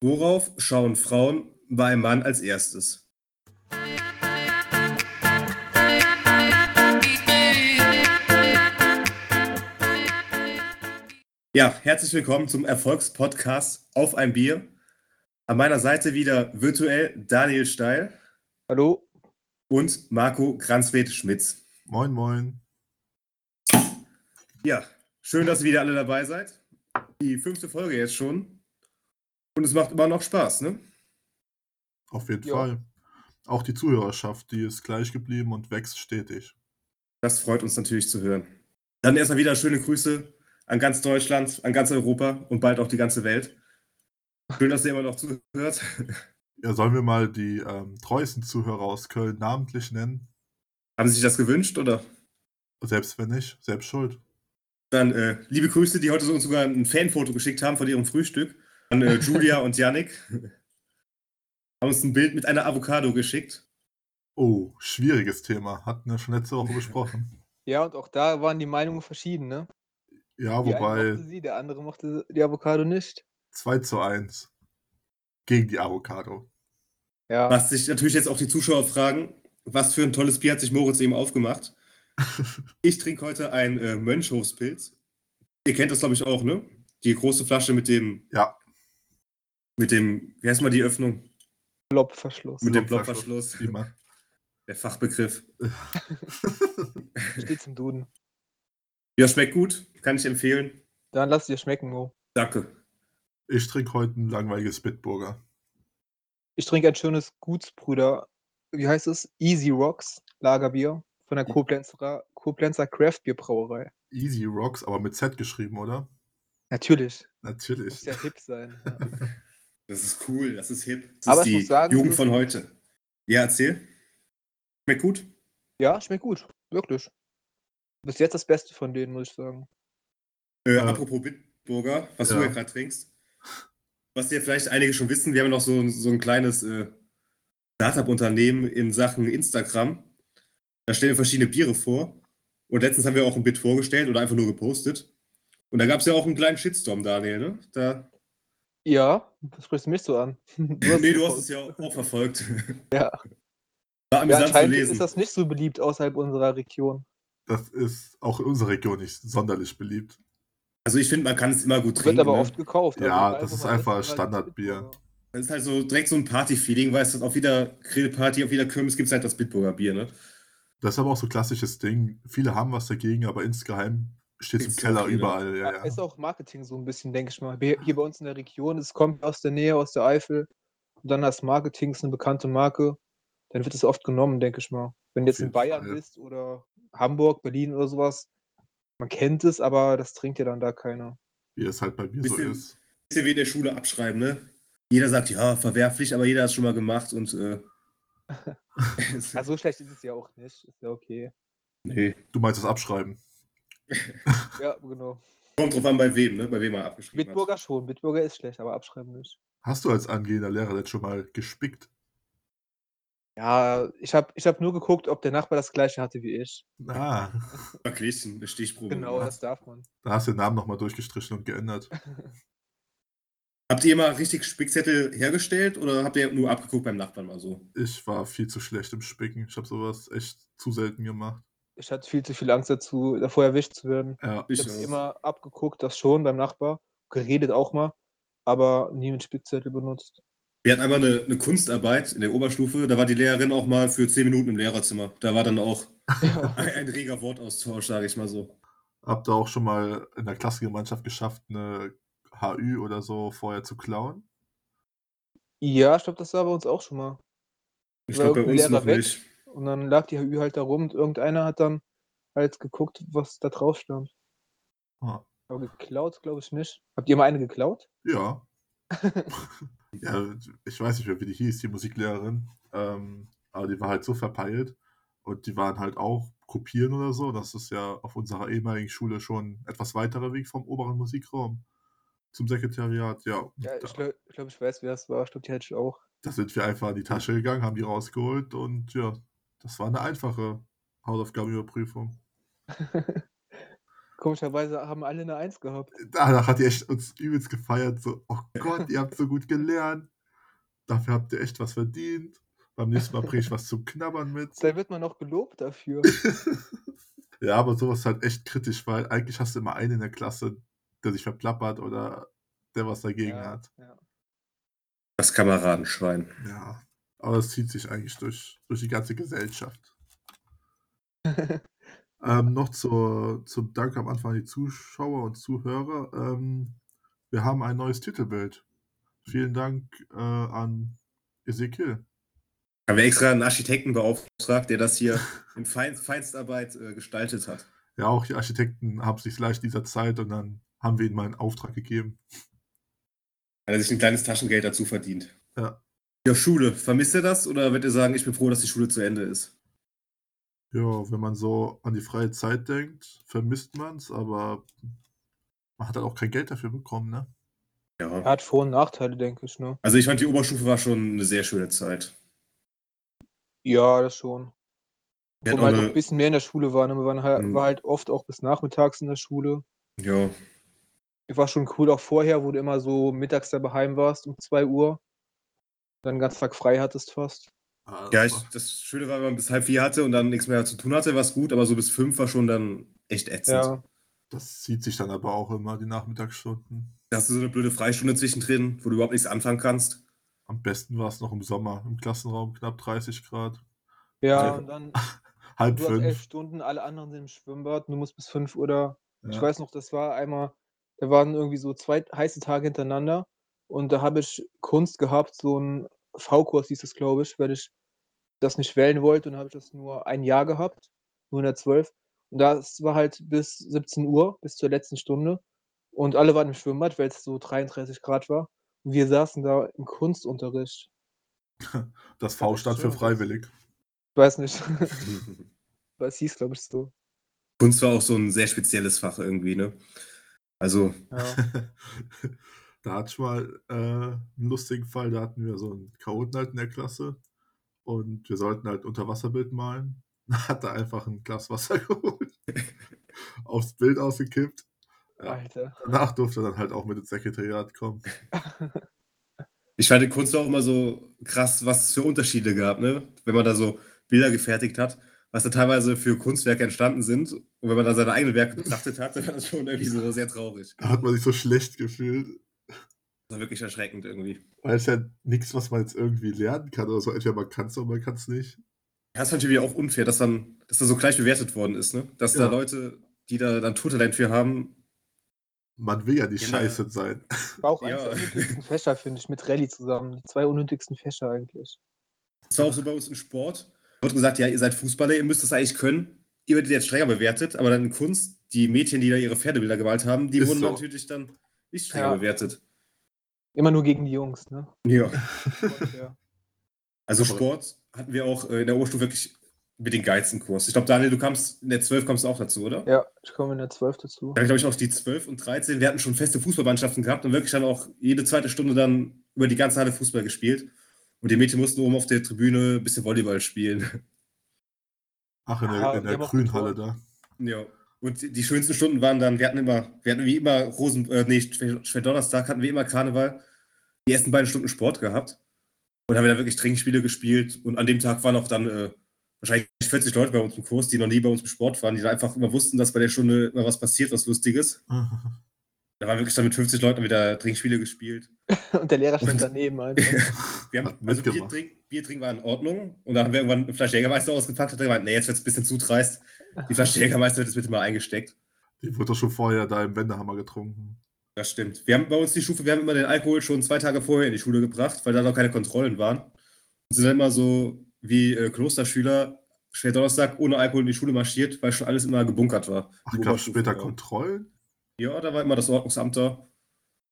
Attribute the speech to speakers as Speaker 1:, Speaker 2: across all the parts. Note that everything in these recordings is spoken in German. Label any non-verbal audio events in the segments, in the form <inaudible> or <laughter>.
Speaker 1: Worauf schauen Frauen beim Mann als erstes? Ja, herzlich willkommen zum Erfolgspodcast Auf ein Bier. An meiner Seite wieder virtuell Daniel Steil
Speaker 2: Hallo?
Speaker 1: und Marco Kranzwed-Schmitz.
Speaker 3: Moin, moin.
Speaker 1: Ja, schön, dass ihr wieder alle dabei seid. Die fünfte Folge jetzt schon. Und es macht immer noch Spaß, ne?
Speaker 3: Auf jeden
Speaker 2: Jo.
Speaker 3: Fall. Auch die Zuhörerschaft, die ist gleich geblieben und wächst stetig.
Speaker 1: Das freut uns natürlich zu hören. Dann erstmal wieder schöne Grüße an ganz Deutschland, an ganz Europa und bald auch die ganze Welt. Schön, dass ihr immer noch zuhört. <laughs>
Speaker 3: Ja, sollen wir mal die ähm, treuesten Zuhörer aus Köln namentlich nennen?
Speaker 1: Haben Sie sich das gewünscht oder?
Speaker 3: Selbst wenn nicht, selbst schuld.
Speaker 1: Dann äh, liebe Grüße, die heute uns sogar ein Fanfoto geschickt haben von ihrem Frühstück. An äh, Julia und Yannick. <laughs> Haben uns ein Bild mit einer Avocado geschickt.
Speaker 3: Oh, schwieriges Thema. Hatten wir schon letzte
Speaker 2: <laughs>
Speaker 3: Woche besprochen.
Speaker 2: Ja, und auch da waren die Meinungen verschieden, ne?
Speaker 3: Ja,
Speaker 2: Die eine mochte
Speaker 3: wobei
Speaker 2: sie, der andere mochte die Avocado nicht.
Speaker 3: 2 zu 1 gegen die Avocado.
Speaker 2: Ja,
Speaker 1: Was sich natürlich jetzt auch die Zuschauer fragen, was für ein tolles Bier hat sich Moritz eben
Speaker 2: <laughs>
Speaker 1: aufgemacht. Ich trinke heute ein äh, Mönchhofspilz. Ihr kennt das, glaube ich, auch, ne? Die große Flasche mit dem.
Speaker 3: Ja.
Speaker 1: Mit dem, wie heißt mal die Öffnung? <laughs>
Speaker 2: Blobverschluss.
Speaker 1: Mit dem
Speaker 3: Blobverschluss.
Speaker 1: Blobverschluss.
Speaker 2: <laughs>
Speaker 3: Wie immer.
Speaker 1: Der Fachbegriff.
Speaker 2: Steht zum Duden.
Speaker 1: Ja, schmeckt gut. Kann ich empfehlen.
Speaker 2: Dann lass dir schmecken, Mo.
Speaker 1: Danke.
Speaker 3: Ich trinke heute ein langweiliges Bitburger.
Speaker 2: Ich trinke ein schönes Gutsbrüder, wie heißt es? Easy Rocks Lagerbier von der Koblenzer, Koblenzer Craft Beer Brauerei.
Speaker 3: Easy Rocks, aber mit Z geschrieben, oder?
Speaker 2: Natürlich, muss
Speaker 3: Natürlich.
Speaker 2: ja hip sein. Ja.
Speaker 1: Das ist cool. Das ist hip. Das
Speaker 2: Aber
Speaker 1: ist
Speaker 2: ich
Speaker 1: die
Speaker 2: muss sagen,
Speaker 1: Jugend
Speaker 2: so-
Speaker 1: von heute. Ja, erzähl. Schmeckt gut.
Speaker 2: ja, schmeckt gut, wirklich. Bis jetzt das Beste von denen, muss ich sagen.
Speaker 1: Äh,
Speaker 3: Ja.
Speaker 1: Apropos Bitburger, was du
Speaker 3: Ja.
Speaker 1: ja gerade trinkst. Was ja vielleicht einige schon wissen, wir haben ja noch so, so ein kleines äh, Startup-Unternehmen in Sachen Instagram. Da stellen wir verschiedene Biere vor. Und letztens haben wir auch ein Bit vorgestellt oder einfach nur gepostet. Und da gab es ja auch einen kleinen Shitstorm, Daniel. Ne? Da,
Speaker 2: Ja, das sprichst du mich so an. <laughs> Du
Speaker 1: nee, du hast es ja auch verfolgt. War
Speaker 2: Ja. Ja,
Speaker 1: amüsant zu
Speaker 2: anscheinend
Speaker 1: lesen.
Speaker 2: ist das nicht so beliebt außerhalb unserer Region.
Speaker 3: Das ist auch in unserer Region nicht sonderlich beliebt.
Speaker 1: Also ich finde, man kann es immer gut
Speaker 2: Wird
Speaker 1: trinken.
Speaker 2: aber
Speaker 1: ne?
Speaker 2: oft gekauft. also
Speaker 3: Ja,
Speaker 2: da
Speaker 3: das ist
Speaker 2: wo man
Speaker 3: einfach
Speaker 2: ist, da gibt's
Speaker 3: Standardbier.
Speaker 2: Bitburger.
Speaker 1: Das ist halt so direkt so ein Party-Feeling, weißt du, auf jeder Grillparty, auf jeder Kirmes gibt es halt das Bitburger Bier, ne?
Speaker 3: Das ist aber auch so ein klassisches Ding. Viele haben was dagegen, aber insgeheim steht es im
Speaker 1: Ist so
Speaker 3: Keller
Speaker 1: viel, ne?
Speaker 3: überall. Ja,
Speaker 2: Ja,
Speaker 3: ja.
Speaker 2: Ist auch Marketing so ein bisschen, denke ich mal. Wir- Hier bei uns in der Region, es kommt aus der Nähe, aus der Eifel. Und dann als Marketing ist eine bekannte Marke. Dann wird es oft genommen, denke ich mal. Wenn du
Speaker 3: Auf
Speaker 2: jetzt in
Speaker 3: jeden
Speaker 2: Bayern
Speaker 3: Fall.
Speaker 2: bist oder Hamburg, Berlin oder sowas, man kennt es, aber das trinkt ja dann da keiner.
Speaker 3: Wie es halt bei mir so
Speaker 1: Bisschen-
Speaker 3: ist.
Speaker 1: Bisschen wie in der Schule abschreiben, ne? Jeder sagt, ja, verwerflich, aber jeder hat es schon mal gemacht und
Speaker 2: <laughs>
Speaker 1: äh,
Speaker 2: Also so schlecht ist es ja auch nicht. Ist ja okay.
Speaker 1: <laughs> nee.
Speaker 3: Du meinst das Abschreiben.
Speaker 2: Ja, genau.
Speaker 1: Kommt drauf an, bei wem, ne? Bei wem er abgeschrieben hat.
Speaker 2: Bitburger schon. Bitburger ist schlecht, aber abschreiben nicht.
Speaker 3: Hast du als angehender Lehrer jetzt schon mal gespickt?
Speaker 2: Ja, ich habe ich hab nur geguckt, ob der Nachbar das gleiche hatte wie ich.
Speaker 3: Ah,
Speaker 1: Verglichen, eine Stichprobe.
Speaker 2: Genau,
Speaker 1: Oh, Ja.
Speaker 2: das darf man.
Speaker 3: da hast du den Namen nochmal durchgestrichen und geändert.
Speaker 1: Habt ihr mal richtig Spickzettel hergestellt oder habt ihr nur abgeguckt beim Nachbarn mal so?
Speaker 3: Ich war viel zu schlecht im Spicken. Ich habe sowas echt zu selten gemacht.
Speaker 2: Ich hatte viel zu viel Angst dazu, davor erwischt zu werden.
Speaker 3: Ja,
Speaker 2: Ich
Speaker 1: Ich
Speaker 2: habe
Speaker 1: auch.
Speaker 2: immer abgeguckt, das schon beim Nachbar. Geredet auch mal, aber nie mit Spickzettel benutzt.
Speaker 1: Wir hatten einmal eine, eine Kunstarbeit in der Oberstufe, da war die Lehrerin auch mal für zehn Minuten im Lehrerzimmer. Da war dann auch <laughs> ein, ein reger Wortaustausch, sage ich mal so.
Speaker 3: hab da auch schon mal in der Klassengemeinschaft geschafft, eine HÜ oder so vorher zu klauen.
Speaker 2: Ja, ich glaube, das war bei uns auch schon mal.
Speaker 1: Ich
Speaker 2: War
Speaker 1: glaube, bei uns
Speaker 2: irgendein Lehrer
Speaker 1: noch
Speaker 2: weg?
Speaker 1: nicht.
Speaker 2: Und dann lag die HÜ halt da rum und irgendeiner hat dann halt geguckt, was da drauf stand.
Speaker 3: Ah,
Speaker 2: Aber geklaut, glaube ich nicht. Habt ihr mal eine geklaut? <laughs>
Speaker 3: Ja. ja, ich weiß nicht mehr, wie die hieß, die Musiklehrerin. Ähm, aber die war halt so verpeilt und die waren halt auch kopieren oder so. Das ist ja auf unserer ehemaligen Schule schon ein etwas weiterer Weg vom oberen Musikraum zum Sekretariat. Ja,
Speaker 2: Ja, ich
Speaker 3: da,
Speaker 2: glaube, ich, glaub, ich weiß, wer es war. Ich glaube, die hatte ich auch.
Speaker 3: da sind wir einfach in die Tasche gegangen, haben die rausgeholt und ja, das war eine einfache Hausaufgabenüberprüfung.
Speaker 2: Komischerweise haben alle eine Eins gehabt.
Speaker 3: Danach hat die echt uns übelst gefeiert. So, oh Gott, ihr habt so gut gelernt. Dafür habt ihr echt was verdient. Beim nächsten Mal bringe ich was zum Knabbern mit.
Speaker 2: Da wird man auch gelobt dafür.
Speaker 3: <laughs> Ja, aber sowas ist halt echt kritisch, weil eigentlich hast du immer einen in der Klasse, der sich verplappert oder der was dagegen
Speaker 2: ja,
Speaker 3: hat.
Speaker 2: Ja.
Speaker 1: Das Kameradenschwein.
Speaker 3: Ja. Aber es zieht sich eigentlich durch, durch die ganze Gesellschaft. ähm, noch zur, zum Dank am Anfang an die Zuschauer und Zuhörer. Ähm, wir haben ein neues Titelbild. Vielen Dank äh, an Ezekiel.
Speaker 1: Haben wir extra einen Architekten beauftragt, der das <laughs> hier in Fein Feinstarbeit äh, gestaltet hat.
Speaker 3: Ja, auch die Architekten haben sich leicht dieser Zeit und dann haben wir ihnen mal einen Auftrag gegeben.
Speaker 1: Hat er sich ein kleines Taschengeld dazu verdient.
Speaker 3: Ja.
Speaker 1: Ja, Schule. Vermisst ihr das oder wird ihr sagen, ich bin froh, dass die Schule zu Ende ist?
Speaker 3: Ja, wenn man so an die freie Zeit denkt, vermisst man es, aber man hat halt auch kein Geld dafür bekommen, ne?
Speaker 1: Ja.
Speaker 2: Hat Vor- und Nachteile, denke ich, ne?
Speaker 1: Also ich fand, die Oberstufe war schon eine sehr schöne Zeit.
Speaker 2: Ja, das schon.
Speaker 1: Wir hatten
Speaker 2: Wo man
Speaker 1: auch
Speaker 2: halt auch
Speaker 1: eine-
Speaker 2: ein bisschen mehr in der Schule war. Ne? Wir waren halt,
Speaker 1: Mhm.
Speaker 2: war halt oft auch bis nachmittags in der Schule.
Speaker 1: Ja,
Speaker 2: War schon cool auch vorher, wo du immer so mittags da daheim warst um 2 Uhr. Dann den ganzen Tag frei hattest fast.
Speaker 3: Ah,
Speaker 1: ja
Speaker 3: das
Speaker 1: ich, das Schöne war, wenn man bis halb vier hatte und dann nichts mehr zu tun hatte, war es gut, aber so bis fünf war schon dann echt ätzend.
Speaker 2: Ja.
Speaker 3: Das zieht sich dann aber auch immer, die Nachmittagsstunden.
Speaker 1: Da hast du so eine blöde Freistunde zwischendrin, wo du überhaupt nichts anfangen <laughs> kannst.
Speaker 3: Am besten war es noch im Sommer, im Klassenraum knapp 30 Grad,
Speaker 2: Ja,
Speaker 1: Ja. <laughs>
Speaker 2: und dann
Speaker 3: halb
Speaker 2: du hast elf
Speaker 3: fünf.
Speaker 2: Stunden, alle anderen sind im Schwimmbad, du musst bis fünf oder ich
Speaker 3: Ja.
Speaker 2: weiß noch, das war einmal, da waren irgendwie so zwei heiße Tage hintereinander und da habe ich Kunst gehabt, so ein V-Kurs hieß es, glaube ich, weil ich das nicht wählen wollte und habe ich das nur ein Jahr gehabt, nur in der 12. Und das war halt bis 17 Uhr, bis zur letzten Stunde. Und alle waren im Schwimmbad, weil es so 33 Grad war. Und wir saßen da im Kunstunterricht.
Speaker 3: Das V stand für
Speaker 2: Schön.
Speaker 3: freiwillig. <laughs>
Speaker 2: Ich weiß nicht, <laughs> was hieß, glaube ich, so.
Speaker 1: Kunst war auch so ein sehr spezielles Fach irgendwie, ne? Also,
Speaker 2: Ja.
Speaker 3: da hatte ich mal äh, einen lustigen Fall, da hatten wir so einen Chaoten halt in der Klasse und wir sollten halt Unterwasserbild malen. <laughs> Da hat er einfach ein Glas Wasser <laughs> geholt, aufs Bild ausgekippt. Ja,
Speaker 2: Alter.
Speaker 3: danach durfte er dann halt auch mit ins Sekretariat kommen.
Speaker 1: ich fand in Kunst auch immer so krass, was es für Unterschiede gab, ne? Wenn man da so Bilder gefertigt hat, was da teilweise für Kunstwerke entstanden sind. Und wenn man da seine eigenen Werke betrachtet hat, <laughs> dann war das schon irgendwie so sehr traurig.
Speaker 3: Da hat man sich so schlecht gefühlt.
Speaker 1: Das war wirklich erschreckend irgendwie.
Speaker 3: Weil es ja nichts, was man jetzt irgendwie lernen kann oder so. Entweder man kann es oder man kann es nicht.
Speaker 1: Das fand ich irgendwie auch unfair, dass dann, dass das so gleich bewertet worden ist, ne? Dass
Speaker 3: Ja.
Speaker 1: da Leute, die da dann Tourtalent für haben,
Speaker 3: Man will ja nicht
Speaker 1: Genau.
Speaker 3: scheiße sein.
Speaker 2: War auch
Speaker 1: Ja.
Speaker 2: eins der unnötigsten Fächer, finde ich, mit Rallye zusammen. Die zwei unnötigsten Fächer eigentlich.
Speaker 1: Das war auch so bei uns im Sport. Wird gesagt, ja, ihr seid Fußballer, ihr müsst das eigentlich können. Ihr werdet jetzt strenger bewertet, aber dann in Kunst, die Mädchen, die da ihre Pferdebilder gemalt haben, die
Speaker 3: Ist
Speaker 1: wurden
Speaker 3: so.
Speaker 1: natürlich dann nicht strenger
Speaker 2: Ja.
Speaker 1: bewertet.
Speaker 2: Immer nur gegen die Jungs, ne?
Speaker 1: Ja.
Speaker 2: Ja.
Speaker 1: Also
Speaker 3: Aber-
Speaker 1: Sport hatten wir auch äh, in der Oberstufe wirklich mit den geilsten Kurs. Ich glaube, Daniel, du kamst in der 12 kommst du auch dazu, oder?
Speaker 2: ja, ich komme in der 12 dazu. <laughs>
Speaker 1: Dann glaube ich auch die 12 und 13, wir hatten schon feste Fußballmannschaften gehabt und wirklich dann auch jede zweite Stunde dann über die ganze Halle Fußball gespielt. Und die Mädchen mussten oben auf der Tribüne ein bisschen Volleyball spielen.
Speaker 3: Ach, in der,
Speaker 2: Ah,
Speaker 3: in der
Speaker 2: wir haben auch
Speaker 3: Grünhalle da.
Speaker 1: Ja. Und die- die schönsten Stunden waren dann, wir hatten immer, wir hatten wie immer Rosen, äh, nee, Schwer- Schwerdonnerstag hatten wir immer Karneval, die ersten beiden Stunden Sport gehabt. Und haben wir dann wirklich Trinkspiele gespielt. Und an dem Tag waren auch dann äh, wahrscheinlich 40 Leute bei uns im Kurs, die noch nie bei uns im Sport waren, die dann einfach immer wussten, dass bei der Stunde immer was passiert, was Lustiges. Da waren wirklich dann mit 50 Leuten wieder Trinkspiele gespielt.
Speaker 2: Und der Lehrer stand
Speaker 1: Und-
Speaker 2: daneben
Speaker 3: <laughs>
Speaker 2: einfach.
Speaker 1: Wir haben,
Speaker 3: Hat
Speaker 1: also Bier
Speaker 3: mitgemacht.
Speaker 1: trinken, Bier trinken war in Ordnung. Und dann haben wir irgendwann eine Flasche Jägermeister ausgepackt und hat gemeint, nee, jetzt wird es ein bisschen zu dreist. Die Flasche Jägermeister wird jetzt bitte mal eingesteckt.
Speaker 3: <laughs> Die wurde doch schon vorher da im Wendehammer getrunken.
Speaker 1: Das stimmt. Wir haben bei uns die Stufe, wir haben immer den Alkohol schon zwei Tage vorher in die Schule gebracht, weil da noch keine Kontrollen waren. Und sind dann immer so wie äh, Klosterschüler schwer Donnerstag ohne Alkohol in die Schule marschiert, weil schon alles immer gebunkert war.
Speaker 3: Ach,
Speaker 1: Die
Speaker 3: gab
Speaker 1: Oberstufe,
Speaker 3: später
Speaker 1: ja.
Speaker 3: Kontrollen?
Speaker 1: Ja, da war immer das Ordnungsamt da,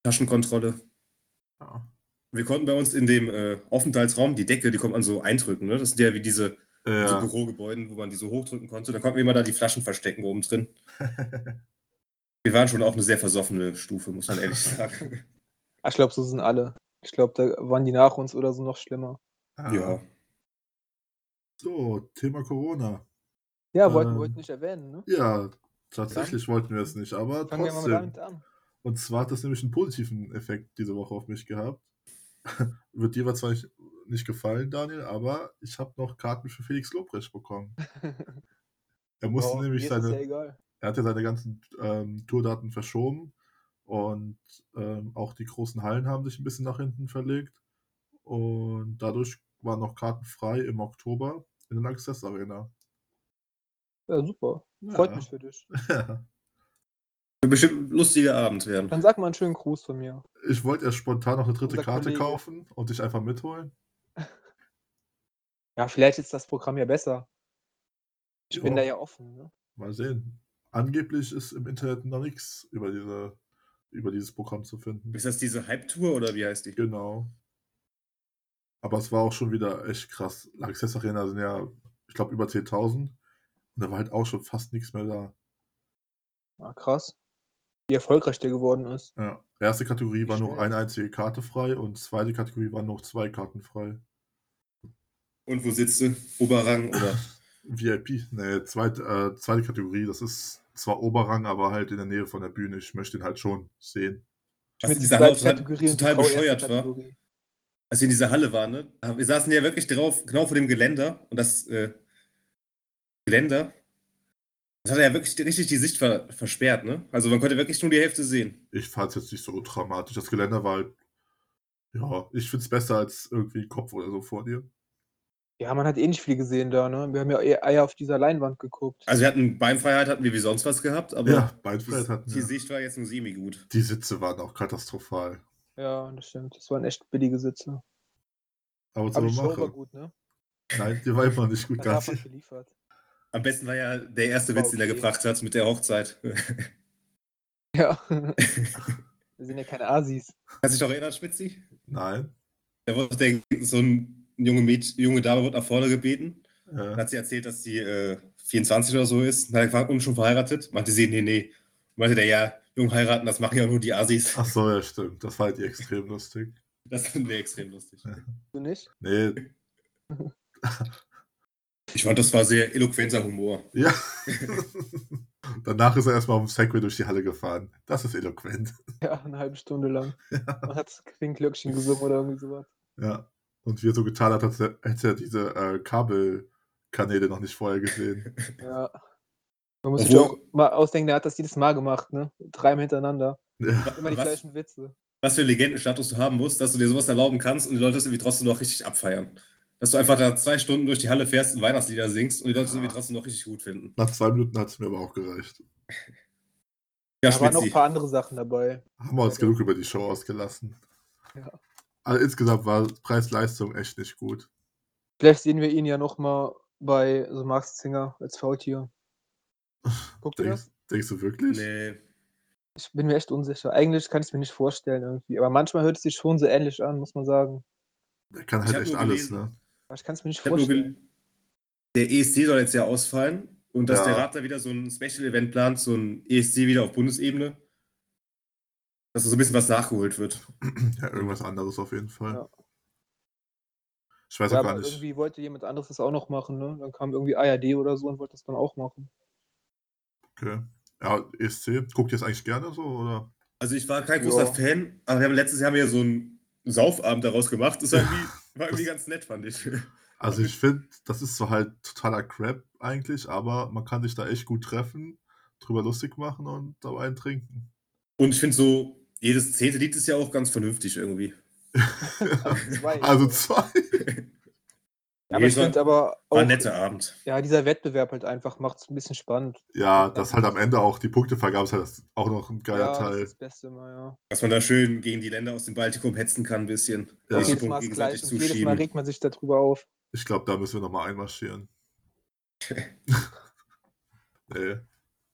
Speaker 1: Taschenkontrolle.
Speaker 3: Ja.
Speaker 1: Wir konnten bei uns in dem äh, Aufenthaltsraum die Decke, die konnte man so eindrücken. Ne? Das sind ja wie diese so
Speaker 3: <laughs> Ja.
Speaker 1: Bürogebäuden, wo man die so hochdrücken konnte. Da konnten wir immer da die Flaschen verstecken oben drin. Wir waren schon auch eine sehr versoffene Stufe, muss man ehrlich
Speaker 3: <laughs>
Speaker 1: sagen.
Speaker 2: Ah, Ich glaube, so sind alle. Ich glaube, da waren die nach uns oder so noch schlimmer.
Speaker 1: ja.
Speaker 3: So, Thema Corona.
Speaker 2: Ja, wollten wir
Speaker 3: Ähm.
Speaker 2: heute nicht erwähnen, ne?
Speaker 3: Ja, Tatsächlich wollten wir es nicht, aber
Speaker 2: Fangen wir mal
Speaker 3: trotzdem.
Speaker 2: damit an.
Speaker 3: Und zwar hat das nämlich einen positiven Effekt diese Woche auf mich gehabt. <laughs> Wird dir wahrscheinlich nicht gefallen, Daniel, aber ich habe noch Karten für Felix Lobrecht
Speaker 2: <laughs>
Speaker 3: bekommen. Er musste
Speaker 2: Wow,
Speaker 3: nämlich
Speaker 2: Oh, mir ist das
Speaker 3: seine,
Speaker 2: ja egal.
Speaker 3: er hatte seine ganzen ähm, Tourdaten verschoben und ähm, auch die großen Hallen haben sich ein bisschen nach hinten verlegt und dadurch waren noch Karten frei im Oktober in der Access Arena.
Speaker 2: Ja, super.
Speaker 3: Ja.
Speaker 2: Freut mich für dich.
Speaker 1: Wird bestimmt ein lustiger Abend werden.
Speaker 2: Dann sag mal einen schönen Gruß von mir.
Speaker 3: <laughs> Ich wollte erst spontan noch eine dritte
Speaker 2: Unser
Speaker 3: Karte
Speaker 2: Kollege.
Speaker 3: kaufen und dich einfach mitholen.
Speaker 2: Ja, vielleicht ist das Programm ja besser. Ich bin
Speaker 3: Ja.
Speaker 2: da ja offen. Ne?
Speaker 3: Mal sehen. Angeblich ist im Internet noch nichts über diese über dieses Programm zu finden.
Speaker 1: Ist das diese Hype-Tour oder wie heißt die?
Speaker 3: Genau. Aber es war auch schon wieder echt krass. Access Arena sind ja, ich glaube, über 10.000. Und da war halt auch schon fast nichts mehr da.
Speaker 2: Ah, krass. Wie erfolgreich der geworden ist.
Speaker 3: Ja. Erste Kategorie war
Speaker 2: Nicht
Speaker 3: noch
Speaker 2: schlecht.
Speaker 3: eine einzige Karte frei und zweite Kategorie waren noch zwei Karten frei.
Speaker 1: Und wo sitzt du? Oberrang oder?
Speaker 3: VIP, ne, zweite, äh, zweite Kategorie, das ist zwar Oberrang, aber halt in der Nähe von der Bühne. Ich möchte ihn halt schon sehen.
Speaker 1: Was in
Speaker 2: die
Speaker 1: dieser Halle
Speaker 2: zweiten
Speaker 1: total,
Speaker 2: Kategorie und die
Speaker 1: total
Speaker 2: VRS
Speaker 1: bescheuert war.
Speaker 2: Kategorie.
Speaker 1: Als wir in dieser Halle waren, ne? Wir saßen ja wirklich drauf, genau vor dem Geländer. Und das äh, Geländer, das hat ja wirklich die- richtig die Sicht ver versperrt, ne? Also man konnte wirklich nur die Hälfte sehen.
Speaker 3: Ich fand es jetzt nicht so dramatisch. Das Geländer war halt, ja, ich finde es besser als irgendwie Kopf oder so vor dir.
Speaker 2: Ja, man hat eh nicht viel gesehen da, ne? Wir haben ja eher eher auf dieser Leinwand geguckt.
Speaker 1: Also wir hatten Beinfreiheit, hatten wir wie sonst was gehabt, aber
Speaker 3: ja, Beinfreiheit
Speaker 1: die,
Speaker 3: hatten
Speaker 1: die
Speaker 3: ja.
Speaker 1: Sicht war jetzt nur semi gut.
Speaker 3: Die Sitze waren auch katastrophal.
Speaker 2: ja, das stimmt. Das waren echt billige Sitze.
Speaker 3: Aber was
Speaker 2: Aber die
Speaker 3: soll man
Speaker 2: Show war
Speaker 3: machen?
Speaker 2: gut, ne?
Speaker 3: Nein, die war immer nicht gut.
Speaker 2: Das hat man
Speaker 3: Ganz.
Speaker 2: geliefert.
Speaker 1: Am besten war ja der erste
Speaker 2: War
Speaker 1: Witz, den er
Speaker 2: okay.
Speaker 1: gebracht hat mit der Hochzeit. <laughs>
Speaker 2: Ja. Wir sind ja keine Asis.
Speaker 1: Kannst du dich noch erinnern, Spitzi?
Speaker 3: Nein.
Speaker 1: Da wurde der, so ein junge, Mädchen, junge Dame wurde nach vorne gebeten. Dann
Speaker 3: Äh,
Speaker 1: hat sie erzählt, dass sie äh, 24 oder so ist. Dann hat er gefragt, und schon verheiratet? Meinte sie, nee, nee. Meinte der, ja, jung heiraten, das machen ja nur die Asis.
Speaker 3: ach so, ja, stimmt. Das war halt extrem lustig.
Speaker 1: <laughs> Das wäre extrem lustig.
Speaker 2: Du nicht? <laughs>
Speaker 3: Nee,
Speaker 1: Ich fand, das war sehr eloquenter Humor. <laughs>
Speaker 3: ja. Danach ist er erstmal auf dem Segway durch die Halle gefahren. Das ist eloquent.
Speaker 2: Ja, eine halbe Stunde lang. Man hat Klinglöckchen gesungen oder irgendwie sowas.
Speaker 3: Ja. Und wie er so getan hat, als er- hätte er diese äh, Kabelkanäle noch nicht vorher gesehen.
Speaker 2: Ja. Man muss sich
Speaker 1: Obwohl-
Speaker 2: auch mal ausdenken, der hat das jedes Mal gemacht, ne? Dreimal hintereinander.
Speaker 3: ja.
Speaker 1: Wa-
Speaker 2: Immer die
Speaker 1: Was,
Speaker 2: gleichen Witze.
Speaker 1: was für einen Legendenstatus du haben musst, dass du dir sowas erlauben kannst und die Leute das irgendwie trotzdem noch richtig abfeiern. Dass du einfach da zwei Stunden durch die Halle fährst und Weihnachtslieder singst und die Leute es irgendwie trotzdem noch richtig gut finden.
Speaker 3: Nach zwei Minuten hat es mir aber auch gereicht.
Speaker 1: Ja,
Speaker 2: Da waren noch ein
Speaker 1: Spitzi.
Speaker 2: paar andere Sachen dabei.
Speaker 3: Haben wir uns genug über die Show ausgelassen.
Speaker 2: Ja.
Speaker 3: Also insgesamt war Preis-Leistung echt nicht gut.
Speaker 2: Vielleicht sehen wir ihn ja nochmal bei so Max Singer als Faultier. Guckt ihr das?
Speaker 3: Denkst, denkst du wirklich?
Speaker 1: Nee.
Speaker 2: Ich bin mir echt unsicher. Eigentlich kann ich es mir nicht vorstellen irgendwie. Aber manchmal hört es sich schon so ähnlich an, muss man sagen.
Speaker 3: Der kann
Speaker 1: Ich
Speaker 3: halt
Speaker 1: hab
Speaker 3: echt
Speaker 1: nur
Speaker 3: alles,
Speaker 1: gelesen.
Speaker 3: ne?
Speaker 2: Aber ich kann es mir nicht
Speaker 1: Ich hab nur
Speaker 2: vorstellen.
Speaker 1: gel- der ESC soll jetzt ja ausfallen und dass
Speaker 3: Ja.
Speaker 1: der Rat da wieder so ein Special-Event plant, so ein ESC wieder auf Bundesebene. Dass da so ein bisschen was nachgeholt wird.
Speaker 3: ne? <clears throat> Ja, irgendwas anderes auf jeden Fall.
Speaker 2: Ja.
Speaker 3: Ich
Speaker 1: also
Speaker 3: weiß
Speaker 2: ja,
Speaker 3: auch gar
Speaker 2: aber
Speaker 3: nicht.
Speaker 2: irgendwie wollte jemand anderes das auch noch machen, ne? Dann kam irgendwie ARD oder so und wollte das dann auch machen.
Speaker 1: <laughs>
Speaker 3: Okay. Ja, ESC, guckt ihr es eigentlich gerne so, oder?
Speaker 1: Also ich war kein großer
Speaker 2: Ja.
Speaker 1: Fan, aber wir haben letztes Jahr haben wir so einen Saufabend daraus gemacht. Das war irgendwie, war irgendwie ganz nett, fand ich.
Speaker 3: Also ich finde, das ist so halt totaler Crap eigentlich, aber man kann sich da echt gut treffen, drüber lustig machen und dabei
Speaker 2: <laughs>
Speaker 3: einen trinken.
Speaker 1: Und ich finde so, jedes zehnte Lied ist ja auch ganz vernünftig irgendwie.
Speaker 2: Zwei.
Speaker 3: <laughs> also zwei.
Speaker 2: ja, aber ich
Speaker 1: war,
Speaker 2: finde aber auch,
Speaker 1: war ein netter Abend.
Speaker 2: ja, dieser Wettbewerb halt einfach macht es ein bisschen spannend.
Speaker 3: Ja, das halt am Ende auch, die Punktevergabe ist halt auch noch ein geiler
Speaker 2: ja, das
Speaker 3: Teil.
Speaker 2: ist das Beste immer, ja.
Speaker 1: Dass man da schön gegen die Länder aus dem Baltikum hetzen kann ein bisschen.
Speaker 3: Ja.
Speaker 1: Sich
Speaker 2: Jedes
Speaker 1: Punkte
Speaker 2: Mal ist gleich
Speaker 1: gegenseitig
Speaker 2: und jedes Mal
Speaker 1: zuschieben.
Speaker 2: regt man sich darüber auf.
Speaker 3: Ich glaube, da müssen wir nochmal einmarschieren.
Speaker 2: <laughs>
Speaker 3: nee.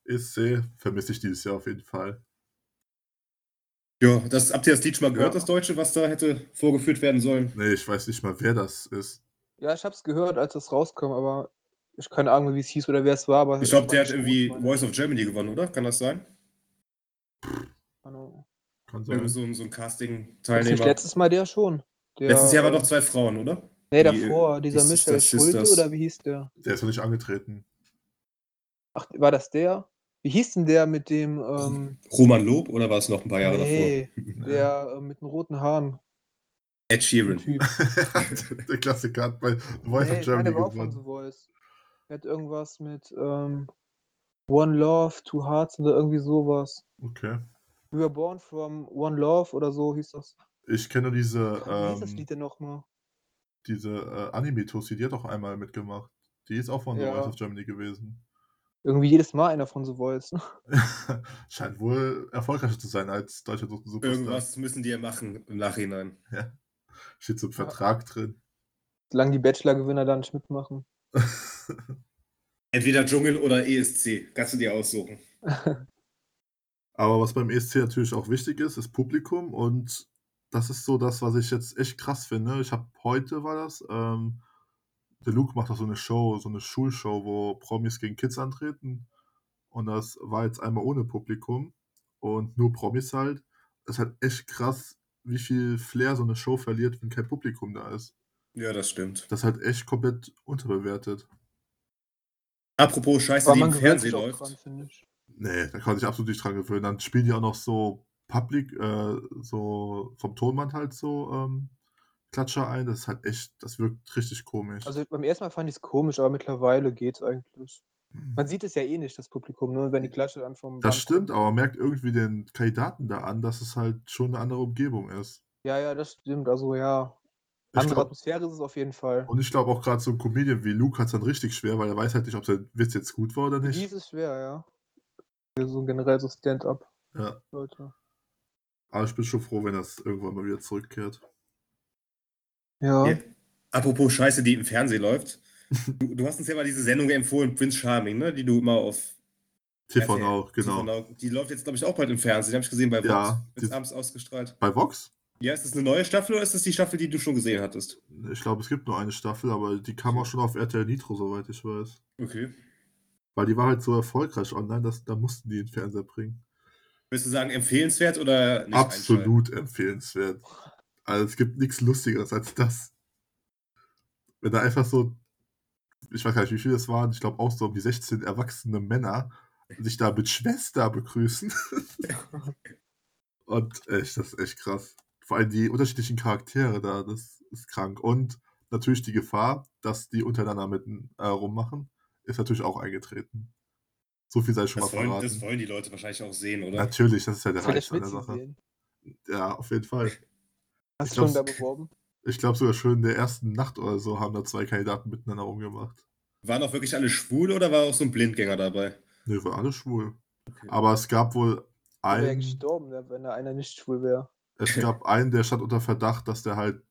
Speaker 3: ESC vermisse ich dieses Jahr auf jeden Fall.
Speaker 1: Ja, das, habt ihr das Lied schon mal gehört,
Speaker 2: Ja.
Speaker 1: das Deutsche, was da hätte vorgeführt werden sollen?
Speaker 3: Nee, ich weiß nicht mal, wer das ist.
Speaker 2: Ja, ich hab's gehört, als das rauskam, aber ich keine Ahnung, wie es hieß oder wer es war, aber
Speaker 1: Ich glaube, der
Speaker 2: war
Speaker 1: hat
Speaker 2: nicht
Speaker 1: irgendwie
Speaker 2: gut,
Speaker 1: Voice of Germany gewonnen, oder? Kann das sein?
Speaker 2: meine Ahnung.
Speaker 3: Kann
Speaker 1: Irgendwie
Speaker 2: Mhm.
Speaker 3: sein.
Speaker 1: so ein, so ein
Speaker 2: War's nicht
Speaker 1: Casting-Teilnehmer.
Speaker 2: letztes Mal der schon. Der,
Speaker 1: Letztes Jahr waren
Speaker 2: äh,
Speaker 1: noch zwei Frauen, oder?
Speaker 2: Nee,
Speaker 1: die, äh,
Speaker 2: davor, dieser
Speaker 1: die Sisters,
Speaker 2: Michael Schulte
Speaker 1: Sisters.
Speaker 2: oder wie hieß der?
Speaker 3: Der ist noch nicht angetreten.
Speaker 2: Ach, war das der? Wie hieß denn der mit dem. Ähm,
Speaker 1: Roman Lob oder war es noch ein paar Jahre
Speaker 2: nee,
Speaker 3: davor.
Speaker 2: der äh, mit den roten Haaren.
Speaker 1: davor? Ed Sheeran.
Speaker 2: Typ.
Speaker 3: <laughs> der Klassiker hat bei Voice
Speaker 2: Nee,
Speaker 3: of
Speaker 2: ich meine,
Speaker 3: Germany
Speaker 2: der war auch von The
Speaker 3: gewonnen.
Speaker 2: Voice. Er hat irgendwas mit ähm, One Love, Two Hearts oder irgendwie sowas.
Speaker 3: Okay.
Speaker 2: We were born from One Love oder so hieß das.
Speaker 3: Ich kenne nur diese,
Speaker 2: Wie hieß das
Speaker 3: ähm,
Speaker 2: Lied denn nochmal?
Speaker 3: diese äh, Anime-Tussi, die hat auch einmal mitgemacht. Die ist auch von The
Speaker 2: Ja.
Speaker 3: Voice of Germany gewesen. <laughs>
Speaker 2: Irgendwie jedes Mal einer von The Voice. ne?
Speaker 3: Scheint wohl erfolgreicher zu sein als deutscher Superstar.
Speaker 1: Irgendwas müssen die ja machen im Nachhinein.
Speaker 3: Steht so ein Vertrag drin. <laughs>
Speaker 2: Solange die Bachelor-Gewinner da nicht mitmachen.
Speaker 1: Entweder Dschungel oder ESC. Kannst du dir aussuchen.
Speaker 3: Aber was beim ESC natürlich auch wichtig ist, ist Publikum und das ist so das, was ich jetzt echt krass finde. Ich habe heute war das, ähm, der Luke macht auch so eine Show, so eine Schulshow, wo Promis gegen Kids antreten und das war jetzt einmal ohne Publikum und nur Promis halt. Es ist halt echt krass, wie viel Flair so eine Show verliert, wenn kein Publikum da ist.
Speaker 1: Ja, das stimmt.
Speaker 3: Das ist halt echt komplett unterbewertet.
Speaker 1: Apropos Scheiße,
Speaker 2: Aber
Speaker 1: die
Speaker 2: man
Speaker 1: im
Speaker 2: gewöhnt
Speaker 1: Fernsehen
Speaker 2: sich auch
Speaker 1: läuft.
Speaker 2: dran, finde ich.
Speaker 3: Nee, da kann man sich absolut nicht dran gewöhnen. Dann spielen die auch noch so Public, äh, so vom Tonband halt so ähm, Klatscher ein. Das ist halt echt, das wirkt richtig komisch.
Speaker 2: Also beim ersten Mal fand ich es komisch, aber mittlerweile geht's eigentlich. Man sieht es ja eh nicht, das Publikum, nur wenn die Klatsche dann vom
Speaker 3: Hm. das
Speaker 2: Band
Speaker 3: stimmt,
Speaker 2: kommt.
Speaker 3: aber man merkt irgendwie den Kandidaten da an, dass es halt schon eine andere Umgebung ist.
Speaker 2: Ja, ja, das stimmt. Also ja,
Speaker 3: Ich
Speaker 2: andere
Speaker 3: glaub,
Speaker 2: Atmosphäre ist es auf jeden Fall.
Speaker 3: und ich glaube auch gerade so ein Comedian wie Luke hat es dann richtig schwer, weil er weiß halt nicht, ob sein Witz jetzt gut war oder
Speaker 2: Für
Speaker 3: nicht.
Speaker 2: die ist es schwer, ja. Für So generell so Stand-up,
Speaker 3: Ja,
Speaker 2: Leute.
Speaker 3: aber ich bin schon froh, wenn das irgendwann mal wieder zurückkehrt.
Speaker 2: Ja.
Speaker 1: Ja. Apropos Scheiße, die im Fernsehen <laughs> läuft. Du, du hast uns ja mal diese Sendung empfohlen, Prince Charming, ne? die du immer auf
Speaker 3: TV
Speaker 1: RTL,
Speaker 3: auch,
Speaker 1: TV
Speaker 3: genau.
Speaker 1: Now- Die läuft jetzt, glaube ich, auch bald im Fernsehen. Die habe ich gesehen bei Vox.
Speaker 3: Ja,
Speaker 1: Wird
Speaker 3: die-
Speaker 1: abends ausgestrahlt.
Speaker 3: Bei Vox?
Speaker 1: Ja, ist das eine neue Staffel oder ist das die Staffel, die du schon gesehen hattest?
Speaker 3: Ich glaube, es gibt nur eine Staffel, aber die kam auch schon auf RTL Nitro, soweit ich weiß.
Speaker 1: Okay.
Speaker 3: Weil die war halt so erfolgreich online, dass da mussten die in den Fernseher bringen.
Speaker 1: Würdest du sagen, empfehlenswert oder nicht? einschalten?
Speaker 3: Absolut empfehlenswert. Also es gibt nichts Lustigeres als das. Wenn da einfach so, ich weiß gar nicht, wie viele es waren, ich glaube auch so um die 16 erwachsene Männer sich da mit Schwester begrüßen. <laughs> Und echt, das ist echt krass. Vor allem die unterschiedlichen Charaktere da, das ist krank. Und natürlich die Gefahr, dass die untereinander mit äh, rummachen, ist natürlich auch eingetreten. So viel sei schon
Speaker 1: Das
Speaker 3: mal
Speaker 1: wollen,
Speaker 3: verraten.
Speaker 1: das wollen die Leute wahrscheinlich auch sehen, oder?
Speaker 3: Natürlich, das ist ja der
Speaker 2: Das will der
Speaker 3: Reiz an
Speaker 2: Schmitzi
Speaker 3: der Sache.
Speaker 2: sehen.
Speaker 3: Ja, auf jeden Fall.
Speaker 2: Hast
Speaker 3: Ich
Speaker 2: du schon da
Speaker 3: glaub's-
Speaker 2: beworben?
Speaker 3: Ich glaube sogar schon in der ersten Nacht oder so haben da zwei Kandidaten miteinander rumgemacht.
Speaker 1: Waren auch wirklich alle schwul oder war auch so ein Blindgänger dabei?
Speaker 3: Ne, waren alle schwul. Aber es gab wohl
Speaker 2: Der wäre
Speaker 3: einen,
Speaker 2: gestorben, ne, wenn da einer nicht schwul wäre.
Speaker 3: es gab einen, der stand unter Verdacht, dass der halt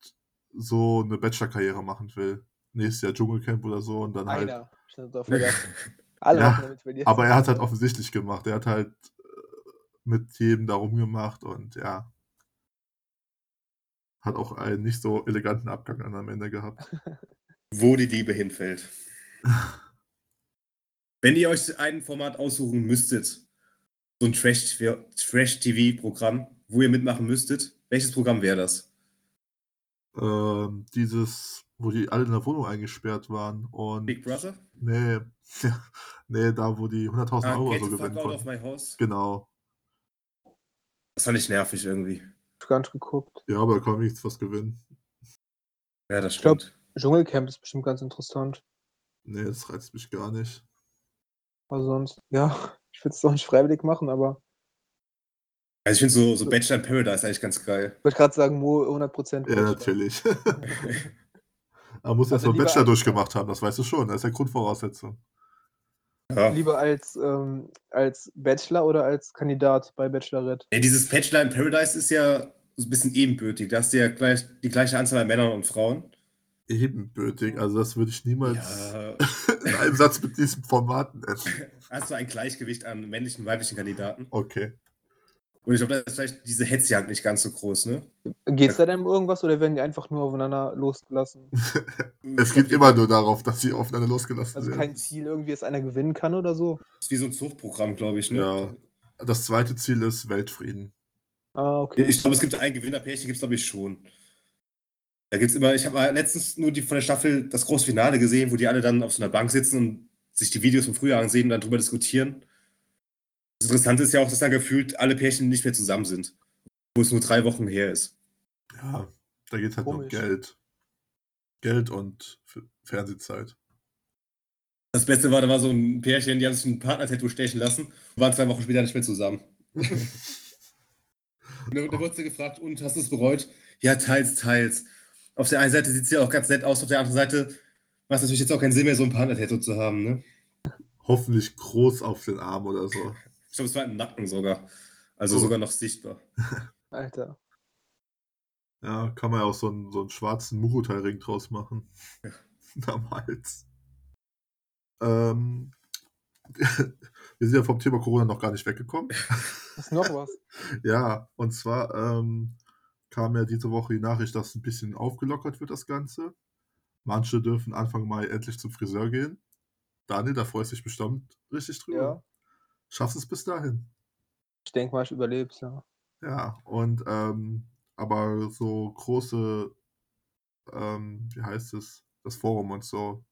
Speaker 3: so eine Bachelor-Karriere machen will. Nächstes Jahr Dschungelcamp oder so und dann halt.
Speaker 2: Einer. Stand
Speaker 3: <laughs>
Speaker 2: da vergessen. Alle
Speaker 3: Ja,
Speaker 2: hatten damit verliert.
Speaker 3: Aber er hat halt offensichtlich gemacht. Er hat halt äh, mit jedem da rumgemacht und ja. Hat auch einen nicht so eleganten Abgang dann am Ende gehabt.
Speaker 1: Wo die Liebe
Speaker 3: <laughs>
Speaker 1: hinfällt. Wenn ihr euch ein Format aussuchen müsstet, so ein Trash- Trash-TV-Programm, wo ihr mitmachen müsstet, welches Programm wäre das?
Speaker 3: Ähm, dieses, wo die alle in der Wohnung eingesperrt waren und.
Speaker 1: Big Brother?
Speaker 3: Nee, <laughs> nee, da wo die 100.000
Speaker 1: Ah,
Speaker 3: Euro
Speaker 1: get
Speaker 3: so
Speaker 1: the fuck
Speaker 3: gewinnen
Speaker 1: out of
Speaker 3: konnten.
Speaker 1: my house.
Speaker 3: Genau.
Speaker 1: Das fand ich nervig irgendwie.
Speaker 2: Ich gar nicht geguckt.
Speaker 3: Ja, aber da kann nichts was gewinnen.
Speaker 1: Ja, das
Speaker 2: Ich glaub-
Speaker 1: stimmt.
Speaker 2: Dschungelcamp ist bestimmt ganz interessant.
Speaker 3: Nee, das reizt mich gar nicht.
Speaker 2: Aber Also sonst, ja, <laughs> ich würde es doch nicht freiwillig machen, aber
Speaker 1: also ich finde so, so Bachelor in Paradise eigentlich ganz geil.
Speaker 2: ich wollte gerade sagen, Mo 100%
Speaker 3: Ja,
Speaker 2: Bachelor.
Speaker 3: natürlich. <laughs> Man muss
Speaker 2: Also
Speaker 3: erstmal
Speaker 2: lieber
Speaker 3: Bachelor
Speaker 2: ein-
Speaker 3: durchgemacht haben, das weißt du schon. Das ist ja Grundvoraussetzung.
Speaker 1: Ja.
Speaker 2: Lieber als, ähm, als Bachelor oder als Kandidat bei Bachelorette.
Speaker 1: Ja, dieses Bachelor in Paradise ist ja so ein bisschen ebenbürtig. Da hast du ja gleich die gleiche Anzahl an Männern und Frauen.
Speaker 3: Ebenbürtig, also das würde ich niemals
Speaker 1: Ja,
Speaker 3: <laughs> in einem Satz mit diesem Format nennen.
Speaker 1: hast du ein Gleichgewicht an männlichen und weiblichen Kandidaten.
Speaker 3: Okay.
Speaker 1: Und ich glaube, da ist vielleicht diese Hetzjagd nicht ganz so groß, ne?
Speaker 2: Geht es da denn um irgendwas oder werden die einfach nur aufeinander losgelassen?
Speaker 3: Es geht immer nur darauf, dass sie aufeinander losgelassen
Speaker 2: Also
Speaker 3: werden.
Speaker 2: kein Ziel irgendwie, dass einer gewinnen kann oder so?
Speaker 1: Das ist wie so ein Zuchtprogramm, glaube ich, ne?
Speaker 3: Ja. Das zweite Ziel ist Weltfrieden.
Speaker 2: Ah, okay.
Speaker 1: Ich glaube, es gibt ein Gewinnerpärchen, gibt es, glaube ich, schon. Da gibt es immer, ich habe letztens nur die von der Staffel das große Finale gesehen, wo die alle dann auf so einer Bank sitzen und sich die Videos von früher ansehen und dann drüber diskutieren. Das Interessante ist ja auch, dass da gefühlt alle Pärchen nicht mehr zusammen sind, wo es nur drei Wochen her ist.
Speaker 3: Ja, da geht halt nur um
Speaker 2: Komisch.
Speaker 3: Geld. Geld und F Fernsehzeit.
Speaker 1: Das Beste war, da war so ein Pärchen, die haben sich ein Partner-Tattoo stechen lassen und waren zwei Wochen später nicht mehr zusammen. und dann, dann wurde sie gefragt, und hast du es bereut? Ja, teils, teils. Auf der einen Seite sieht sie auch ganz nett aus, auf der anderen Seite macht es natürlich jetzt auch keinen Sinn mehr, so ein Partner-Tattoo zu haben, ne?
Speaker 3: Hoffentlich groß auf den Arm oder so.
Speaker 1: Ich glaube, es war im Nacken sogar. Also
Speaker 3: Oh.
Speaker 1: sogar noch sichtbar.
Speaker 2: Alter.
Speaker 3: Ja, kann man ja auch so einen, so einen schwarzen Murutai-Ring draus machen. <laughs> Am Hals. Ähm, <laughs> wir sind ja vom Thema Corona noch gar nicht weggekommen.
Speaker 2: Ist noch was?
Speaker 3: Ja, und zwar ähm, kam ja diese Woche die Nachricht, dass ein bisschen aufgelockert wird, das Ganze. Manche dürfen Anfang Mai endlich zum Friseur gehen. Daniel, da freust du dich bestimmt richtig drüber.
Speaker 2: Ja.
Speaker 3: Schaffst es bis dahin.
Speaker 2: Ich denke mal, ich überleb's, ja.
Speaker 3: Ja, und ähm, aber so große, ähm, wie heißt es, das Forum und so,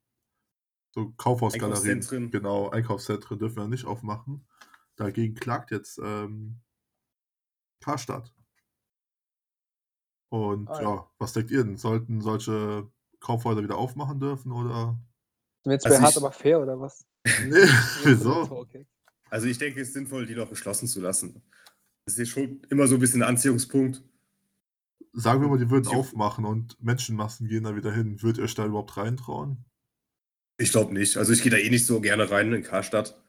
Speaker 3: so Kaufhausgalerien,
Speaker 1: Einkaufszentren.
Speaker 3: genau, Einkaufszentren dürfen wir nicht aufmachen. Dagegen klagt jetzt ähm, Karstadt. Und
Speaker 2: Ah, ja.
Speaker 3: ja, was denkt ihr denn? Sollten solche Kaufhäuser wieder aufmachen dürfen oder?
Speaker 2: Sind wir jetzt
Speaker 1: Also
Speaker 2: bei hart,
Speaker 1: ich-
Speaker 2: aber fair oder was?
Speaker 3: Nee, <laughs> wieso?
Speaker 2: Okay.
Speaker 1: Also ich denke, es ist sinnvoll, die noch geschlossen zu lassen. Das ist ja schon immer so ein bisschen ein Anziehungspunkt.
Speaker 3: Sagen wir mal, die würden
Speaker 1: Ich-
Speaker 3: aufmachen und Menschenmassen gehen da wieder hin. Würdet ihr euch da überhaupt reintrauen?
Speaker 1: Ich glaube nicht. Also ich gehe da eh nicht so gerne rein in Karstadt.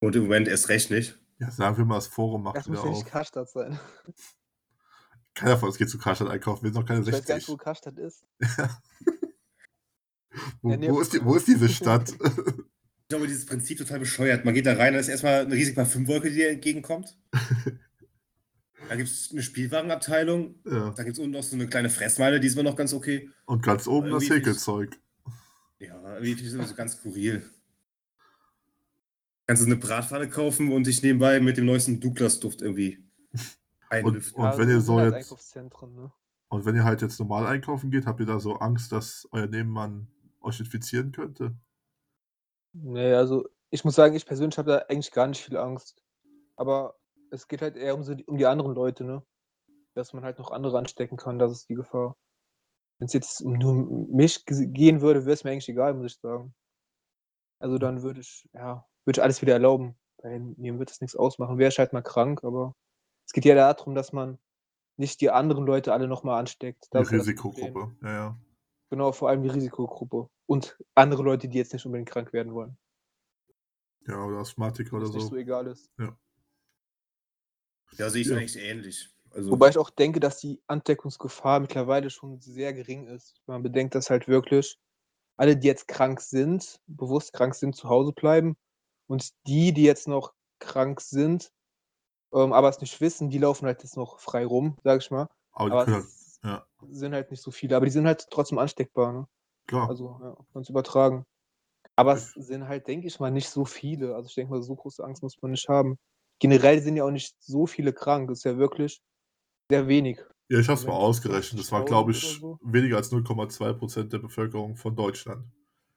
Speaker 1: Und im Moment erst recht nicht.
Speaker 3: Ja, sagen wir mal, das Forum macht
Speaker 2: Das
Speaker 3: wieder
Speaker 2: muss ja
Speaker 3: auf.
Speaker 2: nicht Karstadt sein.
Speaker 3: Keiner von uns geht zu Karstadt einkaufen, wir sind noch keine
Speaker 2: Ich weiß gar nicht,
Speaker 3: 60.
Speaker 2: wo Karstadt ist.
Speaker 3: Wo,
Speaker 2: Ja, nee.
Speaker 3: wo, ist die, wo ist
Speaker 2: <laughs>
Speaker 3: diese Stadt? <laughs>
Speaker 1: Ich glaube, dieses Prinzip total bescheuert. Man geht da rein, da ist erstmal eine riesige Parfümwolke, die dir entgegenkommt. Da gibt es eine Spielwarenabteilung.
Speaker 3: ja.
Speaker 1: Da gibt es unten noch so eine kleine Fressmeile, die ist immer noch ganz okay.
Speaker 3: Und ganz oben das
Speaker 1: Irgendwie nicht.
Speaker 3: Häkelzeug.
Speaker 1: Ja, wie finde ich das so ganz skurril. Kannst du eine Bratpfanne kaufen und dich nebenbei mit dem neuesten Douglas-Duft irgendwie einlüften.
Speaker 3: Und wenn
Speaker 2: das
Speaker 3: ihr
Speaker 2: sind
Speaker 3: so
Speaker 2: halt
Speaker 3: jetzt-
Speaker 2: Einkaufszentren, ne?
Speaker 3: Und wenn ihr halt jetzt normal einkaufen geht, habt ihr da so Angst, dass euer Nebenmann euch infizieren könnte?
Speaker 2: Nee, also ich muss sagen, ich persönlich habe da eigentlich gar nicht viel Angst. Aber es geht halt eher um, so die, um die anderen Leute, ne? Dass man halt noch andere anstecken kann, das ist die Gefahr. Wenn es jetzt um nur mich g- gehen würde, wäre es mir eigentlich egal, muss ich sagen. Also dann würde ich, ja, würde ich alles wieder erlauben. Bei mir wird es nichts ausmachen. Wäre ich halt mal krank, aber es geht ja darum, dass man nicht die anderen Leute alle nochmal ansteckt.
Speaker 3: Die
Speaker 2: Das ist das Problem.
Speaker 3: Risikogruppe. Ja, ja.
Speaker 2: Genau, vor allem die Risikogruppe. Und andere Leute, die jetzt nicht unbedingt krank werden wollen.
Speaker 3: Ja, oder Asthmatiker oder
Speaker 2: das nicht so
Speaker 3: so.
Speaker 2: egal ist.
Speaker 1: Ja, sehe ich
Speaker 3: Ja.
Speaker 1: eigentlich ähnlich. Also,
Speaker 2: Wobei ich auch denke, dass die Ansteckungsgefahr mittlerweile schon sehr gering ist. Wenn man bedenkt, dass halt wirklich alle, die jetzt krank sind, bewusst krank sind, zu Hause bleiben. Und die, die jetzt noch krank sind, ähm, aber es nicht wissen, die laufen halt jetzt noch frei rum, sag ich mal.
Speaker 3: Aber die
Speaker 2: Aber
Speaker 3: können, halt-
Speaker 2: es
Speaker 3: ja.
Speaker 2: sind halt nicht so viele. Aber die sind halt trotzdem ansteckbar. Ne?
Speaker 3: klar.
Speaker 2: Also, ja, uns übertragen. Aber es sind halt, denke ich mal, nicht so viele. Also, ich denke mal, so große Angst muss man nicht haben. Generell sind ja auch nicht so viele krank. Das ist ja wirklich sehr wenig.
Speaker 3: ja, ich habe es mal
Speaker 2: wenn-
Speaker 3: ausgerechnet. Das war, glaube ich,
Speaker 2: 50.000 oder
Speaker 3: weniger als 0,2% der Bevölkerung von Deutschland.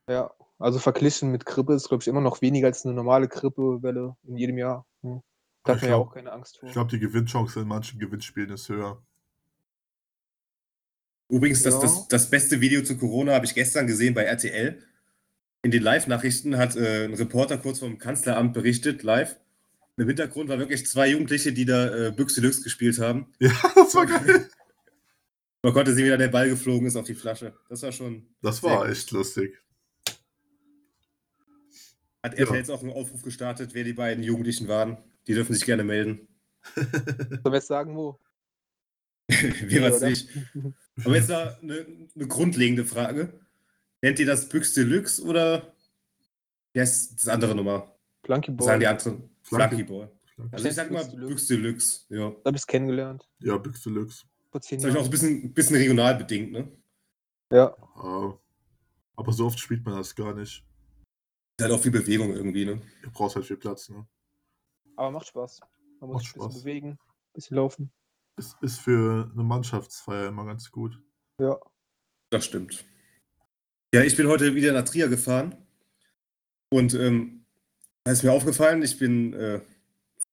Speaker 2: Ja, also verglichen mit Grippe ist, glaube ich, immer noch weniger als eine normale Grippewelle in jedem Jahr. Hm. Da hat
Speaker 3: Ich
Speaker 2: man ja
Speaker 3: glaub-
Speaker 2: auch keine Angst vor.
Speaker 3: Ich glaube, die Gewinnchance in manchen Gewinnspielen ist höher. <laughs>
Speaker 1: Übrigens, das,
Speaker 2: Ja.
Speaker 1: das, das beste Video zu Corona habe ich gestern gesehen bei RTL. In den Live-Nachrichten hat äh, ein Reporter kurz vom Kanzleramt berichtet, live. Im Hintergrund waren wirklich zwei Jugendliche, die da äh, Büchse Lux gespielt haben.
Speaker 3: Ja, das war geil.
Speaker 1: Man konnte sehen, wie da der Ball geflogen ist auf die Flasche. Das war schon.
Speaker 3: Das
Speaker 1: Sehr
Speaker 3: war
Speaker 1: gut.
Speaker 3: echt lustig.
Speaker 1: Hat
Speaker 3: Ja.
Speaker 1: RTL jetzt auch einen Aufruf gestartet, wer die beiden Jugendlichen waren. Die dürfen sich gerne melden.
Speaker 2: Soll man jetzt sagen, wo?
Speaker 1: <laughs> Wer
Speaker 2: Nee,
Speaker 1: weiß
Speaker 2: oder?
Speaker 1: nicht. Aber jetzt mal eine, eine grundlegende Frage. Nennt ihr das Büchse Lux oder wie heißt das andere Nummer?
Speaker 2: Blanky
Speaker 1: Was sagen die
Speaker 2: Boy.
Speaker 1: anderen?
Speaker 3: Flunky-
Speaker 1: Flunky Ball. Also ich sag mal
Speaker 2: Deluxe.
Speaker 1: Büchs Deluxe, ja.
Speaker 2: Da habe ich es kennengelernt.
Speaker 3: Ja, Büchs Deluxe.
Speaker 2: Vor zehn
Speaker 1: Das ist natürlich auch
Speaker 2: Jahren.
Speaker 1: ein bisschen, ein bisschen regional bedingt, ne?
Speaker 2: Ja,
Speaker 3: Ja, Ähm, aber so oft spielt man das gar nicht.
Speaker 1: Ist halt auch viel Bewegung irgendwie, ne?
Speaker 3: Du brauchst halt viel Platz. Ne?
Speaker 2: aber macht Spaß. Man muss
Speaker 3: Macht
Speaker 2: sich ein
Speaker 3: Spaß.
Speaker 2: bisschen bewegen, ein bisschen laufen.
Speaker 3: Es ist für eine Mannschaftsfeier immer ganz gut.
Speaker 2: Ja.
Speaker 1: Das stimmt. Ja, ich bin heute wieder nach Trier gefahren und ähm, da ist mir aufgefallen, ich bin äh,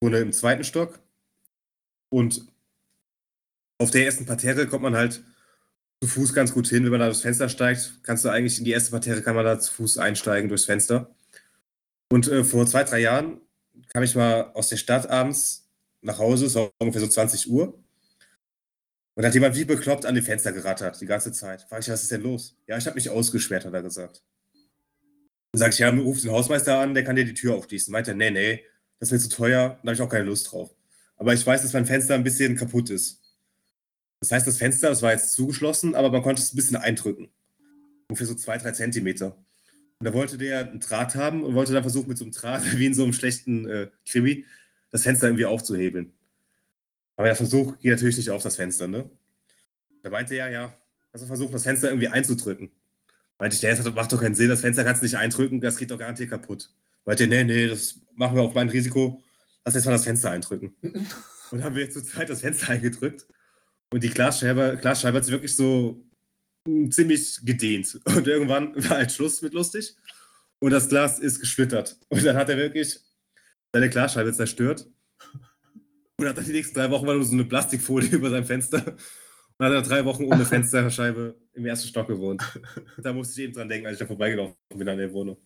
Speaker 1: wohne im zweiten Stock. Und auf der ersten Parterre kommt man halt zu Fuß ganz gut hin. Wenn man da durchs Fenster steigt, kannst du eigentlich in die erste Parterre, kann man da zu Fuß einsteigen durchs Fenster. Und äh, vor zwei, drei Jahren kam ich mal aus der Stadt abends nach Hause, es war ungefähr so 20 Uhr. Und da hat jemand wie bekloppt an dem Fenster gerattert, die ganze Zeit. Frag ich, was ist denn los? Ja, ich habe mich ausgesperrt, hat er gesagt. Dann sag ich, ja, ruf den Hausmeister an, der kann dir die Tür aufschließen. Meint er, nee, nee, das ist mir zu teuer, da habe ich auch keine Lust drauf. Aber ich weiß, dass mein Fenster ein bisschen kaputt ist. Das heißt, das Fenster, das war jetzt zugeschlossen, aber man konnte es ein bisschen eindrücken. Ungefähr so zwei, drei Zentimeter. Und da wollte der einen Draht haben und wollte dann versuchen, mit so einem Draht, <laughs> wie in so einem schlechten äh, Krimi, das Fenster irgendwie aufzuhebeln. Aber der Versuch geht natürlich nicht auf das Fenster, ne? Da meinte er, ja, lass uns versuchen, das Fenster irgendwie einzudrücken. Meinte ich, der das macht doch keinen Sinn, das Fenster kannst du nicht eindrücken, das geht doch garantiert kaputt. Meinte er, nee, nee, das machen wir auf mein Risiko, lass jetzt mal das Fenster eindrücken. Und haben wir zur Zeit das Fenster eingedrückt und die Glasscheibe, Glasscheibe hat sich wirklich so mm, ziemlich gedehnt. Und irgendwann war halt Schluss mit lustig und das Glas ist gesplittert. Und dann hat er wirklich seine Glasscheibe zerstört und hat dann die nächsten drei Wochen war nur so eine Plastikfolie <laughs> über seinem Fenster und hat dann drei Wochen ohne
Speaker 3: <laughs>
Speaker 1: Fensterscheibe im ersten Stock gewohnt. Da musste ich eben dran denken, als ich da vorbeigelaufen bin an der Wohnung.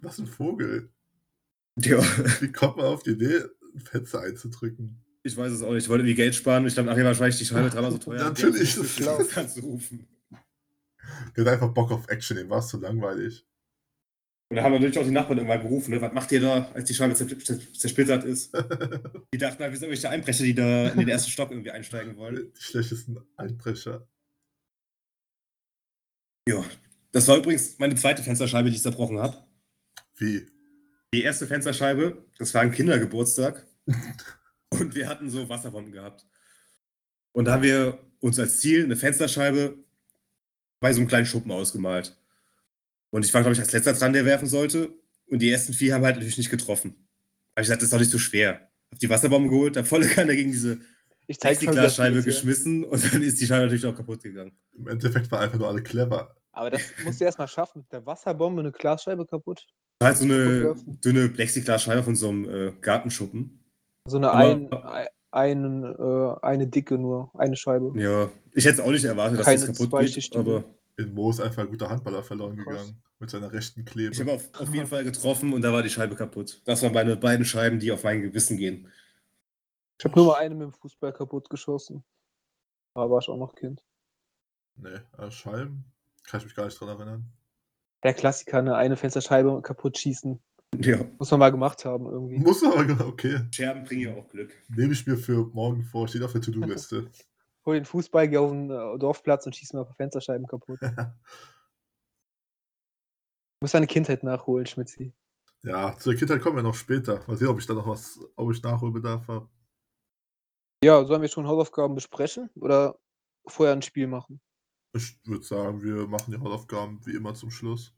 Speaker 3: Was ein Vogel.
Speaker 1: Ja,
Speaker 3: Wie kommt man auf die Idee, ein Fenster einzudrücken?
Speaker 1: ich weiß es auch nicht. Ich wollte irgendwie Geld sparen und ich glaube, nachher war wahrscheinlich die Scheibe dreimal so teuer.
Speaker 3: <laughs>
Speaker 1: um
Speaker 3: Natürlich, das ist
Speaker 1: das anzurufen.
Speaker 3: Der hat einfach Bock auf Action, dem war es zu langweilig.
Speaker 1: Und da haben natürlich auch die Nachbarn irgendwann gerufen, ne? was macht ihr da, als die Scheibe zer zer- zersplittert
Speaker 3: <laughs>
Speaker 1: ist? Die dachten, halt, wir sind irgendwelche Einbrecher, die da in den ersten Stock irgendwie einsteigen
Speaker 3: <laughs>
Speaker 1: wollen.
Speaker 3: Die schlechtesten Einbrecher.
Speaker 1: Ja, das war übrigens meine zweite Fensterscheibe, die ich zerbrochen habe.
Speaker 3: Wie?
Speaker 1: Die erste Fensterscheibe, das war ein Kindergeburtstag. <laughs> und wir hatten so Wasserbomben gehabt. Und da haben wir uns als Ziel eine Fensterscheibe bei so einem kleinen Schuppen ausgemalt. Und ich war, glaube ich, als letzter dran, der werfen sollte. Und die ersten vier haben halt natürlich nicht getroffen. Habe ich gesagt, das ist doch nicht so schwer. Hab die Wasserbombe geholt, hab volle Kanne gegen diese
Speaker 2: Ich zeig's mal, wie das
Speaker 1: Plexiglasscheibe
Speaker 2: Spiel ist, ja.
Speaker 1: geschmissen und dann ist die Scheibe natürlich auch kaputt gegangen.
Speaker 3: Im Endeffekt war einfach nur alle clever.
Speaker 2: Aber das musst du erstmal schaffen. Mit der Wasserbombe eine Glasscheibe kaputt.
Speaker 1: War halt so eine
Speaker 2: Abwerfen.
Speaker 1: dünne Plexiglasscheibe von so einem äh, Gartenschuppen.
Speaker 2: So eine, ein, ein, ein, äh, eine dicke nur, eine Scheibe.
Speaker 1: Ja, ich hätte es auch nicht erwartet, dass
Speaker 2: Keine
Speaker 1: es kaputt geht,
Speaker 2: zweischichtige.
Speaker 1: aber
Speaker 3: In Mo ist einfach ein guter Handballer verloren
Speaker 2: Krass.
Speaker 3: gegangen. Mit seiner rechten
Speaker 1: ich
Speaker 3: Klebe.
Speaker 1: habe auf, auf jeden Fall getroffen und da war die Scheibe kaputt. Das waren meine beiden Scheiben, die auf mein Gewissen gehen.
Speaker 2: Ich habe nur mal eine mit dem Fußball kaputt geschossen. Da war ich auch noch Kind.
Speaker 3: Nee, äh, Scheiben? Kann ich mich gar nicht dran erinnern.
Speaker 2: Der Klassiker, ne? eine Fensterscheibe kaputt schießen.
Speaker 1: Ja,
Speaker 2: Muss man mal gemacht haben irgendwie.
Speaker 3: Muss aber, <laughs> okay.
Speaker 1: Scherben bringen ja auch Glück.
Speaker 3: Nehme ich mir für morgen vor, steht auf der To-Do-Liste. <laughs>
Speaker 2: Hol den Fußball, geh auf den äh, Dorfplatz und schieß mal ein paar Fensterscheiben kaputt. Muss deine Kindheit nachholen, Schmitzi.
Speaker 3: ja, zu der Kindheit kommen wir noch später. Mal sehen, ob ich da noch was, ob ich Nachholbedarf habe.
Speaker 2: Ja, sollen wir schon Hausaufgaben besprechen oder vorher ein Spiel machen?
Speaker 3: Ich würde sagen, wir machen die Hausaufgaben wie immer zum Schluss.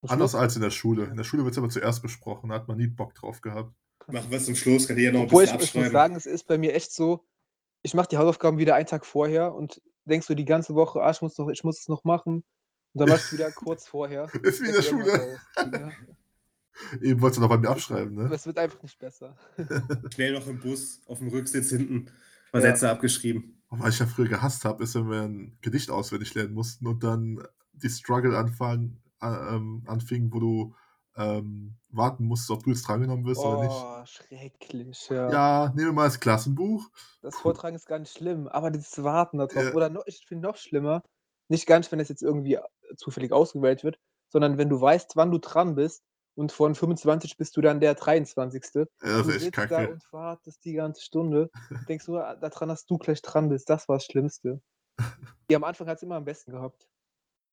Speaker 2: Zum
Speaker 3: Anders
Speaker 2: Schluss?
Speaker 3: als in der Schule. In der Schule wird es immer zuerst besprochen, da hat man nie Bock drauf gehabt. <laughs>
Speaker 1: Machen wir es zum Schluss, kann ich ja noch ein
Speaker 2: Obwohl ich,
Speaker 1: bisschen
Speaker 2: ich muss
Speaker 1: abschreiben.
Speaker 2: sagen, es ist bei mir echt so, ich mache die Hausaufgaben wieder einen Tag vorher und denkst du die ganze Woche, ah, ich muss, noch, ich muss es noch machen. Und dann machst du
Speaker 3: <laughs>
Speaker 2: wieder kurz vorher.
Speaker 3: Ist wie in der
Speaker 2: Denk
Speaker 3: Schule.
Speaker 2: irgendwas auf, Digga.
Speaker 3: Eben wolltest du noch bei mir abschreiben,
Speaker 2: Aber
Speaker 3: ne?
Speaker 2: es wird einfach nicht besser.
Speaker 1: Schnell noch im Bus, auf dem Rücksitz hinten, mal
Speaker 2: Ja.
Speaker 1: Sätze abgeschrieben.
Speaker 3: Und was ich ja früher gehasst habe, ist, wenn wir ein Gedicht auswendig lernen mussten und dann die Struggle anfangen, äh, ähm, anfingen, wo du ähm, warten musstest, ob du jetzt drangenommen wirst oder nicht.
Speaker 2: Oh, schrecklich. Ja.
Speaker 3: Ja, nehmen wir mal das Klassenbuch.
Speaker 2: Das Vortragen ist gar nicht schlimm, aber dieses Warten darauf.
Speaker 3: Ja.
Speaker 2: Oder noch, ich finde noch schlimmer, nicht gar nicht, wenn das jetzt irgendwie äh, zufällig ausgewählt wird, sondern wenn du weißt, wann du dran bist und von 25 bist du dann der 23.
Speaker 3: Ja, Äh, das
Speaker 2: du
Speaker 3: ist echt
Speaker 2: da
Speaker 3: kacke.
Speaker 2: und wartest die ganze Stunde. und Denkst nur ah, daran, dass du gleich dran bist. Das war das Schlimmste. Die am Anfang hat es immer am besten gehabt.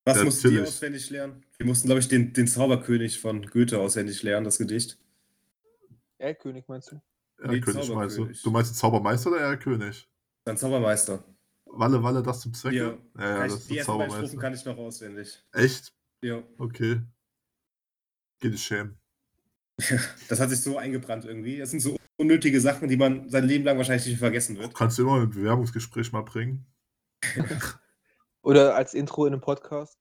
Speaker 1: Was
Speaker 3: Ja,
Speaker 1: mussten die
Speaker 3: natürlich.
Speaker 1: auswendig lernen? Wir mussten, glaube ich, den, den Zauberkönig von Goethe auswendig lernen, das Gedicht.
Speaker 2: Erlkönig meinst du?
Speaker 1: Nee,
Speaker 3: Erlkönig meinst du?
Speaker 1: Zauberkönig.
Speaker 3: Du meinst den Zaubermeister oder Erlkönig?
Speaker 1: Dann Zaubermeister.
Speaker 3: Walle, Walle, das zum Zweck?
Speaker 1: Ja.
Speaker 3: ja,
Speaker 1: Kann
Speaker 3: das
Speaker 1: ich,
Speaker 3: ist
Speaker 1: die
Speaker 3: der
Speaker 1: ersten beiden Strophen
Speaker 3: Zaubermeister.
Speaker 1: kann ich noch auswendig.
Speaker 3: Echt?
Speaker 1: Ja.
Speaker 3: Okay. Geh dich schämen.
Speaker 1: Das hat sich so eingebrannt irgendwie. Das sind so unnötige Sachen, die man sein Leben lang wahrscheinlich nicht vergessen wird.
Speaker 3: Kannst du immer im Bewerbungsgespräch mal bringen. <laughs>
Speaker 2: Oder als Intro in einem Podcast?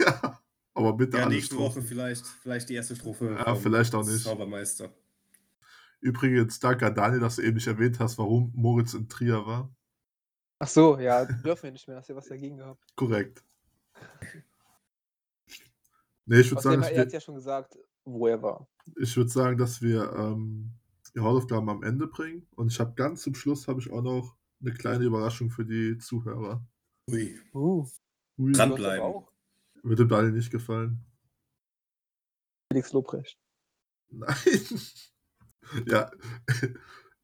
Speaker 3: ja. Aber bitte
Speaker 1: Ja,
Speaker 3: alle
Speaker 1: nächste
Speaker 3: Strophen.
Speaker 1: Woche vielleicht, vielleicht die erste Strophe.
Speaker 3: Ja,
Speaker 1: vom
Speaker 3: vielleicht auch nicht.
Speaker 1: Zaubermeister.
Speaker 3: Übrigens, danke an Daniel, dass du eben nicht erwähnt hast, warum Moritz in Trier war.
Speaker 2: Ach so, ja, dürfen wir nicht mehr. Hast ja was dagegen gehabt.
Speaker 3: Korrekt. Nee, ich würde
Speaker 2: Außerdem,
Speaker 3: sagen, dass
Speaker 2: er hat
Speaker 3: wir,
Speaker 2: ja schon gesagt, wo er war.
Speaker 3: ich würd sagen, dass wir ähm, die Hausaufgaben am Ende bringen. Und ich habe ganz zum Schluss habe ich auch noch eine kleine Überraschung für die Zuhörer.
Speaker 1: Ui.
Speaker 2: Uh,
Speaker 3: Ui,
Speaker 1: Dran-
Speaker 2: du hast aber
Speaker 1: bleiben.
Speaker 2: auch
Speaker 3: wird dem Daniel nicht gefallen.
Speaker 2: Felix Lobrecht.
Speaker 3: Nein. <laughs> ja.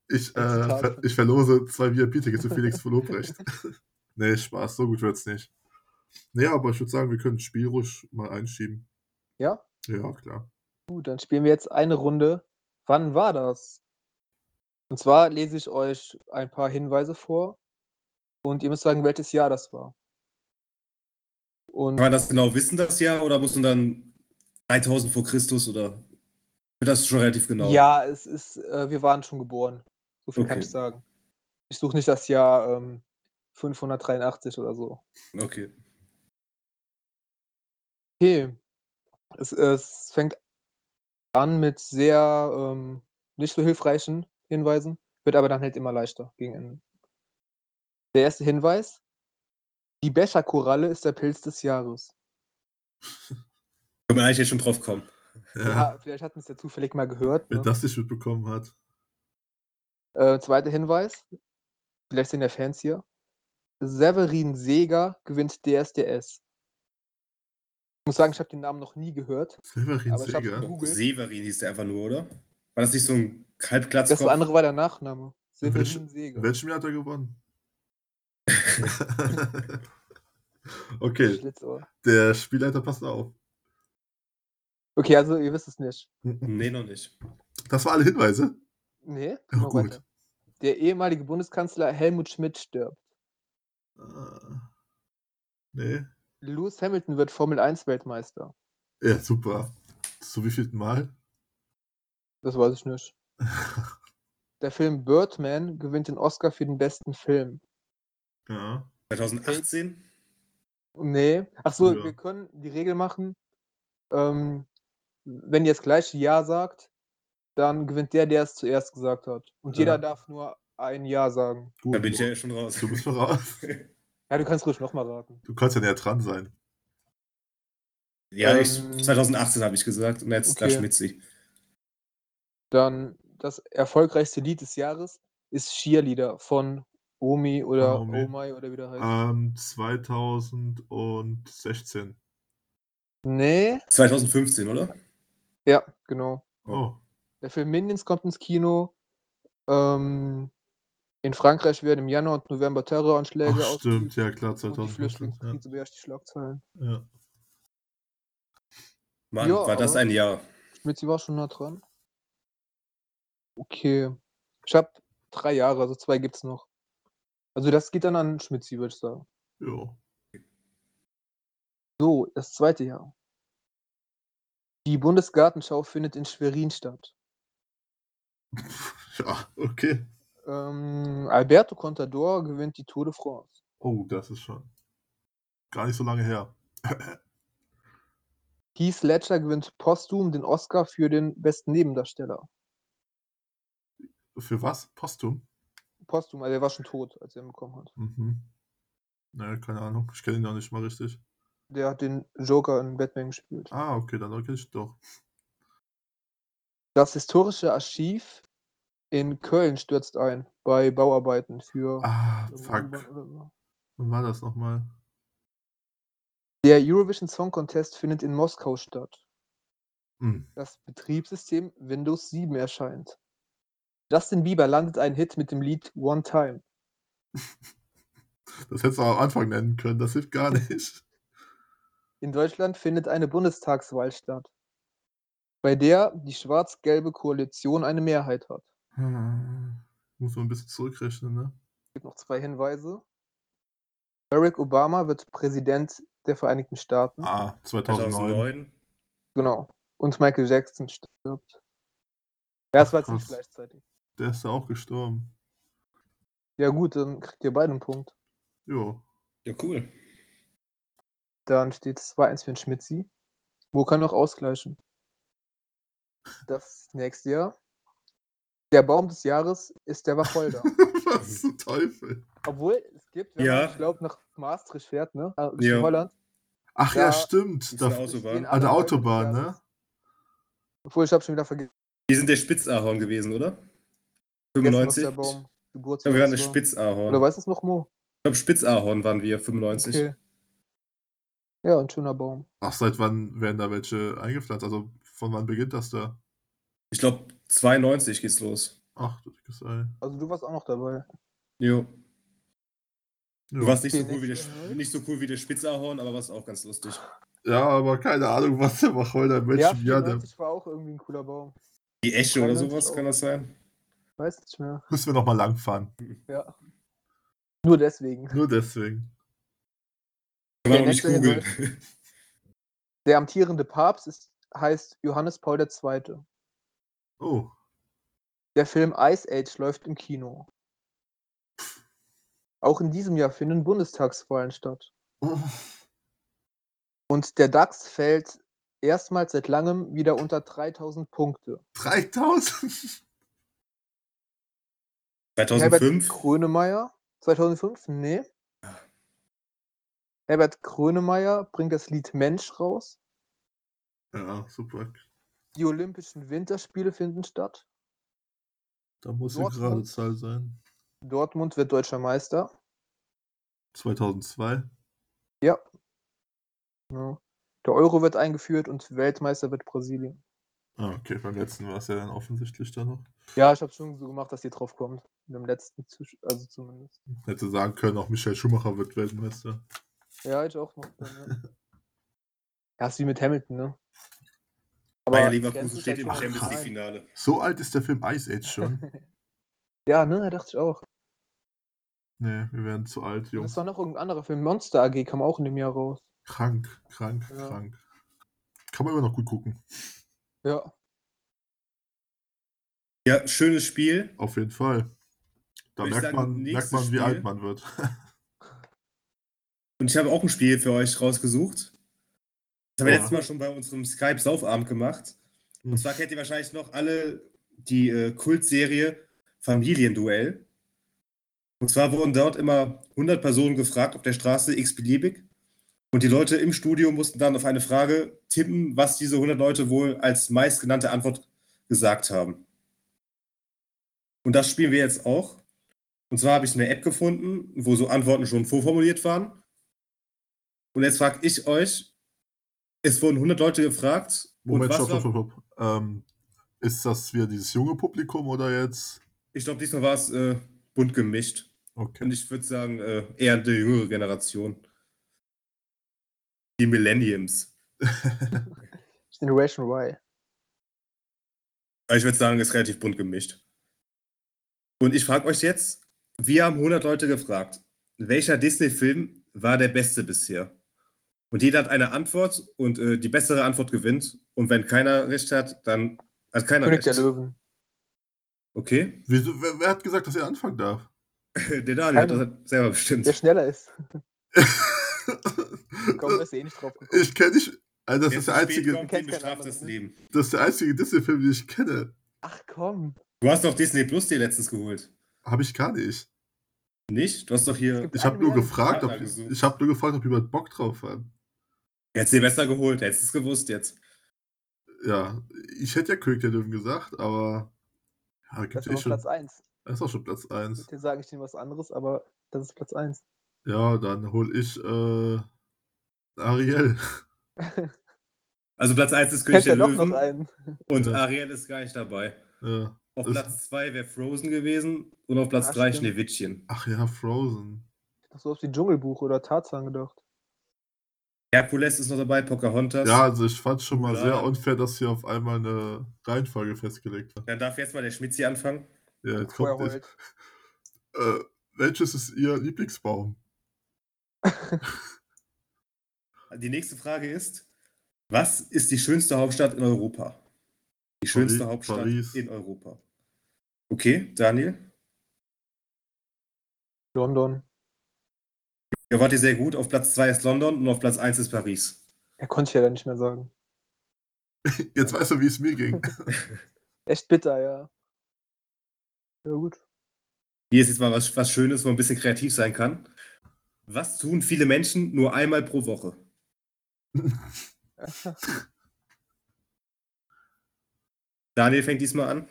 Speaker 3: Ich, äh,
Speaker 2: Zitat
Speaker 3: ver
Speaker 2: von-
Speaker 3: ich verlose zwei VIP-Tickets
Speaker 2: <laughs>
Speaker 3: für Felix von Lobrecht. <laughs> nee, Spaß, so gut wird's nicht. Naja, aber ich würde sagen, wir können das Spiel ruhig mal einschieben.
Speaker 2: Ja?
Speaker 3: Ja, klar.
Speaker 2: Gut, dann spielen wir jetzt eine Runde. Wann war das? Und zwar lese ich euch ein paar Hinweise vor und ihr müsst sagen, welches Jahr das war. Und
Speaker 1: Kann man das genau wissen, das Jahr? Oder muss man dann 3000 vor Christus oder. Das ist schon relativ genau.
Speaker 2: ja, es ist, äh, wir waren schon geboren. So viel kann
Speaker 1: Okay.
Speaker 2: ich sagen. Ich suche nicht das Jahr ähm, 583 oder so.
Speaker 1: Okay.
Speaker 2: Okay. Es, es fängt an mit sehr ähm, nicht so hilfreichen Hinweisen, wird aber dann halt immer leichter gegen Ende. Der erste Hinweis: Die Becherkoralle ist der Pilz des
Speaker 1: <laughs>
Speaker 2: Jahres.
Speaker 1: Kann man eigentlich jetzt schon drauf kommen.
Speaker 3: Ja,
Speaker 2: Ah, vielleicht hat man es <laughs> ja zufällig mal gehört.
Speaker 3: Wenn
Speaker 2: Ne?
Speaker 3: das nicht mitbekommen hat.
Speaker 2: Äh, zweiter Hinweis: Vielleicht sind ja Fans hier. Severin Seger gewinnt DSDS. Ich muss sagen, ich habe den Namen noch nie gehört.
Speaker 3: Severin
Speaker 2: Aber ich hab's
Speaker 3: Seger.
Speaker 2: gegoogelt. Google.
Speaker 1: Severin hieß der einfach nur, oder? War das nicht so ein Halbglatzkopf?
Speaker 2: Das andere war der Nachname.
Speaker 3: Welch-
Speaker 2: Severin Seger.
Speaker 3: In welchem Jahr hat er
Speaker 2: <laughs>
Speaker 3: gewonnen? <laughs> okay,
Speaker 2: Schlitzohr.
Speaker 3: der Spielleiter passt auf.
Speaker 2: Okay, also ihr wisst es nicht.
Speaker 1: Nee, noch nicht.
Speaker 3: Das waren alle Hinweise.
Speaker 2: Nee,
Speaker 3: Ja,
Speaker 2: noch
Speaker 3: Oh, gut.
Speaker 2: weiter. Der ehemalige Bundeskanzler Helmut Schmidt stirbt.
Speaker 3: Äh, Nee.
Speaker 2: Lewis Hamilton wird Formel 1 Weltmeister.
Speaker 3: Ja, super. Zu wie vielten Mal?
Speaker 2: Das weiß ich
Speaker 3: <laughs>
Speaker 2: nicht. Der Film Birdman gewinnt den Oscar für den besten Film.
Speaker 3: Ja.
Speaker 1: 2018?
Speaker 2: Nee. Achso,
Speaker 3: Ja.
Speaker 2: wir können die Regel machen. Ähm, wenn ihr das gleiche Ja sagt, dann gewinnt der, der es zuerst gesagt hat. Und
Speaker 3: Ja.
Speaker 2: jeder darf nur ein Ja sagen.
Speaker 3: Gut.
Speaker 1: Da bin ich ja schon raus.
Speaker 3: Du bist mal raus.
Speaker 2: Ja, du kannst ruhig nochmal raten.
Speaker 3: Du kannst ja näher dran sein.
Speaker 1: Ja, ich,
Speaker 2: Ähm,
Speaker 1: 2018 habe ich gesagt und jetzt da
Speaker 2: okay.
Speaker 1: schmitzt sie.
Speaker 2: Dann das erfolgreichste Lied des Jahres ist Cheerleader von Omi oder
Speaker 3: Von Ah, Omi.
Speaker 2: Omai oder wie der heißt.
Speaker 3: Ähm, 2016.
Speaker 2: Nee,
Speaker 1: 2015, oder?
Speaker 2: ja, genau.
Speaker 3: Oh.
Speaker 2: Der Film Minions kommt ins Kino. Ähm, in Frankreich werden im Januar und November Terroranschläge
Speaker 3: Ach, stimmt,
Speaker 2: ausgeübt
Speaker 3: ja klar,
Speaker 2: und die
Speaker 3: 2015. Ja.
Speaker 2: Flüchtlingskrise beherrscht die Schlagzeilen.
Speaker 3: Ja.
Speaker 1: Mann,
Speaker 2: Ja,
Speaker 1: war das
Speaker 2: aber-
Speaker 1: ein Jahr.
Speaker 2: Schmitzi war schon nah dran. Okay. Ich habe drei Jahre, also zwei gibt's noch. Also das geht dann an Schmitzi, würde ich sagen.
Speaker 3: Jo.
Speaker 2: So, das zweite Jahr. Die Bundesgartenschau findet in Schwerin statt.
Speaker 3: ja, okay.
Speaker 2: Ähm, Alberto Contador gewinnt die Tour de France.
Speaker 3: Oh, das ist schon gar nicht so lange her.
Speaker 2: Heath Ledger gewinnt posthum den Oscar für den besten Nebendarsteller.
Speaker 3: Für was? Postum?
Speaker 2: Posthum, also er war schon tot, als er ihn bekommen hat.
Speaker 3: Mhm. Naja, keine Ahnung. Ich kenne ihn noch nicht mal richtig.
Speaker 2: Der hat den Joker in Batman gespielt.
Speaker 3: Ah, okay, dann kenne ich ihn doch.
Speaker 2: Das historische Archiv in Köln stürzt ein bei Bauarbeiten für
Speaker 3: Ah,
Speaker 2: irgendeine U-Bahn
Speaker 3: fuck.
Speaker 2: oder so.
Speaker 3: Wann war das nochmal?
Speaker 2: Der Eurovision Song Contest findet in Moskau statt.
Speaker 3: Hm.
Speaker 2: das Betriebssystem Windows 7 erscheint. Justin Bieber landet einen Hit mit dem Lied One Time.
Speaker 3: Das hättest du auch am Anfang nennen können, das hilft gar <laughs> nicht.
Speaker 2: In Deutschland findet eine Bundestagswahl statt, bei der die schwarz-gelbe Koalition eine Mehrheit hat.
Speaker 3: Hm. Muss man ein bisschen zurückrechnen, ne?
Speaker 2: Es gibt noch zwei Hinweise. Barack Obama wird Präsident der Vereinigten Staaten.
Speaker 3: Ah, 2009.
Speaker 1: 2009.
Speaker 2: Genau. Und Michael Jackson stirbt. Ja, es war jetzt nicht
Speaker 3: Krass.
Speaker 2: gleichzeitig.
Speaker 3: Der ist ja auch gestorben.
Speaker 2: Ja gut, dann kriegt ihr beide einen Punkt.
Speaker 3: Jo.
Speaker 1: Ja, cool.
Speaker 2: Dann steht 2-1 für den Schmitzi. Wo kann noch ausgleichen? Das nächste Jahr. Der Baum des Jahres ist
Speaker 1: <laughs>
Speaker 2: der Wacholder.
Speaker 3: Was zum Teufel?
Speaker 2: Obwohl, es gibt, wenn
Speaker 1: Ja.
Speaker 2: man, ich glaube, nach Maastricht fährt, ne? Äh,
Speaker 1: Ja.
Speaker 2: In Holland.
Speaker 3: Ach ja,
Speaker 2: Ja,
Speaker 1: Ist
Speaker 3: stimmt.
Speaker 1: eine
Speaker 3: Da,
Speaker 1: Autobahn.
Speaker 2: stehen
Speaker 3: an der
Speaker 2: alle Bäume
Speaker 3: Autobahn,
Speaker 2: des
Speaker 3: ne?
Speaker 2: Jahres. Obwohl, ich habe schon wieder vergessen,
Speaker 1: Die sind der Spitzahorn gewesen, oder?
Speaker 2: was
Speaker 1: 95?
Speaker 2: der
Speaker 1: Ich glaube,
Speaker 2: Baum Geburtstag
Speaker 1: wir waren das
Speaker 2: war.
Speaker 1: Spitzahorn.
Speaker 2: Oder weißt du es noch, Mo?
Speaker 1: Ich glaube, Spitzahorn waren wir, 95.
Speaker 2: Okay. Ja, ein schöner Baum.
Speaker 3: Ach, seit wann werden da welche eingepflanzt? Also von wann beginnt das da?
Speaker 1: Ich glaube, 92 geht's los.
Speaker 3: Ach, du dickes Ei.
Speaker 2: Also du warst auch noch dabei.
Speaker 1: Jo. Du warst nicht so,
Speaker 2: Okay,
Speaker 1: cool wie der,
Speaker 2: nächste Frage.
Speaker 1: nicht so cool wie der Spitzahorn, aber warst auch ganz lustig.
Speaker 3: Ja, aber keine Ahnung, was der Wacholder in
Speaker 2: ja, genau.
Speaker 3: welchem Jahr der.
Speaker 2: 94 war auch irgendwie ein cooler Baum.
Speaker 1: Die Esche oder
Speaker 2: 93
Speaker 1: sowas,
Speaker 2: auch.
Speaker 1: kann das sein?
Speaker 2: Weiß nicht mehr.
Speaker 3: Müssen wir nochmal langfahren.
Speaker 2: Ja. Nur deswegen.
Speaker 3: Nur deswegen.
Speaker 1: Kann man
Speaker 2: Der
Speaker 1: auch nicht
Speaker 2: nächste
Speaker 1: googeln. <laughs>
Speaker 2: Der amtierende Papst ist, heißt Johannes Paul II.
Speaker 3: Oh,
Speaker 2: Der Film Ice Age läuft im Kino. Auch in diesem Jahr finden Bundestagswahlen statt.
Speaker 3: Oh, <laughs>
Speaker 2: Und der DAX fällt erstmals seit langem wieder unter 3000 Punkte.
Speaker 3: 3000?
Speaker 1: 2005?
Speaker 2: Herbert Grönemeyer? 2005? Nee. Herbert Grönemeyer bringt das Lied Mensch raus.
Speaker 3: <laughs> Ja, super.
Speaker 2: Die Olympischen Winterspiele finden statt.
Speaker 3: Da muss eine
Speaker 2: Dortmund.
Speaker 3: gerade Zahl sein.
Speaker 2: Dortmund wird deutscher Meister.
Speaker 3: 2002.
Speaker 2: Ja. ja. Der Euro wird eingeführt und Weltmeister wird Brasilien.
Speaker 3: Ah, okay, beim letzten war es ja dann offensichtlich da noch.
Speaker 2: Ja, ich habe schon so gemacht, dass ihr drauf kommt. Im letzten, Zusch- also zumindest.
Speaker 3: Hätte sagen können, auch Michael Schumacher wird Weltmeister.
Speaker 2: Ja, hätte ich auch noch. Dann, ja. ja, ist wie mit Hamilton, ne?
Speaker 1: Bayer
Speaker 2: kennst
Speaker 1: Leverkusen
Speaker 2: du
Speaker 1: steht
Speaker 2: das
Speaker 1: im
Speaker 2: schon?
Speaker 1: Champions
Speaker 2: Nein.
Speaker 1: League-Finale.
Speaker 3: So alt ist der Film Ice Age
Speaker 2: <laughs>
Speaker 3: schon.
Speaker 2: Ja, ne, dachte ich auch.
Speaker 3: nee, wir werden zu alt,
Speaker 2: Und
Speaker 3: Jungs.
Speaker 2: Es war noch irgendein anderer Film. Monster AG kam auch in dem Jahr raus.
Speaker 3: Krank, krank,
Speaker 2: Ja.
Speaker 3: krank. Kann man immer noch gut gucken.
Speaker 2: Ja.
Speaker 1: Ja, schönes Spiel.
Speaker 3: Auf jeden Fall. Da
Speaker 1: Würde ich
Speaker 3: merkt,
Speaker 1: sagen,
Speaker 3: man, merkt
Speaker 1: nächstes
Speaker 3: man, wie
Speaker 1: Spiel.
Speaker 3: alt man wird.
Speaker 1: Und ich habe auch ein Spiel für euch rausgesucht. Das haben wir
Speaker 3: Oha.
Speaker 1: letztes Mal schon bei unserem Skype-Saufabend gemacht. Und zwar kennt ihr wahrscheinlich noch alle die äh, Kultserie Familienduell. Und zwar wurden dort immer 100 Personen gefragt auf der Straße, x-beliebig. Und die Leute im Studio mussten dann auf eine Frage tippen, was diese 100 Leute wohl als meistgenannte Antwort gesagt haben. Und das spielen wir jetzt auch. Und zwar habe ich eine App gefunden, wo so Antworten schon vorformuliert waren. Und jetzt frage ich euch, es wurden 100 Leute gefragt.
Speaker 3: Moment,
Speaker 1: und was
Speaker 3: stopp,
Speaker 1: war,
Speaker 3: stopp, stopp. stopp. Ähm, ist das wieder dieses junge Publikum oder jetzt?
Speaker 1: Ich glaube, diesmal war es äh, bunt gemischt.
Speaker 3: Okay.
Speaker 1: Und ich würde sagen, äh, eher die jüngere Generation. Die Millenniums.
Speaker 2: Generation Y.
Speaker 1: Aber ich würde sagen, ist relativ bunt gemischt. Und ich frage euch jetzt, wir haben 100 Leute gefragt, welcher Disney-Film war der beste bisher? Und jeder hat eine Antwort und äh, die bessere Antwort gewinnt. Und wenn keiner recht hat, dann hat keiner
Speaker 2: König der
Speaker 1: recht.
Speaker 2: Löwen.
Speaker 1: Okay? <laughs>
Speaker 3: Wieso, wer, wer hat gesagt, dass er anfangen darf?
Speaker 1: Der Daniel hat das
Speaker 2: Keiner.
Speaker 1: selber bestimmt.
Speaker 2: Der schneller ist. Komm, bist du eh nicht drauf gekommen.
Speaker 3: <laughs> ich kenne dich. Also das,
Speaker 1: Wer
Speaker 3: ist
Speaker 1: zu
Speaker 3: der
Speaker 1: spät
Speaker 3: einzige,
Speaker 1: kommt, den
Speaker 2: Kennt keiner ne?
Speaker 1: bestraft das
Speaker 2: anderen.
Speaker 1: Leben.
Speaker 3: das ist der einzige Disney-Film, den ich kenne.
Speaker 2: Ach komm.
Speaker 1: Du hast doch Disney Plus dir letztens geholt.
Speaker 3: Habe ich gar nicht.
Speaker 1: Nicht? Du hast doch hier.
Speaker 2: gibt-
Speaker 3: Ich habe nur
Speaker 2: Angelernt.
Speaker 3: gefragt, ob
Speaker 1: Ja, also-
Speaker 3: ich habe nur gefragt, ob jemand Bock drauf hat.
Speaker 1: Hättest dir besser geholt, hättest es gewusst jetzt.
Speaker 3: Ja, ich hätte ja König der Löwen gesagt, aber ja,
Speaker 2: Das
Speaker 3: gibt
Speaker 2: ist
Speaker 3: ja eh
Speaker 2: aber
Speaker 3: schon,
Speaker 2: Platz 1.
Speaker 3: das ist auch schon Platz 1.
Speaker 2: Bitte sage ich dir was anderes, aber das ist Platz 1.
Speaker 3: Ja, dann hol ich äh, Ariel. <laughs>
Speaker 1: Also Platz 1 ist König
Speaker 2: Kennt
Speaker 1: der
Speaker 2: ja doch noch
Speaker 1: Löwen
Speaker 2: einen.
Speaker 1: und
Speaker 3: Ja.
Speaker 1: Ariel ist gar nicht dabei.
Speaker 3: Ja.
Speaker 1: Auf
Speaker 3: Das-
Speaker 1: Platz 2 wäre Frozen gewesen und auf Platz
Speaker 2: Ah,
Speaker 1: 3
Speaker 2: stimmt.
Speaker 1: Schneewittchen.
Speaker 3: Ach ja, Frozen.
Speaker 2: Doch so auf die Dschungelbuch oder Tarzan gedacht.
Speaker 1: Herkules ist noch dabei, Pocahontas.
Speaker 3: Ja, also ich fand schon mal
Speaker 1: Ja.
Speaker 3: sehr unfair, dass hier auf einmal eine Reihenfolge festgelegt war.
Speaker 1: Dann darf jetzt mal der Schmitzi anfangen.
Speaker 3: Ja, jetzt
Speaker 2: Vorher
Speaker 3: kommt es.
Speaker 2: heult.
Speaker 3: Äh, welches ist Ihr Lieblingsbaum?
Speaker 1: Die nächste Frage ist: Was ist die schönste Hauptstadt in Europa? Die schönste Hauptstadt
Speaker 3: Paris.
Speaker 1: in Europa. Okay, Daniel.
Speaker 2: London.
Speaker 1: Ihr wart ihr sehr gut. Auf Platz 2 ist London und auf Platz 1 ist Paris.
Speaker 2: Er konnte ich ja dann nicht mehr sagen. <laughs>
Speaker 3: Jetzt weißt du, wie es mir ging.
Speaker 2: Echt bitter, ja. Ja, gut.
Speaker 1: Hier ist jetzt mal was, was Schönes, wo man ein bisschen kreativ sein kann. Was tun viele Menschen nur einmal pro
Speaker 3: <laughs>
Speaker 1: Woche? Daniel fängt diesmal an.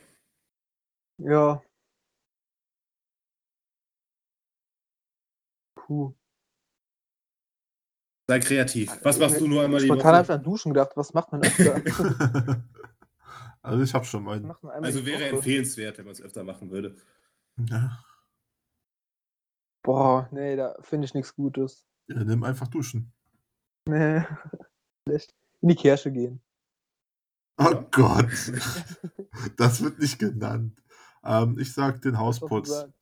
Speaker 2: Ja. Puh.
Speaker 1: Sei kreativ. Was machst du nur einmal die
Speaker 2: Spontan habe ich
Speaker 1: Woche?
Speaker 2: an Duschen gedacht. Was macht man öfter?
Speaker 1: <laughs>
Speaker 3: also ich habe schon
Speaker 2: Was
Speaker 3: meinen.
Speaker 2: macht man einmal
Speaker 1: Also
Speaker 2: die
Speaker 1: wäre
Speaker 2: Woche?
Speaker 1: empfehlenswert, wenn man es öfter machen
Speaker 3: <laughs>
Speaker 1: würde.
Speaker 3: Ja,
Speaker 2: Boah, nee, da finde ich nichts Gutes.
Speaker 3: ja, nimm einfach duschen.
Speaker 2: Nee. <laughs> Schlecht. In die Kirche gehen.
Speaker 3: Oh
Speaker 1: Ja.
Speaker 3: Gott. das wird nicht genannt. Ähm, ich sag
Speaker 1: <laughs>
Speaker 3: den Hausputz.
Speaker 2: Sozusagen.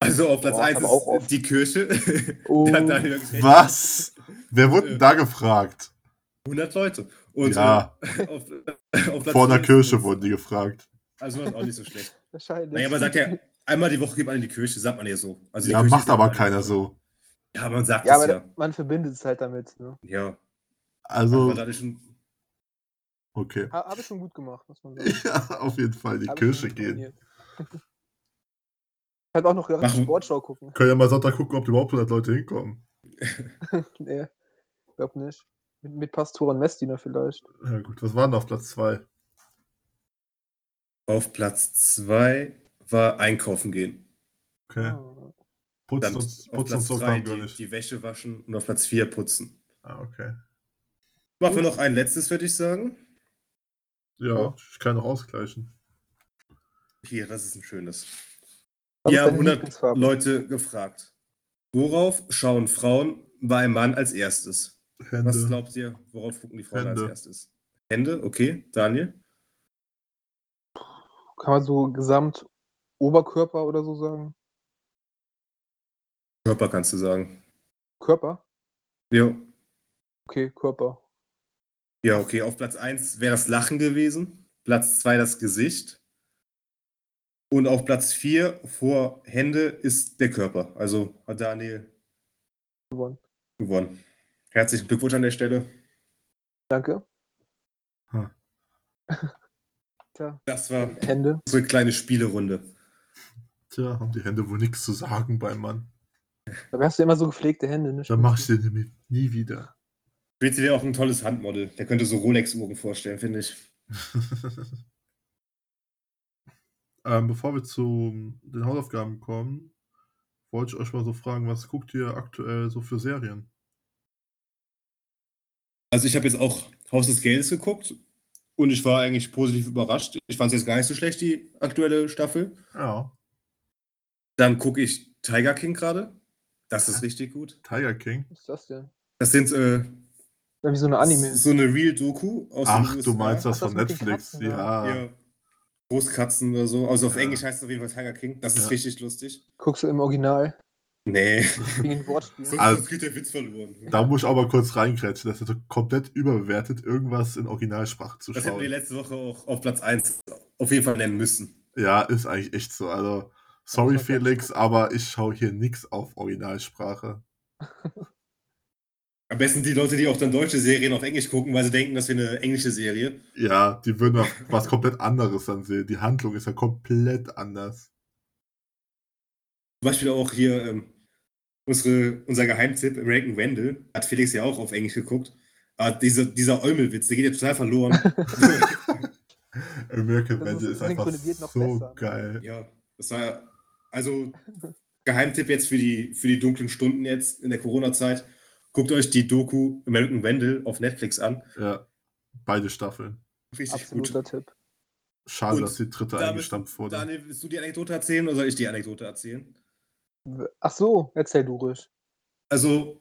Speaker 1: Also auf Platz
Speaker 2: Boah,
Speaker 1: 1
Speaker 2: aber auch
Speaker 1: ist
Speaker 2: oft.
Speaker 1: die Kirche.
Speaker 2: Oh,
Speaker 1: <laughs> Da hat Daniel wirklich <laughs>
Speaker 3: Was? Wer wurde denn da gefragt?
Speaker 1: 100 Leute. Und
Speaker 3: Ja.
Speaker 1: äh, <laughs> auf, auf Platz
Speaker 3: Vor einer
Speaker 1: fünf-
Speaker 3: Kirche wurden die gefragt.
Speaker 1: Also das ist auch nicht so schlecht.
Speaker 2: wahrscheinlich.
Speaker 1: Naja, man sagt ja, einmal die Woche geht man in die Kirche, sagt man ja so. Also die
Speaker 3: Ja,
Speaker 1: Kirche
Speaker 3: macht
Speaker 1: ist
Speaker 3: aber
Speaker 1: einmal-
Speaker 3: keiner so.
Speaker 1: Ja, man sagt
Speaker 2: Ja,
Speaker 1: es
Speaker 2: aber
Speaker 1: ja.
Speaker 2: da- man verbindet es halt damit. Ne?
Speaker 1: Ja.
Speaker 3: Also,
Speaker 1: Aber das ist schon,
Speaker 3: okay. <laughs>
Speaker 2: Ha- Habe ich schon gut gemacht, muss man sagen.
Speaker 3: Ja, auf jeden Fall in die
Speaker 2: Hab ich
Speaker 3: Kirche
Speaker 2: schon
Speaker 3: gehen.
Speaker 2: trainiert. <laughs> Ich hatte auch noch gedacht,
Speaker 1: Machen-
Speaker 2: Sportschau gucken. <laughs>
Speaker 3: Können ja mal Sonntag gucken, ob überhaupt 100 Leute hinkommen.
Speaker 2: Nee, glaub nicht. Mit, mit Pastor und Messdiener vielleicht.
Speaker 3: Ja, gut. Was waren auf Platz 2?
Speaker 1: auf Platz 2 war einkaufen gehen.
Speaker 3: Okay.
Speaker 2: Ah.
Speaker 3: Putzen
Speaker 1: Dann
Speaker 3: und,
Speaker 1: auf
Speaker 3: putzen und
Speaker 1: Platz
Speaker 3: so
Speaker 1: 3
Speaker 3: kam
Speaker 1: die,
Speaker 3: Gönig.
Speaker 1: die Wäsche waschen und auf Platz 4 putzen.
Speaker 3: Ah, okay.
Speaker 1: Machen wir noch ein letztes, würde ich sagen.
Speaker 3: Ja, ich kann noch ausgleichen.
Speaker 1: Hier, das ist ein schönes.
Speaker 2: Was ist
Speaker 1: Ja,
Speaker 2: deine
Speaker 1: 100
Speaker 2: Lieblingsfarbe?
Speaker 1: Leute gefragt. Worauf schauen Frauen bei einem Mann als erstes?
Speaker 3: Hände.
Speaker 1: Was glaubt ihr, worauf gucken die Frauen
Speaker 3: Hände.
Speaker 1: als erstes? Hände, okay. Daniel?
Speaker 2: Kann man so gesamt Oberkörper oder so sagen?
Speaker 1: Körper kannst du sagen.
Speaker 2: Körper?
Speaker 1: Ja,
Speaker 2: Okay, Körper.
Speaker 1: ja okay. Auf Platz 1 wäre das Lachen gewesen. Platz 2 das Gesicht. Und auf Platz 4 vor Hände ist der Körper. Also hat Daniel
Speaker 2: Gewonnen.
Speaker 1: gewonnen. Herzlichen Glückwunsch an der Stelle.
Speaker 2: Danke.
Speaker 3: Hm.
Speaker 2: Tja,
Speaker 1: Das war
Speaker 2: Hände.
Speaker 1: unsere kleine Spielerunde.
Speaker 3: Tja, haben die Hände wohl nichts zu sagen beim Mann.
Speaker 2: Dabei hast du immer so gepflegte Hände, ne?
Speaker 3: Dann mach ich sie nämlich nie wieder.
Speaker 1: Willst du dir auch ein tolles Handmodel? Der könnte so Rolex-Uhren vorstellen, finde ich.
Speaker 3: <laughs> ähm, bevor wir zu den Hausaufgaben kommen, wollte ich euch mal so fragen, was guckt ihr aktuell so für Serien?
Speaker 1: Also ich habe jetzt auch Haus des Geldes geguckt und ich war eigentlich positiv überrascht. Ich fand es jetzt gar nicht so schlecht, die aktuelle Staffel.
Speaker 3: Ja,
Speaker 1: Dann gucke ich Tiger King gerade. Das ist richtig gut.
Speaker 3: Tiger King.
Speaker 2: Was ist das denn?
Speaker 1: Das sind äh,
Speaker 2: Irgendwie so eine Anime.
Speaker 1: so eine Real-Doku aus den
Speaker 3: Ach,
Speaker 1: USA.
Speaker 3: du meinst das
Speaker 2: Ach, ne? das
Speaker 3: von
Speaker 2: mit den
Speaker 3: Netflix?
Speaker 2: Katzen, ne?
Speaker 3: Ja.
Speaker 1: Ja. Großkatzen oder so. Also auf
Speaker 3: Ja.
Speaker 1: Englisch heißt es auf jeden Fall Tiger King. Das ist
Speaker 3: Ja.
Speaker 1: richtig lustig.
Speaker 2: Guckst du
Speaker 1: <laughs>
Speaker 2: im Original
Speaker 1: Nee,
Speaker 2: wegen den Wortspielen?
Speaker 1: sonst
Speaker 3: <laughs> Also-
Speaker 1: sonst geht der Witz verloren.
Speaker 3: Da muss ich auch mal kurz reinkrätschen. Das ist so komplett überbewertet, irgendwas in Originalsprache zu
Speaker 1: Das hätten wir
Speaker 3: schauen.
Speaker 1: letzte Woche auch auf Platz 1 auf jeden Fall nennen müssen.
Speaker 3: Ja, ist eigentlich echt so. Also, sorry
Speaker 2: muss man ganz
Speaker 3: Felix, aber ich schaue hier nichts auf Originalsprache.
Speaker 1: Am besten die Leute, die auch dann deutsche Serien auf Englisch gucken, weil sie denken, das wäre eine englische Serie.
Speaker 3: Ja, die
Speaker 2: <laughs>
Speaker 3: würden mal was komplett anderes dann sehen. Die Handlung ist ja komplett anders.
Speaker 1: Zum Beispiel auch hier ähm, unsere, unser Geheimtipp, Reagan Wendell, hat Felix ja auch auf Englisch geguckt. Aber diese, dieser Eumelwitz, der geht ja total verloren.
Speaker 3: American
Speaker 2: Das ist
Speaker 3: Vandal ist, einfach
Speaker 2: synchronisiert noch
Speaker 3: so
Speaker 2: besser. ne?
Speaker 3: geil.
Speaker 1: ja, das war ja- also Geheimtipp jetzt für die, für die dunklen Stunden jetzt in der Corona-Zeit. Guckt euch die Doku American Wendell auf Netflix an.
Speaker 3: Ja, beide Staffeln.
Speaker 1: Richtig
Speaker 2: Absoluter
Speaker 1: gut.
Speaker 2: Tipp.
Speaker 3: Schade,
Speaker 1: Und
Speaker 3: dass die dritte
Speaker 1: damit-
Speaker 3: eingestampft wurde.
Speaker 1: Daniel, willst du die Anekdote erzählen oder soll ich die Anekdote erzählen?
Speaker 2: Ach so, erzähl du ruhig.
Speaker 1: also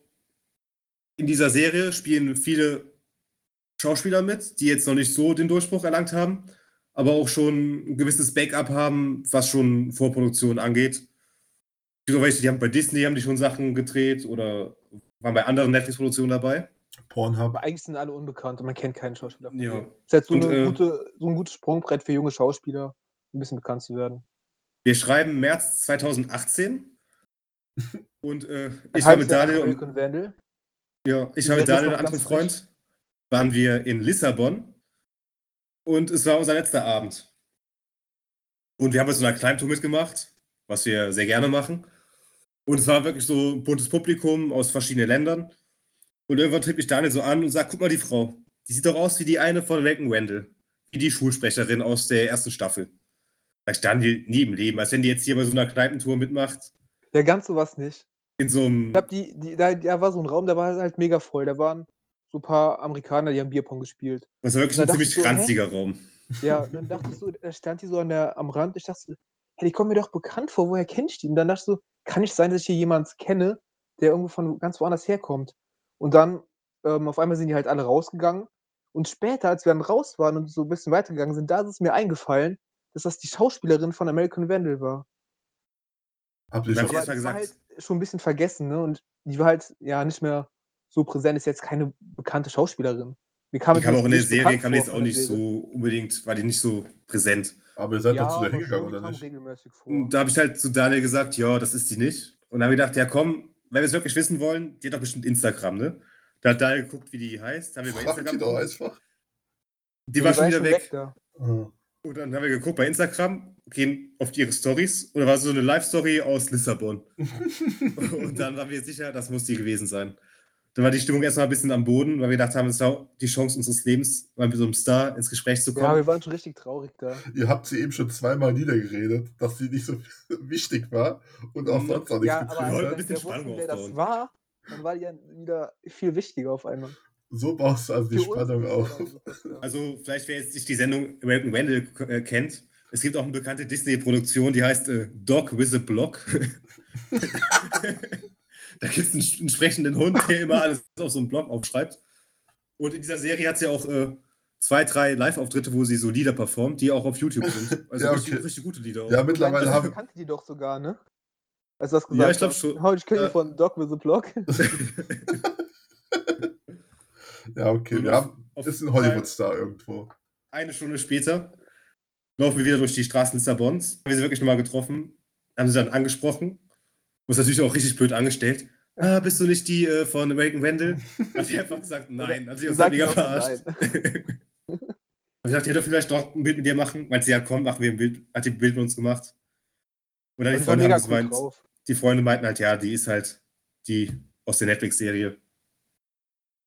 Speaker 1: in dieser Serie spielen viele Schauspieler mit, die jetzt noch nicht so den Durchbruch erlangt haben, aber auch schon ein gewisses Backup haben, was schon Vorproduktion angeht. Es gibt auch welche, Die haben bei Disney haben die schon Sachen gedreht oder waren bei anderen Netflix-Produktionen dabei.
Speaker 3: Pornhub.
Speaker 2: Aber eigentlich sind alle unbekannt und man kennt keinen Schauspieler. von
Speaker 1: Ja.
Speaker 2: denen. Ist halt so,
Speaker 1: Und,
Speaker 2: eine
Speaker 1: äh,
Speaker 2: gute, so ein gutes Sprungbrett für junge Schauspieler, ein bisschen bekannt zu werden.
Speaker 1: Wir schreiben März
Speaker 2: <laughs>
Speaker 1: 2018 und äh,
Speaker 2: Ein
Speaker 1: ich war
Speaker 2: halbes
Speaker 1: mit
Speaker 2: Jahr
Speaker 1: Daniel
Speaker 2: nach
Speaker 1: und
Speaker 2: American Vandal.
Speaker 1: Ja, ich
Speaker 2: Die
Speaker 1: habe mit Daniel
Speaker 2: Welt ist noch
Speaker 1: einen anderen
Speaker 2: ganz frisch.
Speaker 1: Freund. Waren wir in Lissabon und es war unser letzter Abend. Und wir haben jetzt so eine Climbtour mitgemacht, was wir sehr gerne machen. Und es war wirklich so ein buntes Publikum aus verschiedenen Ländern. Und irgendwann trieb ich Daniel so an und sagt: Guck mal, die Frau, die sieht doch aus wie die eine von Recken Wendell, wie die Schulsprecherin aus der ersten Staffel. Da ich Daniel nie im Leben, als wenn die jetzt hier bei so einer Kneipentour mitmacht,
Speaker 2: Ja, ganz sowas nicht.
Speaker 1: in so einem.
Speaker 2: Ich glaube, die, die, da, da war so ein Raum, da war es halt mega voll. Da waren so ein paar Amerikaner, die haben Bierpong gespielt.
Speaker 1: Das war wirklich
Speaker 2: Da
Speaker 1: ein
Speaker 2: dachte
Speaker 1: ziemlich
Speaker 2: ich so, hä?
Speaker 1: ranziger Raum.
Speaker 2: Ja, und dann dachte ich so, da stand die so an der, am Rand. Ich dachte so, hey, die kommen mir doch bekannt vor, woher kenne ich die? Und dann dachte ich so, kann nicht sein, dass ich hier jemanden kenne, der irgendwo von ganz woanders herkommt. Und dann ähm, auf einmal sind die halt alle rausgegangen. Und später, als wir dann raus waren und so ein bisschen weitergegangen sind, da ist es mir eingefallen, dass das die Schauspielerin von American Vandal war.
Speaker 3: Hab ich
Speaker 1: Dann
Speaker 3: auch
Speaker 1: hast
Speaker 2: Aber
Speaker 1: erst mal
Speaker 2: die war halt
Speaker 1: gesagt.
Speaker 2: schon ein bisschen vergessen, ne? Und die war halt ja nicht mehr so präsent, ist jetzt keine bekannte Schauspielerin. Mir kam
Speaker 1: Die
Speaker 2: jetzt
Speaker 1: kam
Speaker 2: nicht-
Speaker 1: auch in der
Speaker 2: nicht
Speaker 1: Serie,
Speaker 2: bekannt
Speaker 1: kam
Speaker 2: vor
Speaker 1: jetzt
Speaker 2: von
Speaker 1: auch
Speaker 2: der
Speaker 1: nicht
Speaker 2: Serie.
Speaker 1: so ne? unbedingt, war die nicht so präsent.
Speaker 3: Aber ihr seid doch zu
Speaker 2: aber
Speaker 3: der hingegangen,
Speaker 2: schon, die
Speaker 3: oder
Speaker 2: kam
Speaker 3: nicht?
Speaker 2: regelmäßig vor.
Speaker 1: Und da habe ich halt zu Daniel gesagt, ja, das ist die nicht. Und dann habe ich gedacht, ja komm, wenn wir es wirklich wissen wollen, die hat doch bestimmt Instagram, ne? Da hat Daniel geguckt, wie die heißt. Haben wir bei
Speaker 3: Fragt die
Speaker 1: Instagram
Speaker 3: doch einfach.
Speaker 1: Die war schon wieder weg. ne?
Speaker 2: da.
Speaker 3: Ja.
Speaker 1: Und dann haben wir geguckt bei Instagram, gehen auf ihre Stories. Und da war so eine Live-Story aus <laughs> Lissabon. und dann waren wir sicher, das muss die gewesen sein. Dann war die Stimmung erstmal ein bisschen am Boden, weil wir gedacht haben, das war die Chance unseres Lebens, mal mit so einem Star ins Gespräch zu
Speaker 2: Ja,
Speaker 1: kommen.
Speaker 2: wir waren schon richtig traurig da.
Speaker 3: Ihr habt sie eben schon zweimal niedergeredet, dass sie nicht so <laughs> wichtig war und auch
Speaker 1: Mhm.
Speaker 3: sonst noch nichts
Speaker 2: Ja,
Speaker 3: gekriegt
Speaker 2: aber
Speaker 1: wollen ein
Speaker 2: als wir
Speaker 3: hat.
Speaker 2: dann
Speaker 1: bisschen
Speaker 2: wieder wussten,
Speaker 1: Spannung
Speaker 2: wer das
Speaker 1: aufbauen.
Speaker 2: war, dann war die ja wieder viel wichtiger auf einmal.
Speaker 3: So baust du also die
Speaker 2: Für uns
Speaker 3: Spannung
Speaker 2: ist das
Speaker 3: auf.
Speaker 2: dann super.
Speaker 1: <laughs> Also, vielleicht, wer jetzt nicht die Sendung American Vandal äh, kennt, es gibt auch eine bekannte Disney-Produktion, die heißt äh, Dog with a Block. <laughs> da gibt es einen sch- entsprechenden Hund, der immer alles auf so einem Block aufschreibt. Und in dieser Serie hat sie auch äh, zwei, drei Live-Auftritte, wo sie so Lieder performt, die auch auf
Speaker 3: <laughs>
Speaker 1: YouTube sind. Also
Speaker 3: Ja,
Speaker 1: richtig,
Speaker 3: okay.
Speaker 1: richtig gute Lieder. auch.
Speaker 3: Ja,
Speaker 2: Mittlerweile
Speaker 3: mittlerweile
Speaker 2: haben. Ich
Speaker 3: haben.
Speaker 2: kannte die doch sogar, ne? Als du das gesagt
Speaker 1: Ja, ich glaube
Speaker 2: hast.
Speaker 1: schon.
Speaker 2: Hau, ich kenne
Speaker 1: Äh,
Speaker 2: von Dog with a Block.
Speaker 3: Ja, okay, wir haben.
Speaker 1: Auf-
Speaker 3: Ist ein
Speaker 1: auf-
Speaker 3: Hollywood-Star irgendwo.
Speaker 1: Eine Stunde später laufen wir wieder durch die Straßen Lissabons. Haben wir sie wirklich nochmal getroffen, haben sie dann angesprochen. Uns natürlich auch richtig blöd angestellt. Ah, bist du nicht die äh, von American
Speaker 2: <laughs>
Speaker 1: Wendell? Hat sie einfach gesagt, nein. Hat sie uns dann
Speaker 2: Sag
Speaker 1: mega
Speaker 2: doch mal
Speaker 1: verarscht.
Speaker 2: nein.
Speaker 1: <laughs> Hab gesagt, ja, doch vielleicht doch ein Bild mit dir machen. Meint sie, ja komm, machen wir ein Bild. Hat die ein Bild mit uns gemacht. Und dann die
Speaker 2: Die war
Speaker 1: Freunde,
Speaker 2: mega
Speaker 1: haben
Speaker 2: cool
Speaker 1: gemeint, <laughs>
Speaker 2: drauf.
Speaker 1: die Freunde meinten halt, ja, die ist halt die aus der Netflix-Serie.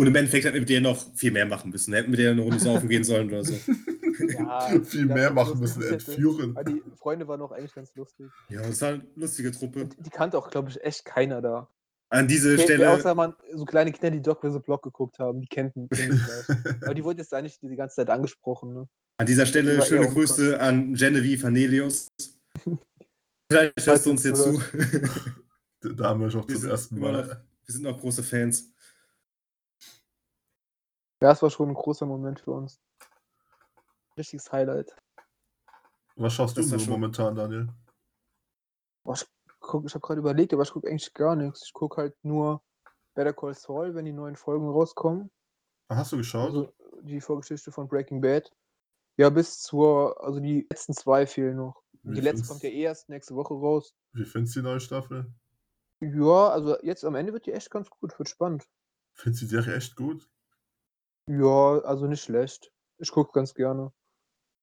Speaker 1: Und im Endeffekt hätten wir mit der noch viel mehr machen müssen. Hätten wir mit der eine Runde saufen gehen sollen oder so.
Speaker 2: Ja,
Speaker 3: Viel
Speaker 2: das
Speaker 3: mehr
Speaker 2: ist lustig,
Speaker 3: machen müssen,
Speaker 2: hätte.
Speaker 3: entführen.
Speaker 2: Aber die Freunde waren auch eigentlich ganz lustig.
Speaker 1: Ja, das war eine lustige Truppe.
Speaker 2: Und die kannte auch, glaube ich, echt keiner da.
Speaker 1: An diese
Speaker 2: Okay,
Speaker 1: Stelle.
Speaker 2: Außer man so kleine Kinder, die Doc with a Block geguckt haben, die kennten. kennen die
Speaker 1: <laughs>
Speaker 2: vielleicht. Aber die wurden jetzt eigentlich die, die ganze Zeit angesprochen. Ne?
Speaker 1: An dieser Stelle
Speaker 2: War eher
Speaker 1: schöne
Speaker 2: unpassend.
Speaker 1: Grüße an Genevieve Vanelius. Vielleicht hörst du uns hier zu. Wir
Speaker 3: Da haben wir schon
Speaker 1: Wir
Speaker 3: zum
Speaker 1: sind
Speaker 3: ersten
Speaker 1: immer
Speaker 3: Mal.
Speaker 1: noch- sind auch große Fans.
Speaker 2: Ja, es war schon ein großer Moment für uns. Richtiges Highlight.
Speaker 3: Was schaust du
Speaker 1: Das war
Speaker 3: so
Speaker 1: schon-
Speaker 3: momentan, Daniel?
Speaker 2: Guck, ich habe gerade überlegt, aber ich gucke eigentlich gar nichts. Ich gucke halt nur Better Call Saul, wenn die neuen Folgen rauskommen.
Speaker 3: Ah, Hast du geschaut?
Speaker 2: Also die Vorgeschichte von Breaking Bad. Ja, bis zur, also die letzten zwei fehlen noch.
Speaker 3: Wie
Speaker 2: die letzte
Speaker 3: findest-
Speaker 2: kommt ja eh erst nächste Woche raus.
Speaker 3: Wie findest du die neue Staffel?
Speaker 2: Ja, also jetzt am Ende wird die echt ganz gut, wird spannend.
Speaker 3: Findest du die Serie echt gut?
Speaker 2: Ja, also nicht schlecht. Ich gucke ganz gerne.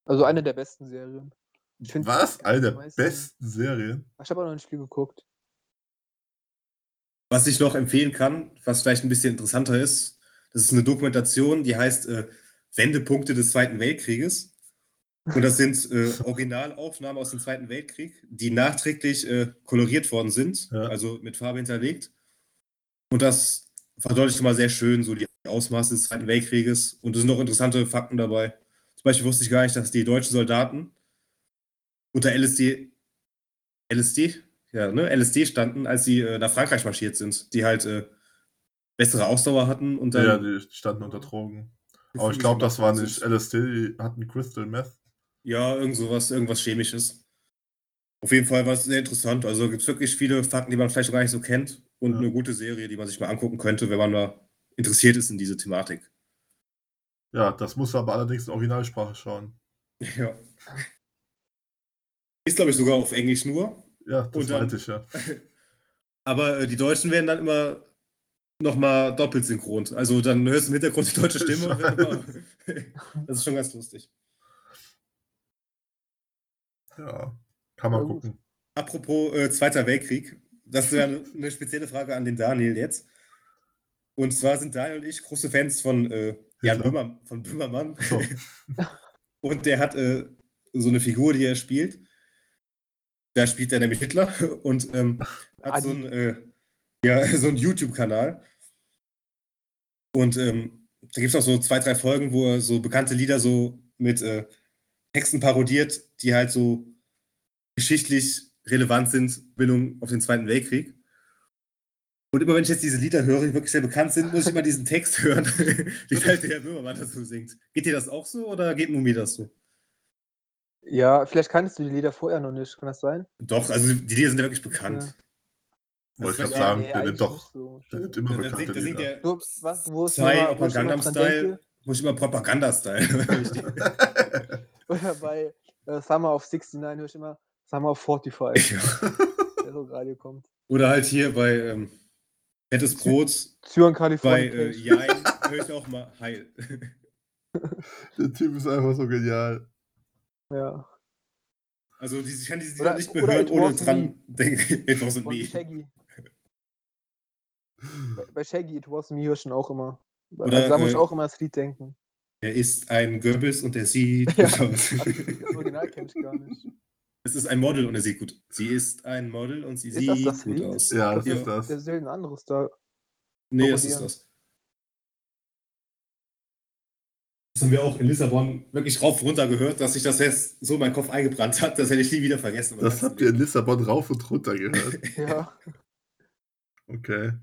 Speaker 2: Also eine der besten Serien. Ich find-
Speaker 3: Was? Eine der
Speaker 2: am meisten- Ah,
Speaker 3: besten Serien?
Speaker 2: Ich habe auch noch nicht viel geguckt.
Speaker 1: Was ich noch empfehlen kann, was vielleicht ein bisschen interessanter ist, das ist eine Dokumentation, die heißt äh, Wendepunkte des Zweiten Weltkrieges. Und das sind äh, Originalaufnahmen aus dem Zweiten Weltkrieg, die nachträglich äh, koloriert worden sind,
Speaker 3: Ja.
Speaker 1: also mit Farbe hinterlegt. Und das verdeutlicht schon mal sehr schön so die Ausmaße des Zweiten Weltkrieges. Und es sind auch interessante Fakten dabei. Zum Beispiel wusste ich gar nicht, dass die deutschen Soldaten unter LSD, LSD, ja, ne, LSD standen, als sie äh, nach Frankreich marschiert sind, die halt äh, bessere Ausdauer hatten und dann
Speaker 3: ja, die standen
Speaker 2: Mhm.
Speaker 3: unter Drogen. Aber ich glaube, das war nicht LSD, die hatten Crystal Meth.
Speaker 1: Ja, irgend sowas, irgendwas Chemisches. Auf jeden Fall war es sehr interessant. Also gibt es wirklich viele Fakten, die man vielleicht gar nicht so kennt. Und
Speaker 3: Ja.
Speaker 1: eine gute Serie, die man sich mal angucken könnte, wenn man da interessiert ist in diese Thematik.
Speaker 3: Ja, das musst du aber allerdings in Originalsprache schauen.
Speaker 1: Ja. Ist, glaube ich, sogar auf Englisch nur.
Speaker 3: Ja, das
Speaker 1: Und dann-
Speaker 3: meinte ich ja.
Speaker 1: Aber äh, die Deutschen werden dann immer nochmal doppelt synchron. Also dann hörst du im Hintergrund die deutsche Stimme. <laughs>
Speaker 3: Scheiße.
Speaker 1: das ist schon ganz lustig.
Speaker 3: Ja, kann man
Speaker 2: Ja, gut.
Speaker 3: gucken.
Speaker 1: Apropos äh, Zweiter Weltkrieg, das ist ja eine, eine spezielle Frage an den Daniel jetzt. Und zwar sind Daniel und ich große Fans von äh, Jan
Speaker 3: Hitler.
Speaker 1: Böhmer, von Böhmermann.
Speaker 3: So.
Speaker 1: <laughs> Und der hat äh, so eine Figur, die er spielt. Da spielt er nämlich Hitler und ähm, hat
Speaker 2: Adi.
Speaker 1: so einen, äh, ja, <laughs> so einen YouTube-Kanal. Und ähm, da gibt es auch so zwei, drei Folgen, wo er so bekannte Lieder so mit äh, Texten parodiert, die halt so geschichtlich relevant sind, Bildung auf den Zweiten Weltkrieg. Und immer wenn ich jetzt diese Lieder höre, die wirklich sehr bekannt sind, muss ich immer diesen Text <laughs> hören, den halt der Herr Böhmermann dazu singt. Geht dir das auch so oder geht nur mir das so?
Speaker 2: Ja, vielleicht kanntest du die Lieder vorher noch nicht, kann das sein?
Speaker 1: Doch, also die Lieder sind ja wirklich bekannt.
Speaker 3: Wollte
Speaker 1: Das
Speaker 3: ich gerade
Speaker 1: ist
Speaker 2: Ja,
Speaker 3: sagen,
Speaker 2: nee,
Speaker 3: der
Speaker 2: eigentlich
Speaker 3: nimmt doch
Speaker 2: nicht so.
Speaker 3: der nimmt immer
Speaker 1: Da- da
Speaker 3: bekannte
Speaker 1: singt, da singt
Speaker 3: Lieder.
Speaker 1: der
Speaker 2: So, was, wo es
Speaker 1: Psy,
Speaker 2: nochmal-
Speaker 1: ob
Speaker 2: wo
Speaker 1: man
Speaker 2: ich immer
Speaker 1: Gangnam
Speaker 2: dran
Speaker 1: Style-
Speaker 2: denke, <laughs>
Speaker 1: Muss ich immer Propaganda-Style. <laughs> höre ich die.
Speaker 2: Oder bei äh, Summer of 69 höre ich immer Summer
Speaker 1: <laughs>
Speaker 2: of 45,
Speaker 1: Ja.
Speaker 2: der so gerade kommt.
Speaker 1: Oder halt hier bei ähm, Fettes Brot,
Speaker 2: Zürn,
Speaker 1: bei
Speaker 2: Kalifornien.
Speaker 1: äh, Jein höre ich auch mal Heil.
Speaker 3: Der Typ ist einfach so genial.
Speaker 2: ja.
Speaker 1: Also diese- ich kann diese
Speaker 2: Oder-
Speaker 1: Lieder nicht
Speaker 2: oder
Speaker 1: behören,
Speaker 2: It
Speaker 1: ohne
Speaker 2: Was
Speaker 1: dran denken. <laughs> It wasn't
Speaker 2: Und
Speaker 1: me.
Speaker 2: Shaggy. Bei- Bei Shaggy, It Was Me höre ich schon auch immer. Bei-
Speaker 1: Oder,
Speaker 2: also da muss ich
Speaker 1: äh,
Speaker 2: auch immer das Lied denken.
Speaker 1: Er ist ein Goebbels und er sieht
Speaker 2: Ja.
Speaker 1: gut aus. <laughs>
Speaker 2: Das Original kenne ich gar nicht.
Speaker 1: Es ist ein Model und er sieht gut. Sie ist ein Model und sie
Speaker 2: Ist das
Speaker 1: sieht
Speaker 2: das
Speaker 1: gut
Speaker 2: Lied?
Speaker 1: aus.
Speaker 3: Ja, das
Speaker 1: Ja.
Speaker 3: ist das.
Speaker 2: Der ist ein anderes da.
Speaker 1: Nee, das ist
Speaker 2: formulieren.
Speaker 1: das. Das haben wir auch in Lissabon wirklich rauf und runter gehört, dass sich das jetzt so in meinen Kopf eingebrannt hat, das hätte ich nie wieder vergessen. Aber
Speaker 3: Das habt ihr in Lissabon rauf und runter gehört.
Speaker 2: Ja.
Speaker 3: Okay.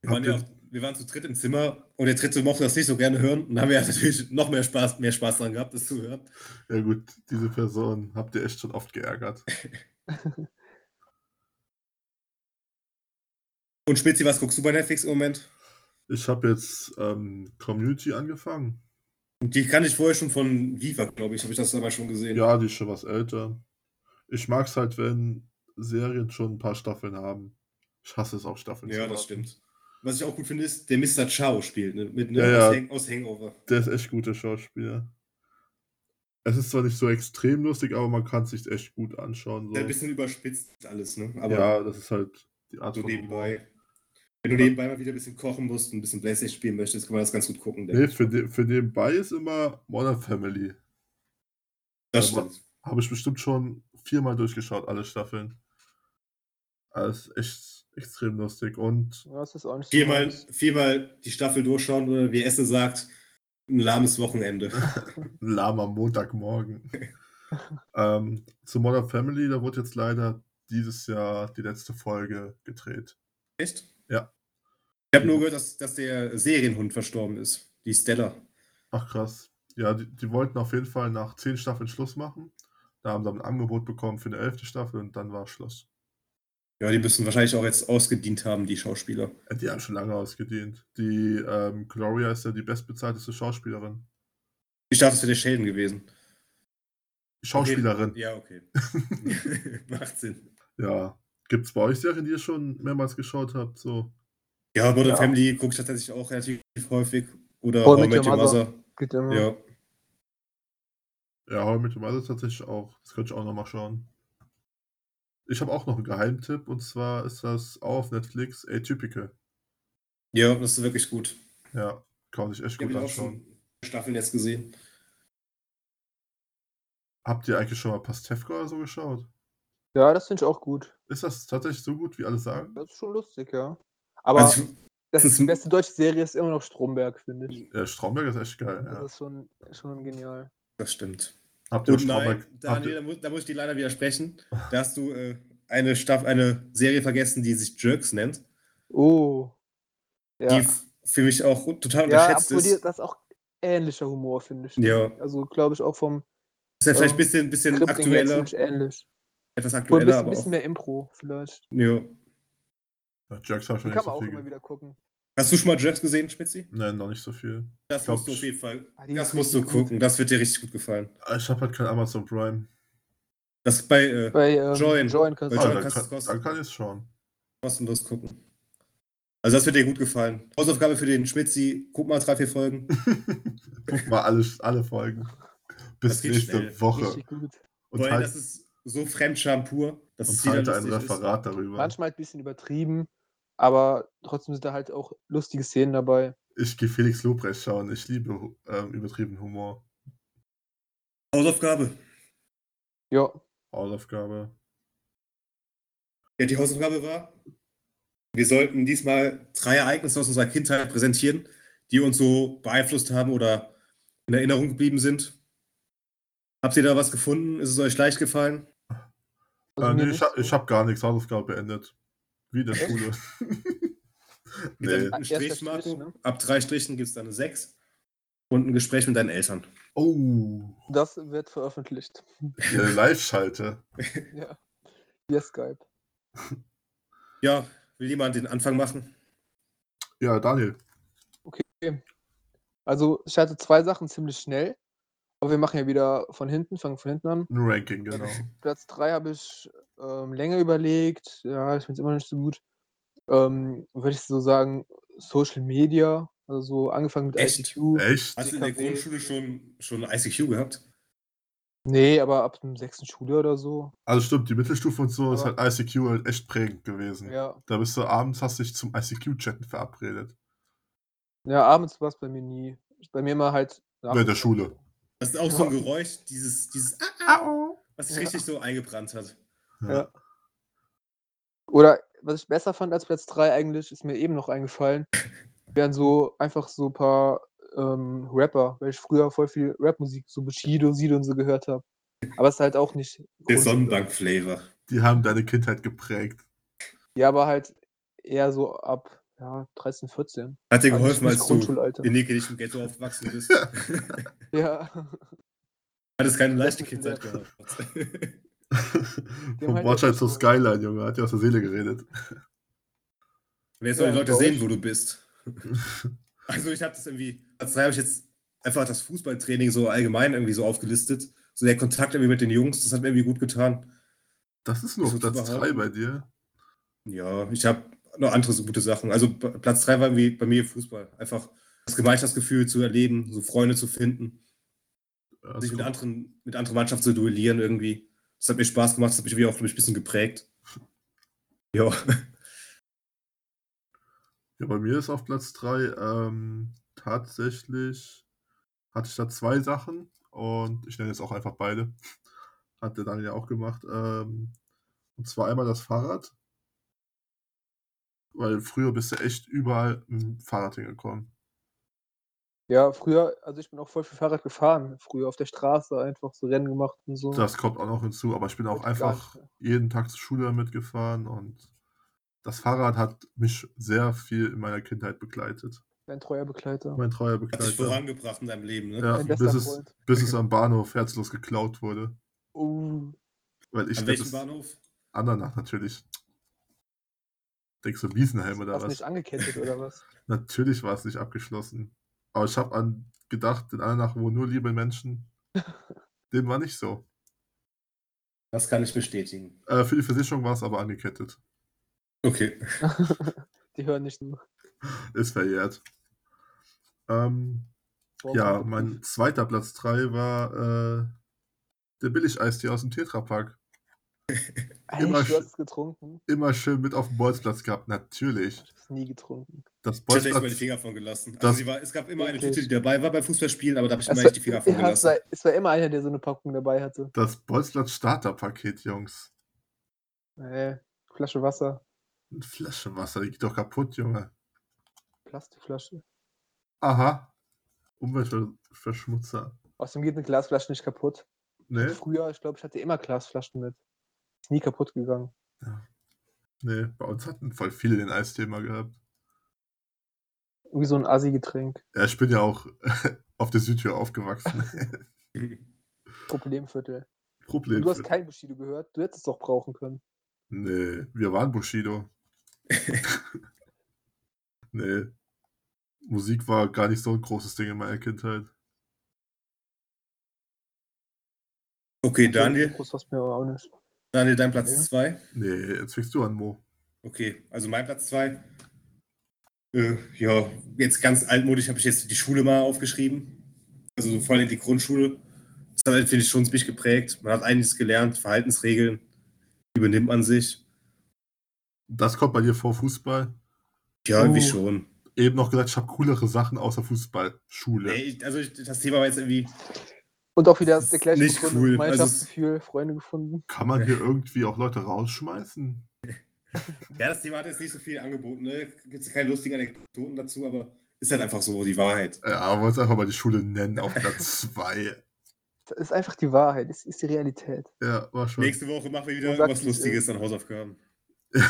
Speaker 1: Wir waren, ja auch, wir waren zu dritt im Zimmer und der dritte mochte das nicht so gerne hören und haben wir natürlich noch mehr Spaß, mehr Spaß dran gehabt, das zu hören.
Speaker 3: Ja gut, diese Person habt ihr echt schon oft geärgert.
Speaker 1: Und Spitzi, was guckst du bei Netflix im Moment?
Speaker 3: Ich habe jetzt ähm, Community angefangen.
Speaker 1: Und die kann ich vorher schon von Viva, glaube ich, habe ich das dabei schon gesehen.
Speaker 3: Ja, die ist schon was älter. Ich mag es halt, wenn Serien schon ein paar Staffeln haben. Ich hasse es auch Staffeln.
Speaker 1: Ja,
Speaker 3: zu
Speaker 1: das
Speaker 3: haben.
Speaker 1: stimmt. Was ich auch gut finde, ist, der Mr. Chao spielt, ne? Mit, ne?
Speaker 3: Ja, ja.
Speaker 1: Aus, Hang aus Hangover.
Speaker 3: Der ist echt guter Schauspieler. Es ist zwar nicht so extrem lustig, aber man kann es sich echt gut anschauen. So.
Speaker 1: Ein bisschen überspitzt alles, ne? Aber
Speaker 3: Mhm. ja, das ist halt die Art
Speaker 1: so
Speaker 3: von Humor.
Speaker 1: nebenbei. Wenn du nebenbei mal wieder ein bisschen kochen musst und ein bisschen Playstation spielen möchtest, kann man das ganz gut gucken. denke
Speaker 3: Nee,
Speaker 1: ich.
Speaker 3: für, ne für nebenbei ist immer Modern Family.
Speaker 1: das stimmt.
Speaker 3: Habe ich bestimmt schon viermal durchgeschaut, alle Staffeln. Das ist echt extrem lustig. Und
Speaker 2: ja, das ist auch nicht so
Speaker 1: Viermal,
Speaker 2: meins.
Speaker 1: viermal die Staffel durchschauen oder wie Esse sagt, ein lahmes
Speaker 3: <laughs>
Speaker 1: Wochenende.
Speaker 3: ein lahmer Montagmorgen. ähm, zu Modern Family, da wurde jetzt leider dieses Jahr die letzte Folge gedreht.
Speaker 1: Echt?
Speaker 3: Ja.
Speaker 1: Ich habe nur gehört, dass, dass der Serienhund verstorben ist. Die Stella.
Speaker 3: Ach krass. Ja, die, die wollten auf jeden Fall nach zehn Staffeln Schluss machen. Da haben sie dann ein Angebot bekommen für eine elfte Staffel und dann war Schluss.
Speaker 1: Ja, die müssen wahrscheinlich auch jetzt ausgedient haben, die Schauspieler.
Speaker 3: Äh, Die haben schon lange ausgedient. Die ähm, Gloria ist ja die bestbezahlteste Schauspielerin.
Speaker 1: Ich dachte, es wäre der Sheldon gewesen.
Speaker 3: Schauspielerin.
Speaker 1: Okay. Ja, okay. <laughs> Macht Sinn.
Speaker 3: <laughs> Ja. Gibt es bei euch Serien, die ihr schon mehrmals geschaut habt? So.
Speaker 1: Ja, Modern
Speaker 2: Ja.
Speaker 1: Family gucke ich tatsächlich auch relativ häufig. Oder
Speaker 2: How I
Speaker 1: How I
Speaker 2: Met
Speaker 1: Met
Speaker 2: Your
Speaker 1: Your Mother.
Speaker 2: Geht immer.
Speaker 1: Ja.
Speaker 3: Ja, How I Met Your Mother tatsächlich auch. Das könnte ich auch nochmal schauen. Ich habe auch noch einen Geheimtipp und zwar ist das auch auf Netflix Atypical.
Speaker 1: ja, das ist wirklich gut.
Speaker 3: Ja, kann man sich echt
Speaker 1: Ich habe
Speaker 3: gut
Speaker 1: ihn auch
Speaker 3: anschauen.
Speaker 1: schon Staffeln jetzt gesehen.
Speaker 3: Habt ihr eigentlich schon mal Pastewka oder so geschaut?
Speaker 2: Ja, das finde ich auch gut.
Speaker 3: Ist das tatsächlich so gut, wie alle sagen?
Speaker 2: Das ist schon lustig, ja. Aber
Speaker 1: also,
Speaker 2: das
Speaker 1: das
Speaker 2: ist
Speaker 1: ist
Speaker 2: die
Speaker 1: ein-
Speaker 2: beste deutsche Serie ist immer noch Stromberg, finde ich.
Speaker 3: Ja, Stromberg ist echt geil.
Speaker 2: Das
Speaker 1: Äh,
Speaker 3: Ja.
Speaker 2: ist schon, schon genial.
Speaker 1: das stimmt.
Speaker 3: Habt ihr
Speaker 1: Und
Speaker 3: Stromberg?
Speaker 1: nein,
Speaker 3: Habt
Speaker 1: Daniel,
Speaker 3: ihr,
Speaker 1: da muss, da muss ich dir leider widersprechen. Da hast du äh, eine, Staff eine Serie vergessen, die sich Jerks nennt.
Speaker 2: Oh. Ja,
Speaker 1: Die f- für mich auch total
Speaker 2: ja
Speaker 1: unterschätzt
Speaker 2: obwohl die,
Speaker 1: ist.
Speaker 2: das ist auch ähnlicher Humor, finde ich.
Speaker 1: Ja.
Speaker 2: Also, glaube ich, auch vom
Speaker 1: Ist ja vielleicht ein
Speaker 2: ähm,
Speaker 1: bisschen, bisschen
Speaker 2: Scripting her
Speaker 1: aktueller,
Speaker 2: ziemlich ähnlich.
Speaker 1: etwas
Speaker 2: Obwohl ein
Speaker 1: aktueller,
Speaker 2: bisschen,
Speaker 1: aber
Speaker 2: bisschen
Speaker 1: auch.
Speaker 2: mehr Impro, vielleicht.
Speaker 1: Ja.
Speaker 3: ja, Jerks habe ich
Speaker 2: Die kann
Speaker 3: noch nicht
Speaker 2: man
Speaker 3: so
Speaker 2: auch
Speaker 3: viel.
Speaker 2: immer
Speaker 3: ge-
Speaker 2: wieder gucken.
Speaker 1: Hast du schon mal Jerks gesehen, Spitzi?
Speaker 3: Nein, noch nicht so viel.
Speaker 1: Das
Speaker 3: Glaub
Speaker 1: musst du auf
Speaker 3: ich.
Speaker 1: jeden Fall.
Speaker 2: Ah, die
Speaker 1: Das
Speaker 2: ist
Speaker 1: musst du
Speaker 2: richtig gut.
Speaker 1: gucken. Das wird dir richtig gut gefallen.
Speaker 3: Ah, Ich habe halt kein Amazon Prime.
Speaker 1: Das bei äh,
Speaker 2: Bei ähm,
Speaker 1: Join.
Speaker 2: Join. kannst
Speaker 1: Bei
Speaker 2: du
Speaker 3: Ah,
Speaker 1: John
Speaker 3: dann,
Speaker 1: kannst
Speaker 3: kann,
Speaker 1: du's kosten.
Speaker 3: dann kann ich es schauen.
Speaker 1: kostenlos gucken. Also das wird dir gut gefallen. Hausaufgabe für den Schmitzi, guck mal drei, vier Folgen.
Speaker 3: Guck mal alle, alle Folgen.
Speaker 1: Das
Speaker 3: Bis
Speaker 1: geht
Speaker 3: nächste
Speaker 1: schnell.
Speaker 3: Woche.
Speaker 2: richtig gut.
Speaker 3: <laughs> Und
Speaker 1: Weil
Speaker 3: halt,
Speaker 1: das ist so Fremdscham pur. Das
Speaker 3: und
Speaker 1: ist wieder
Speaker 3: halte ein
Speaker 1: lustig ist.
Speaker 3: Referat darüber.
Speaker 2: Manchmal ein bisschen übertrieben, aber trotzdem sind da halt auch lustige Szenen dabei.
Speaker 3: Ich gehe Felix Lobrecht schauen. Ich liebe ähm, übertriebenen Humor.
Speaker 1: Hausaufgabe.
Speaker 2: Ja,
Speaker 3: Hausaufgabe.
Speaker 1: Ja, die Hausaufgabe war, wir sollten diesmal drei Ereignisse aus unserer Kindheit präsentieren, die uns so beeinflusst haben oder in Erinnerung geblieben sind. Habt ihr da was gefunden? Ist es euch leicht gefallen?
Speaker 2: also mir
Speaker 3: äh, nee, ich,
Speaker 2: nicht
Speaker 3: hab-
Speaker 2: so.
Speaker 3: ich habe gar nichts. Hausaufgabe beendet. Wie in der
Speaker 2: Echt? <laughs>
Speaker 3: Schule. <laughs>
Speaker 1: Mit
Speaker 3: nee.
Speaker 1: einem
Speaker 2: Erster
Speaker 1: Strich, Marco.
Speaker 2: Strich, ne?
Speaker 1: Ab drei Strichen gibt es dann eine 6 und ein Gespräch mit deinen Eltern.
Speaker 3: Oh,
Speaker 2: Das wird veröffentlicht.
Speaker 3: eine Live-Schalte.
Speaker 2: ja. Via Skype.
Speaker 1: Ja, will jemand den Anfang machen?
Speaker 3: Ja, Daniel.
Speaker 2: Also, ich hatte zwei Sachen ziemlich schnell. Aber wir machen ja wieder von hinten, fangen von hinten an.
Speaker 3: Ein Ranking, genau.
Speaker 2: Platz 3 habe ich ähm, länger überlegt. Ja, ich finde es immer noch nicht so gut. Ähm, Würde ich so sagen, Social Media. Also so angefangen mit
Speaker 1: Echt?
Speaker 2: ICQ.
Speaker 3: Echt?
Speaker 1: Hast du in der
Speaker 2: DKW.
Speaker 1: Grundschule schon, schon ICQ gehabt?
Speaker 2: Nee, aber ab dem sechsten Schuljahr oder so.
Speaker 3: Also stimmt, die Mittelstufe und so ist
Speaker 2: Aber-
Speaker 3: halt ICQ halt echt prägend gewesen.
Speaker 2: Ja.
Speaker 3: Da bist du abends, hast dich zum ICQ-Chatten verabredet.
Speaker 2: Ja, abends war es bei mir nie. Bei mir immer halt.
Speaker 3: Ja, in der Schule.
Speaker 1: Das ist auch so ein Geräusch, dieses, dieses Ah,
Speaker 3: Au.
Speaker 1: was sich
Speaker 2: Ja.
Speaker 1: richtig so eingebrannt hat.
Speaker 2: Ja. Oder was ich besser fand als Platz 3 eigentlich, ist mir eben noch
Speaker 3: <laughs>
Speaker 2: eingefallen, wären so einfach so ein paar ähm, Rapper, weil ich früher voll viel Rapmusik, so Bushido, Sido und so gehört habe. Aber es ist halt auch nicht.
Speaker 1: Der
Speaker 2: Grund-
Speaker 1: Sonnenbank-Flavor.
Speaker 3: Die haben deine Kindheit geprägt.
Speaker 2: Ja, aber halt eher so ab ja, 13, 14.
Speaker 1: Hat dir
Speaker 2: Also
Speaker 1: geholfen,
Speaker 2: nicht
Speaker 1: als du
Speaker 2: Grundschulalter.
Speaker 1: in niedrigem Ghetto aufgewachsen bist.
Speaker 2: Ja, <laughs>
Speaker 1: Hattest keine leichte
Speaker 2: Das
Speaker 1: Kindheit
Speaker 2: ist
Speaker 1: gehabt. <laughs>
Speaker 3: Vom
Speaker 2: halt
Speaker 3: Watcher
Speaker 2: echt
Speaker 3: zur
Speaker 2: so-
Speaker 3: Skyline, Junge, hat dir aus der Seele geredet.
Speaker 1: Und jetzt sollen die
Speaker 2: Ja,
Speaker 1: Leute
Speaker 2: bei
Speaker 1: sehen,
Speaker 2: euch?
Speaker 1: wo du
Speaker 3: <laughs>
Speaker 1: bist. Also ich habe das irgendwie, als drei habe ich jetzt einfach das Fußballtraining so allgemein irgendwie so aufgelistet. So der Kontakt irgendwie mit den Jungs, das hat mir irgendwie gut getan.
Speaker 3: Das ist nur auf
Speaker 1: Ist das
Speaker 3: Platz
Speaker 1: überhaupt-
Speaker 3: 3 bei dir.
Speaker 1: Ja, ich habe noch andere so gute Sachen. Also P- Platz drei war irgendwie bei mir Fußball. Einfach das Gemeinschaftsgefühl zu erleben, so Freunde zu finden.
Speaker 3: Das
Speaker 1: sich mit
Speaker 3: kommt-
Speaker 1: anderen, mit anderen Mannschaften zu duellieren irgendwie. Das hat mir Spaß gemacht, das hat mich irgendwie auch glaub ich, ein bisschen geprägt. Ja, <laughs>
Speaker 3: Ja, bei mir ist auf Platz 3 ähm, tatsächlich hatte ich da zwei Sachen und ich nenne jetzt auch einfach beide. <laughs> Hat der Daniel ja auch gemacht. Ähm, und zwar einmal das Fahrrad. Weil früher bist du echt überall mit dem Fahrrad hingekommen.
Speaker 2: ja, früher, also ich bin auch voll viel Fahrrad gefahren. Früher auf der Straße einfach so Rennen gemacht und so.
Speaker 3: Das kommt auch noch hinzu, aber ich bin auch
Speaker 2: Heute gar
Speaker 3: einfach
Speaker 2: nicht mehr.
Speaker 3: jeden Tag zur Schule mitgefahren und das Fahrrad hat mich sehr viel in meiner Kindheit begleitet.
Speaker 2: Ein treuer Begleiter.
Speaker 3: Mein
Speaker 1: hat
Speaker 3: treuer
Speaker 1: dich
Speaker 3: Begleiter.
Speaker 1: vorangebracht in deinem Leben, ne?
Speaker 3: Ja,
Speaker 2: Mein
Speaker 3: bis
Speaker 2: bester
Speaker 3: es,
Speaker 2: Freund.
Speaker 3: bis es am Bahnhof herzlos geklaut wurde.
Speaker 2: Oh,
Speaker 3: Weil ich
Speaker 1: An
Speaker 3: schlepp
Speaker 1: welchem
Speaker 3: es
Speaker 1: Bahnhof?
Speaker 3: Andernach natürlich. Denkst du Wiesenheim oder
Speaker 2: hast du
Speaker 3: was?
Speaker 2: nicht angekettet oder was?
Speaker 3: Natürlich war es nicht abgeschlossen. Aber ich habe an gedacht, in Andernach wohnen nur liebe Menschen. Dem war nicht so.
Speaker 1: Das kann ich bestätigen.
Speaker 3: Äh, für die Versicherung war es aber angekettet.
Speaker 1: Okay.
Speaker 2: Die hören nicht nur.
Speaker 3: Ist verjährt. Ähm,
Speaker 2: Oh
Speaker 3: ja, mein zweiter Platz 3 war äh, der Billig-Eistee aus dem Tetrapack.
Speaker 2: Alter,
Speaker 3: immer
Speaker 2: du
Speaker 3: sch-
Speaker 2: hast es getrunken.
Speaker 3: Immer schön mit auf dem Bolzplatz gehabt, natürlich.
Speaker 2: Ich hab's nie getrunken.
Speaker 3: Das
Speaker 1: Ich hatte echt meine
Speaker 3: Bolzplatz,
Speaker 1: Finger von gelassen. Also
Speaker 3: Das-
Speaker 1: sie war, es gab immer eine
Speaker 2: Wirklich?
Speaker 1: Tüte, die dabei war bei Fußballspielen, aber da habe ich
Speaker 2: Es
Speaker 1: immer
Speaker 2: war,
Speaker 1: echt die Finger von
Speaker 2: ja, es,
Speaker 1: gelassen.
Speaker 2: war, es war immer einer, der so eine Packung dabei hatte.
Speaker 3: das Bolzplatz Starterpaket, Jungs.
Speaker 2: Äh, Flasche Wasser,
Speaker 3: Eine Flasche Wasser, die geht doch kaputt, Junge.
Speaker 2: Plastikflasche.
Speaker 3: Aha. Umweltverschmutzer.
Speaker 2: Außerdem geht eine Glasflasche nicht kaputt.
Speaker 3: Nee,
Speaker 2: Früher, ich glaube, ich hatte immer Glasflaschen mit. Ist nie kaputt gegangen.
Speaker 3: nee, bei uns hatten voll viele den Eisthema gehabt.
Speaker 2: Irgendwie so ein Assi-Getränk.
Speaker 3: Ja, ich bin ja auch <laughs> auf der Südtür aufgewachsen.
Speaker 2: <laughs> Problemviertel.
Speaker 3: Problem.
Speaker 2: Du hast kein Bushido gehört. Du hättest es doch brauchen können.
Speaker 3: nee, wir waren
Speaker 2: <laughs>
Speaker 3: Bushido. nee. Musik war gar nicht so ein großes Ding in meiner Kindheit.
Speaker 1: Okay,
Speaker 2: So
Speaker 1: Daniel.
Speaker 2: Groß was mir aber auch nicht.
Speaker 1: Daniel, dein
Speaker 2: Also- Ja.
Speaker 1: Platz 2.
Speaker 3: Nee, jetzt fängst du an, Mo.
Speaker 1: Okay, also mein Platz 2. Äh, ja, jetzt ganz altmodisch habe ich jetzt die Schule mal aufgeschrieben. Also so vor allem die Grundschule. hat halt, finde ich, schon ziemlich geprägt. Man hat einiges gelernt, Verhaltensregeln übernimmt man sich.
Speaker 3: Das kommt bei dir vor Fußball?
Speaker 1: Ja, irgendwie schon.
Speaker 3: Eben noch gesagt, ich habe coolere Sachen außer Fußball. Schule.
Speaker 1: Nee, ich, also ich, das Thema war jetzt irgendwie,
Speaker 2: Und auch wieder
Speaker 1: Das
Speaker 2: der
Speaker 1: ist
Speaker 2: gleiche
Speaker 1: nicht
Speaker 2: gefunden,
Speaker 1: cool. Also es-
Speaker 2: Gemeinschaftsgefühl, Freunde gefunden.
Speaker 3: Kann man hier irgendwie auch Leute rausschmeißen?
Speaker 1: ja, das Thema hat jetzt nicht so viel angeboten, ne? Gibt es keine lustigen Anekdoten dazu, aber ist halt einfach so die Wahrheit.
Speaker 3: Ja, aber wollen es einfach mal die Schule nennen auf
Speaker 2: <laughs>
Speaker 3: Platz 2.
Speaker 2: Das ist einfach die Wahrheit, das ist die Realität.
Speaker 3: Ja, war schon. <laughs>
Speaker 1: Nächste Woche machen wir wieder
Speaker 2: Man sagt,
Speaker 1: irgendwas
Speaker 2: wie es
Speaker 1: Lustiges
Speaker 2: ist.
Speaker 1: an Hausaufgaben.
Speaker 2: Ja,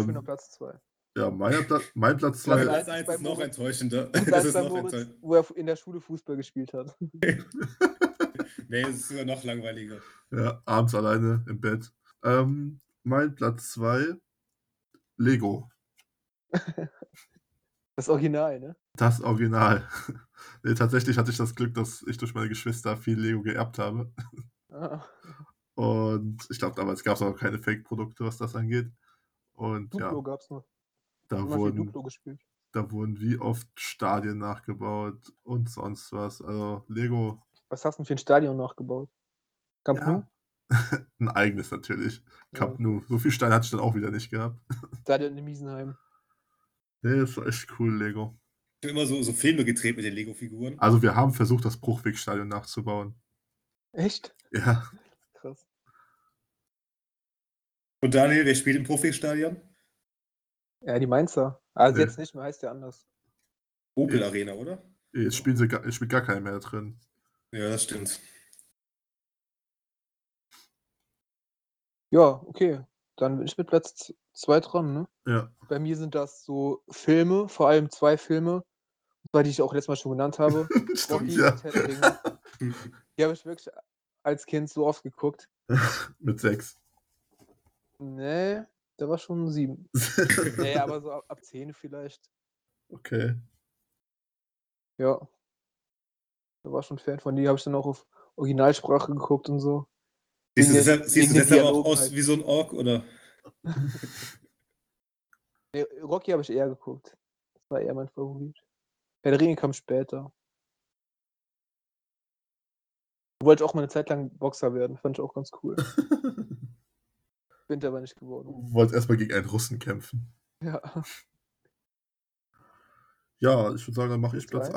Speaker 2: schöner
Speaker 3: ähm,
Speaker 2: Platz 2.
Speaker 3: ja, mein, Pla mein Platz
Speaker 2: Ja,
Speaker 3: 2.
Speaker 2: vielleicht-
Speaker 1: Das ist
Speaker 2: bei
Speaker 1: eins noch
Speaker 2: Moritz-
Speaker 1: enttäuschender. <laughs>
Speaker 2: Und
Speaker 1: Das
Speaker 2: das
Speaker 1: ist
Speaker 2: bei
Speaker 1: noch
Speaker 2: Moritz,
Speaker 1: enttäuschender.
Speaker 2: wo er in der Schule Fußball gespielt hat.
Speaker 1: Nee, es ist sogar noch langweiliger.
Speaker 3: Ja, abends alleine im Bett. Ähm, mein Platz 2, Lego.
Speaker 2: Das Original, ne?
Speaker 3: Das Original. <laughs> nee, tatsächlich hatte ich das Glück, dass ich durch meine Geschwister viel Lego geerbt habe.
Speaker 2: Ah,
Speaker 3: Und ich glaube, damals gab es auch keine Fake-Produkte, was das angeht. Und
Speaker 2: Duplo
Speaker 3: ja,
Speaker 2: gab's noch.
Speaker 3: da
Speaker 2: Immer viel
Speaker 3: wurden,
Speaker 2: Duplo gespielt.
Speaker 3: da wurden wie oft Stadien nachgebaut und sonst was. Also Lego,
Speaker 2: Was hast du denn für ein Stadion nachgebaut? Camp
Speaker 3: Ja.
Speaker 2: Nou?
Speaker 3: ein eigenes natürlich. Cup
Speaker 2: Ja.
Speaker 3: Nou. So viel Stein hatte ich dann auch wieder nicht gehabt.
Speaker 2: Stadion in Miesenheim. <laughs>
Speaker 3: Nee, das war echt cool, Lego.
Speaker 1: Ich habe immer so, so Filme gedreht mit den Lego-Figuren.
Speaker 3: Also wir haben versucht, das Bruchwegstadion nachzubauen.
Speaker 2: Echt?
Speaker 3: Ja,
Speaker 2: Krass.
Speaker 1: Und Daniel, wer spielt im Profistadion?
Speaker 2: Ja, die Mainzer. Also
Speaker 3: Ja.
Speaker 2: jetzt nicht mehr, heißt ja anders.
Speaker 1: Opel
Speaker 3: Ja.
Speaker 1: Arena, oder?
Speaker 3: jetzt spielen sie gar, jetzt spielt gar keiner mehr da drin.
Speaker 1: Ja, das stimmt.
Speaker 2: Ja, okay. Dann bin ich mit Platz 2 dran, ne?
Speaker 3: Ja, <laughs>
Speaker 2: Bei mir sind das so Filme, vor allem zwei Filme, zwei, die ich auch letztes Mal schon genannt
Speaker 3: <laughs>
Speaker 2: habe.
Speaker 3: stimmt,
Speaker 2: Rocky
Speaker 3: ja.
Speaker 2: und Tedding.
Speaker 3: <laughs>
Speaker 2: Die habe ich wirklich als Kind so oft geguckt.
Speaker 3: Mit sechs.
Speaker 2: Nee, da war schon
Speaker 3: <laughs>
Speaker 2: sieben. Nee, aber so ab, ab zehn vielleicht. <laughs>
Speaker 3: okay.
Speaker 2: Ja. Da war schon Fan von. Die habe ich dann auch auf Originalsprache geguckt und so.
Speaker 1: Siehst du
Speaker 2: Wegen
Speaker 1: deshalb,
Speaker 2: den-
Speaker 1: siehst du
Speaker 2: wegen den
Speaker 1: deshalb auch
Speaker 2: Dialogen
Speaker 1: aus
Speaker 2: halt.
Speaker 1: wie so ein Ork, oder?
Speaker 2: Nee, Äh, Rocky habe ich eher geguckt. Das war eher mein Favorit. Herr der Ringe kam später. Wollte auch mal eine Zeit lang Boxer werden, fand ich auch ganz
Speaker 3: <laughs>
Speaker 2: cool. Bin dabei nicht geworden.
Speaker 3: Wollt erstmal gegen einen Russen kämpfen.
Speaker 2: Ja.
Speaker 3: Ja, ich würde sagen, dann mache ich
Speaker 2: Platz
Speaker 3: Platz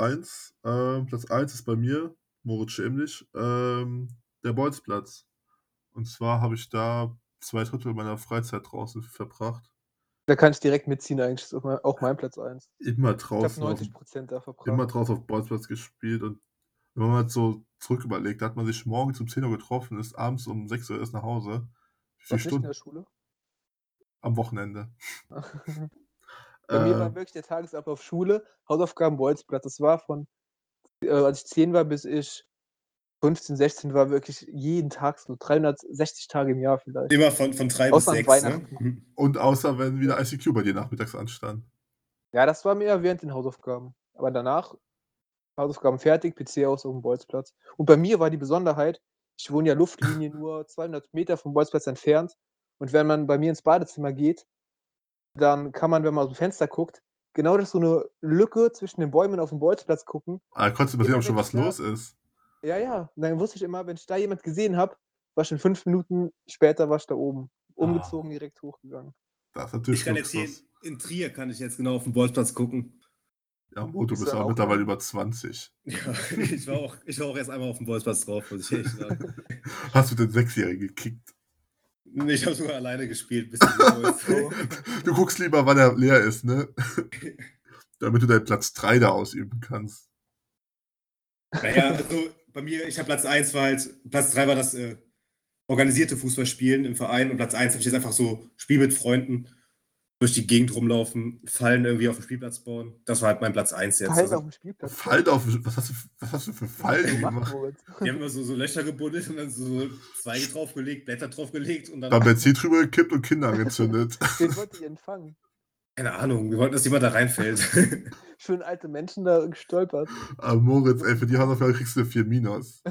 Speaker 3: 1. Ähm, Platz 1 ist bei mir, Moritz Schemlich, ähm, der Bolzplatz. Und zwar habe ich da zwei Drittel meiner Freizeit draußen verbracht.
Speaker 2: Da kann ich direkt mitziehen, eigentlich. Ist auch mein, auch mein Platz 1.
Speaker 3: Immer
Speaker 2: Ich habe
Speaker 3: draußen. auf dem-
Speaker 2: 90% da verbracht.
Speaker 3: immer draußen auf Bolzplatz gespielt und wenn man jetzt so zurück überlegt, da hat man sich morgens um 10 Uhr getroffen, ist abends um 6 Uhr erst nach Hause. Wie
Speaker 2: Warst
Speaker 3: viele
Speaker 2: du nicht in
Speaker 3: Stunden
Speaker 2: der Schule?
Speaker 3: am Wochenende?
Speaker 2: <laughs> Bei mir
Speaker 3: Äh,
Speaker 2: war wirklich der Tagesablauf Schule, Hausaufgaben, Bolzplatz. Das war von, äh, als ich 10 war, bis ich 15, 16 war, wirklich jeden Tag so 360 Tage im Jahr vielleicht.
Speaker 1: Immer von, von drei
Speaker 2: Außer an
Speaker 1: bis sechs.
Speaker 2: Weihnachten.
Speaker 1: Ne?
Speaker 3: und außer wenn wieder ICQ bei dir nachmittags anstand.
Speaker 2: Ja, das war mir eher während den Hausaufgaben. Aber danach, Hausaufgaben fertig, PC aus auf dem Bolzplatz. Und bei mir war die Besonderheit, ich wohne ja Luftlinie nur 200 Meter vom Bolzplatz entfernt. Und wenn man bei mir ins Badezimmer geht, dann kann man, wenn man aus dem Fenster guckt, genau durch so eine Lücke zwischen den Bäumen auf dem Bolzplatz gucken.
Speaker 3: Ah, konntest du mal sehen,
Speaker 2: Immer
Speaker 3: ob schon
Speaker 2: wenn
Speaker 3: was
Speaker 2: ich da-
Speaker 3: los ist.
Speaker 2: Ja, ja. Und dann wusste ich immer, wenn ich da jemand gesehen habe, war schon fünf Minuten später, war ich da oben.
Speaker 1: Ah.
Speaker 2: Umgezogen, direkt hochgegangen.
Speaker 3: Das ist natürlich
Speaker 1: Ich kann jetzt hier
Speaker 3: Luxus.
Speaker 1: in Trier kann ich jetzt genau auf den Bolzplatz gucken.
Speaker 3: Ja, Mo, du
Speaker 2: Ist
Speaker 3: bist
Speaker 2: dann
Speaker 3: aber
Speaker 2: auch-
Speaker 3: mittlerweile über 20.
Speaker 1: Ja, <laughs> ich war auch, ich war auch erst einmal auf dem Bolzplatz drauf, muss ich ehrlich sagen.
Speaker 3: Hast du den Sechsjährigen gekickt?
Speaker 1: Nee, Ich habe sogar alleine gespielt, bis zum
Speaker 3: <laughs>
Speaker 1: Bolz.
Speaker 3: Du guckst lieber, wann er leer
Speaker 2: <laughs>
Speaker 3: ist, ne? Damit du deinen Platz 3 da ausüben kannst.
Speaker 1: Naja, also bei mir, ich habe Platz 1 war halt, Platz 3 war das äh, organisierte Fußballspielen im Verein und Platz 1 habe ich jetzt einfach so Spiel mit Freunden, durch die Gegend rumlaufen, Fallen irgendwie auf dem Spielplatz bauen. Das war halt mein Platz 1 jetzt.
Speaker 2: Teil auf
Speaker 1: Also,
Speaker 2: dem Spielplatz.
Speaker 1: <laughs>
Speaker 3: Fallen auf. Was hast du, was hast du für Fallen
Speaker 2: Gemacht,
Speaker 3: gemacht?
Speaker 2: Moritz.
Speaker 1: die haben immer so, so Löcher gebuddelt und dann so Zweige draufgelegt, Blätter draufgelegt und
Speaker 3: Dann
Speaker 1: dann,
Speaker 3: Benzin drüber gekippt und
Speaker 2: <laughs>
Speaker 3: Kinder angezündet.
Speaker 2: Den wollte ich empfangen.
Speaker 1: keine Ahnung, wir wollten, dass jemand da reinfällt. <laughs>
Speaker 2: schön alte Menschen da gestolpert.
Speaker 3: Aber Moritz, ey, für die Hausaufgabe kriegst du eine 4 Minus.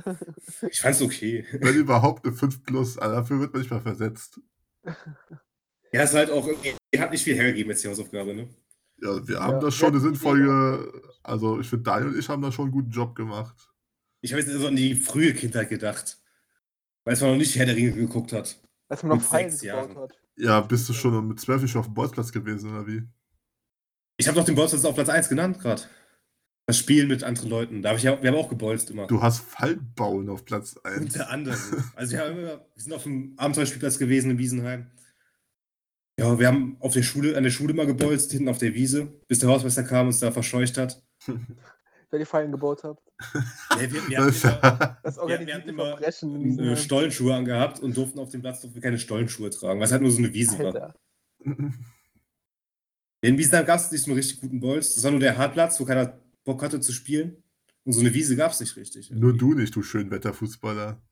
Speaker 1: Ich fand's okay.
Speaker 3: Wenn überhaupt eine 5 Plus, Alter, dafür wird man nicht mal versetzt.
Speaker 1: Ja, es ist halt auch irgendwie, hat nicht viel hergegeben jetzt die Hausaufgabe, ne?
Speaker 3: Ja, wir haben
Speaker 2: Ja,
Speaker 3: da
Speaker 2: wir
Speaker 3: schon eine
Speaker 2: hatten die Idee
Speaker 3: sinnvolle. Also, ich finde, Daniel und ich haben da schon einen guten Job gemacht.
Speaker 1: Ich habe jetzt so an die frühe Kindheit gedacht. Weil man noch nicht Herr der Ringe geguckt hat.
Speaker 2: Als man noch
Speaker 1: Mit
Speaker 2: Pfeile
Speaker 1: sechs
Speaker 2: gebaut
Speaker 1: Jahren.
Speaker 2: hat.
Speaker 3: Ja, bist du schon mit zwölf schon auf dem Bolzplatz gewesen, oder wie?
Speaker 1: Ich habe doch den Bolzplatz auf Platz 1 genannt gerade. Das Spielen mit anderen Leuten. Da hab ich ja, wir haben auch gebolzt immer.
Speaker 3: Du hast Fallbauen auf Platz 1.
Speaker 1: Unter anderem. Also wir, haben immer, wir sind auf dem Abenteuerspielplatz gewesen in Wiesenheim. Ja, wir haben auf der Schule, an der Schule mal gebolzt, hinten auf der Wiese, bis der Hausmeister kam und uns da verscheucht hat.
Speaker 2: Wer die Pfeilen gebaut hat.
Speaker 1: Ja, wir,
Speaker 3: <laughs>
Speaker 1: wir hatten immer,
Speaker 2: Das
Speaker 1: wir hatten
Speaker 2: organisierte
Speaker 1: immer
Speaker 2: Verbrechen in diesem
Speaker 1: äh, Stollenschuhe angehabt und durften auf dem Platz durften wir keine Stollenschuhe tragen, weil es halt nur so eine Wiese war.
Speaker 2: Alter.
Speaker 1: In Wiesenheim gab es nicht so einen richtig guten Bolz. Das war nur der Hartplatz, wo keiner Bock hatte zu spielen. Und so eine Wiese gab es nicht richtig.
Speaker 3: <laughs> Nur du nicht, du Schönwetterfußballer.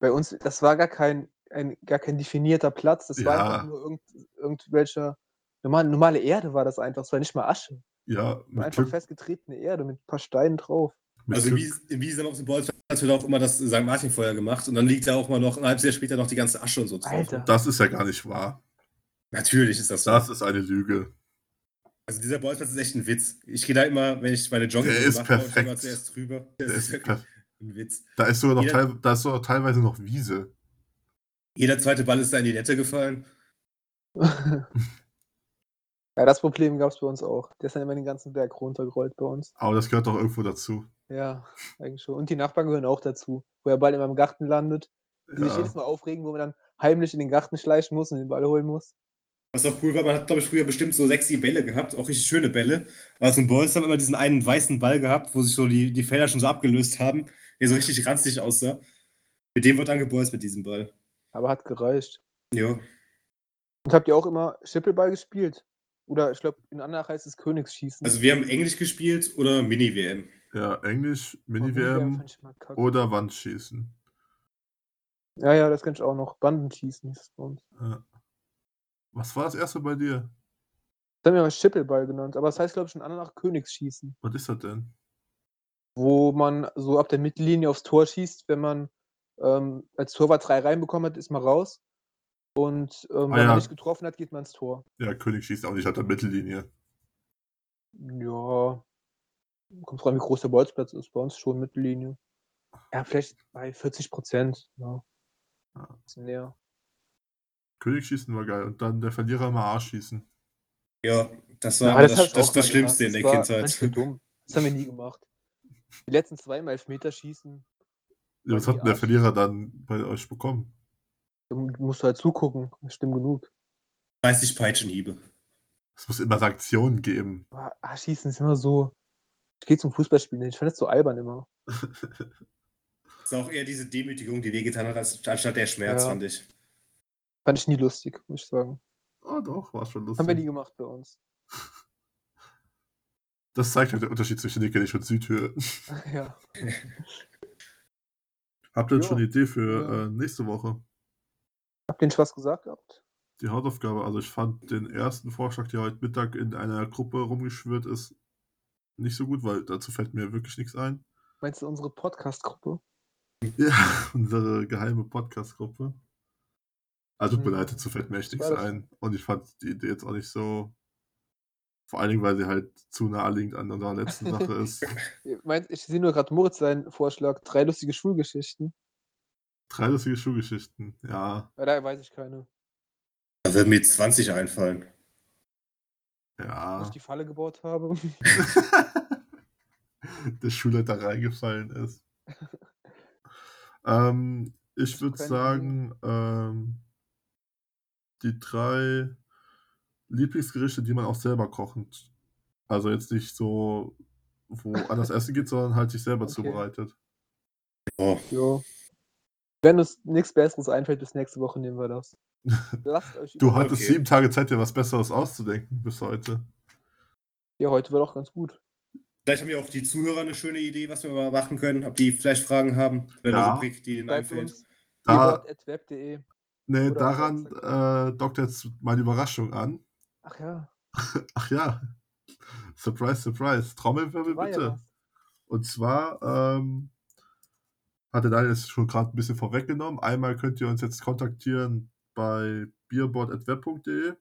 Speaker 2: Bei uns, das war gar kein, ein, gar kein definierter Platz. Das war
Speaker 3: Ja.
Speaker 2: einfach nur irgend, irgendwelcher. Normale, normale Erde war das einfach. Es war nicht mal Asche.
Speaker 3: Ja, mit
Speaker 2: Einfach
Speaker 3: Glück.
Speaker 2: festgetretene Erde mit ein paar Steinen drauf.
Speaker 3: Mit
Speaker 1: Also in
Speaker 3: Glück.
Speaker 1: Wies- in Wiesn auf dem Bolzplatz wird auch immer das St. Martin-Feuer gemacht und dann liegt da auch mal noch ein halbes Jahr später noch die ganze Asche und so drauf.
Speaker 2: Alter.
Speaker 3: Das ist ja gar nicht wahr.
Speaker 1: Natürlich ist das so.
Speaker 3: Das ist eine Lüge.
Speaker 1: Also dieser Bolzplatz ist echt ein Witz. Ich gehe da immer, wenn ich meine Jogging
Speaker 3: Der ist
Speaker 1: mache, schaue ich
Speaker 3: perfekt.
Speaker 1: immer zuerst drüber. Das,
Speaker 3: Der
Speaker 1: ist
Speaker 3: ist
Speaker 1: wirklich
Speaker 3: perf-
Speaker 1: ein Witz.
Speaker 3: Da ist sogar noch,
Speaker 1: Jeder-
Speaker 3: teil, da ist sogar teilweise noch Wiese.
Speaker 1: Jeder zweite Ball ist da in die Nette gefallen.
Speaker 2: ja, das Problem gab es bei uns auch. Der ist dann immer den ganzen Berg runtergerollt bei uns.
Speaker 3: Aber das gehört doch irgendwo dazu.
Speaker 2: Ja, eigentlich schon. Und die Nachbarn gehören auch dazu, wo er bald in meinem Garten landet. Die sich
Speaker 3: Ja.
Speaker 2: jedes Mal aufregen, wo man dann heimlich in den Garten schleichen muss und den Ball holen muss.
Speaker 1: Was auch cool war, man hat, glaube ich, früher bestimmt so sexy Bälle gehabt, auch richtig schöne Bälle. Aber zum Bolz haben wir immer diesen einen weißen Ball gehabt, wo sich so die, die Felder schon so abgelöst haben, der so richtig ranzig aussah. Mit dem wird dann gebolzt mit diesem Ball.
Speaker 2: Aber hat gereicht.
Speaker 1: Ja.
Speaker 2: Und habt ihr auch immer Schippelball gespielt? Oder ich glaube, in Andernach heißt es Königsschießen.
Speaker 1: Also wir haben Englisch gespielt oder Mini-WM.
Speaker 3: Ja, Englisch,
Speaker 2: Oh,
Speaker 3: Mini-WM
Speaker 2: fand ich immer kacke.
Speaker 3: oder Wandschießen.
Speaker 2: Ja, ja, das kenn ich auch noch. Bandenschießen hieß es bei uns.
Speaker 3: Ja. Was war das erste bei dir?
Speaker 2: Das haben wir mal Schippelball genannt, aber das heißt, glaube ich, in Andernach Königsschießen.
Speaker 3: Was ist das denn?
Speaker 2: Wo man so ab der Mittellinie aufs Tor schießt, wenn man ähm, als Torwart drei reinbekommen hat, ist man raus. Und
Speaker 1: Ah
Speaker 2: ähm, wenn
Speaker 3: ja.
Speaker 2: man nicht getroffen hat, geht man ins Tor.
Speaker 3: Ja, König schießt auch nicht auf der Mittellinie.
Speaker 2: Ja. Kommt drauf an, wie groß der Bolzplatz ist. Bei uns schon Mittellinie. Ja, vielleicht bei 40 Prozent. Ja.
Speaker 3: Ja.
Speaker 2: Bisschen näher.
Speaker 3: König schießen war geil. Und dann der Verlierer mal Arsch schießen.
Speaker 1: Ja, das
Speaker 2: Ja,
Speaker 1: war
Speaker 2: aber
Speaker 1: das,
Speaker 2: hab
Speaker 1: das,
Speaker 2: ich
Speaker 1: das,
Speaker 2: auch mal
Speaker 1: Schlimmste in
Speaker 2: gemacht.
Speaker 1: der
Speaker 2: Das
Speaker 1: Kindheit. <laughs>
Speaker 2: war manchmal dumm. Das haben wir nie gemacht. Die letzten zweimal Elfmeterschießen,
Speaker 3: Ja, was
Speaker 2: Mann,
Speaker 3: hat
Speaker 2: die
Speaker 3: denn der
Speaker 2: Arsch.
Speaker 3: Verlierer dann bei euch bekommen?
Speaker 2: da musst du halt zugucken. Das stimmt genug.
Speaker 1: 30 Peitschenhiebe.
Speaker 3: Es muss immer Sanktionen geben.
Speaker 2: Aber ah, Schießen ist immer so. Ich gehe zum Fußballspielen. Ich fand das so albern immer.
Speaker 1: Das war auch eher diese Demütigung, die wehgetan hat, als, anstatt der Schmerz,
Speaker 2: Ja.
Speaker 1: fand ich.
Speaker 2: Fand ich nie lustig, muss ich sagen.
Speaker 3: Ah, doch, war schon
Speaker 2: Haben wir nie
Speaker 3: lustig.
Speaker 2: gemacht bei uns. <laughs>
Speaker 3: Das zeigt halt den Unterschied zwischen Nickelich und Südhöhe.
Speaker 2: ja.
Speaker 3: <laughs> Habt ihr denn
Speaker 2: Ja.
Speaker 3: schon eine Idee für
Speaker 2: Ja.
Speaker 3: äh, nächste Woche?
Speaker 2: Habt ihr nicht was gesagt gehabt?
Speaker 3: Die Hausaufgabe, also ich fand den ersten Vorschlag, der heute Mittag in einer Gruppe rumgeschwirrt ist, nicht so gut, weil dazu fällt mir wirklich nichts ein. <laughs>
Speaker 2: Meinst du unsere Podcast-Gruppe?
Speaker 3: Ja, unsere geheime Podcast-Gruppe. Also tut mir
Speaker 2: Hm.
Speaker 3: leid, dazu fällt mir echt
Speaker 2: Was
Speaker 3: nichts
Speaker 2: war das
Speaker 3: ein. Und ich fand die Idee jetzt auch nicht so. Vor allen Dingen, weil sie halt zu naheliegend an unserer
Speaker 2: <laughs>
Speaker 3: letzten Sache ist.
Speaker 2: Ihr meint- Ich sehe nur gerade Moritz seinen Vorschlag. Drei lustige Schulgeschichten.
Speaker 3: Drei lustige Schulgeschichten. Ja,
Speaker 2: Ja, da weiß ich keine.
Speaker 1: Da würden mir jetzt 20 einfallen.
Speaker 2: Wo ich
Speaker 3: ja.
Speaker 2: die Falle gebaut habe. <laughs>
Speaker 3: Der Schulleiter reingefallen ist. ähm, ich würde
Speaker 2: keine
Speaker 3: sagen, ähm, die drei Lieblingsgerichte, die man auch selber kocht. Also jetzt nicht so, wo anders essen geht, sondern halt sich selber
Speaker 2: Okay.
Speaker 3: zubereitet.
Speaker 1: Oh,
Speaker 2: ja. Wenn uns nichts Besseres einfällt, bis nächste Woche nehmen wir
Speaker 3: <laughs>
Speaker 2: das. Lasst euch
Speaker 3: Du
Speaker 2: über-
Speaker 3: hattest
Speaker 1: Okay.
Speaker 3: sieben Tage Zeit, dir was Besseres auszudenken bis heute.
Speaker 2: Ja, heute war doch ganz gut.
Speaker 1: Vielleicht haben ja auch die Zuhörer eine schöne Idee, was wir mal machen können. Ob die vielleicht Fragen haben, wenn
Speaker 3: Ja.
Speaker 1: eine Rubrik, die ihnen
Speaker 2: Schreibt
Speaker 1: einfällt.
Speaker 2: uns
Speaker 3: Da,
Speaker 2: web.de.
Speaker 3: nee,
Speaker 2: oder
Speaker 3: daran
Speaker 2: Instagram.
Speaker 3: äh, dockt jetzt meine Überraschung an.
Speaker 2: Ach ja,
Speaker 3: Ach ja. Surprise, surprise. Trommelwirbel
Speaker 2: war
Speaker 3: bitte.
Speaker 2: ja was.
Speaker 3: Und zwar ähm, hatte Daniel es schon gerade ein bisschen vorweggenommen. Einmal könnt ihr uns jetzt kontaktieren bei bierboard.web.de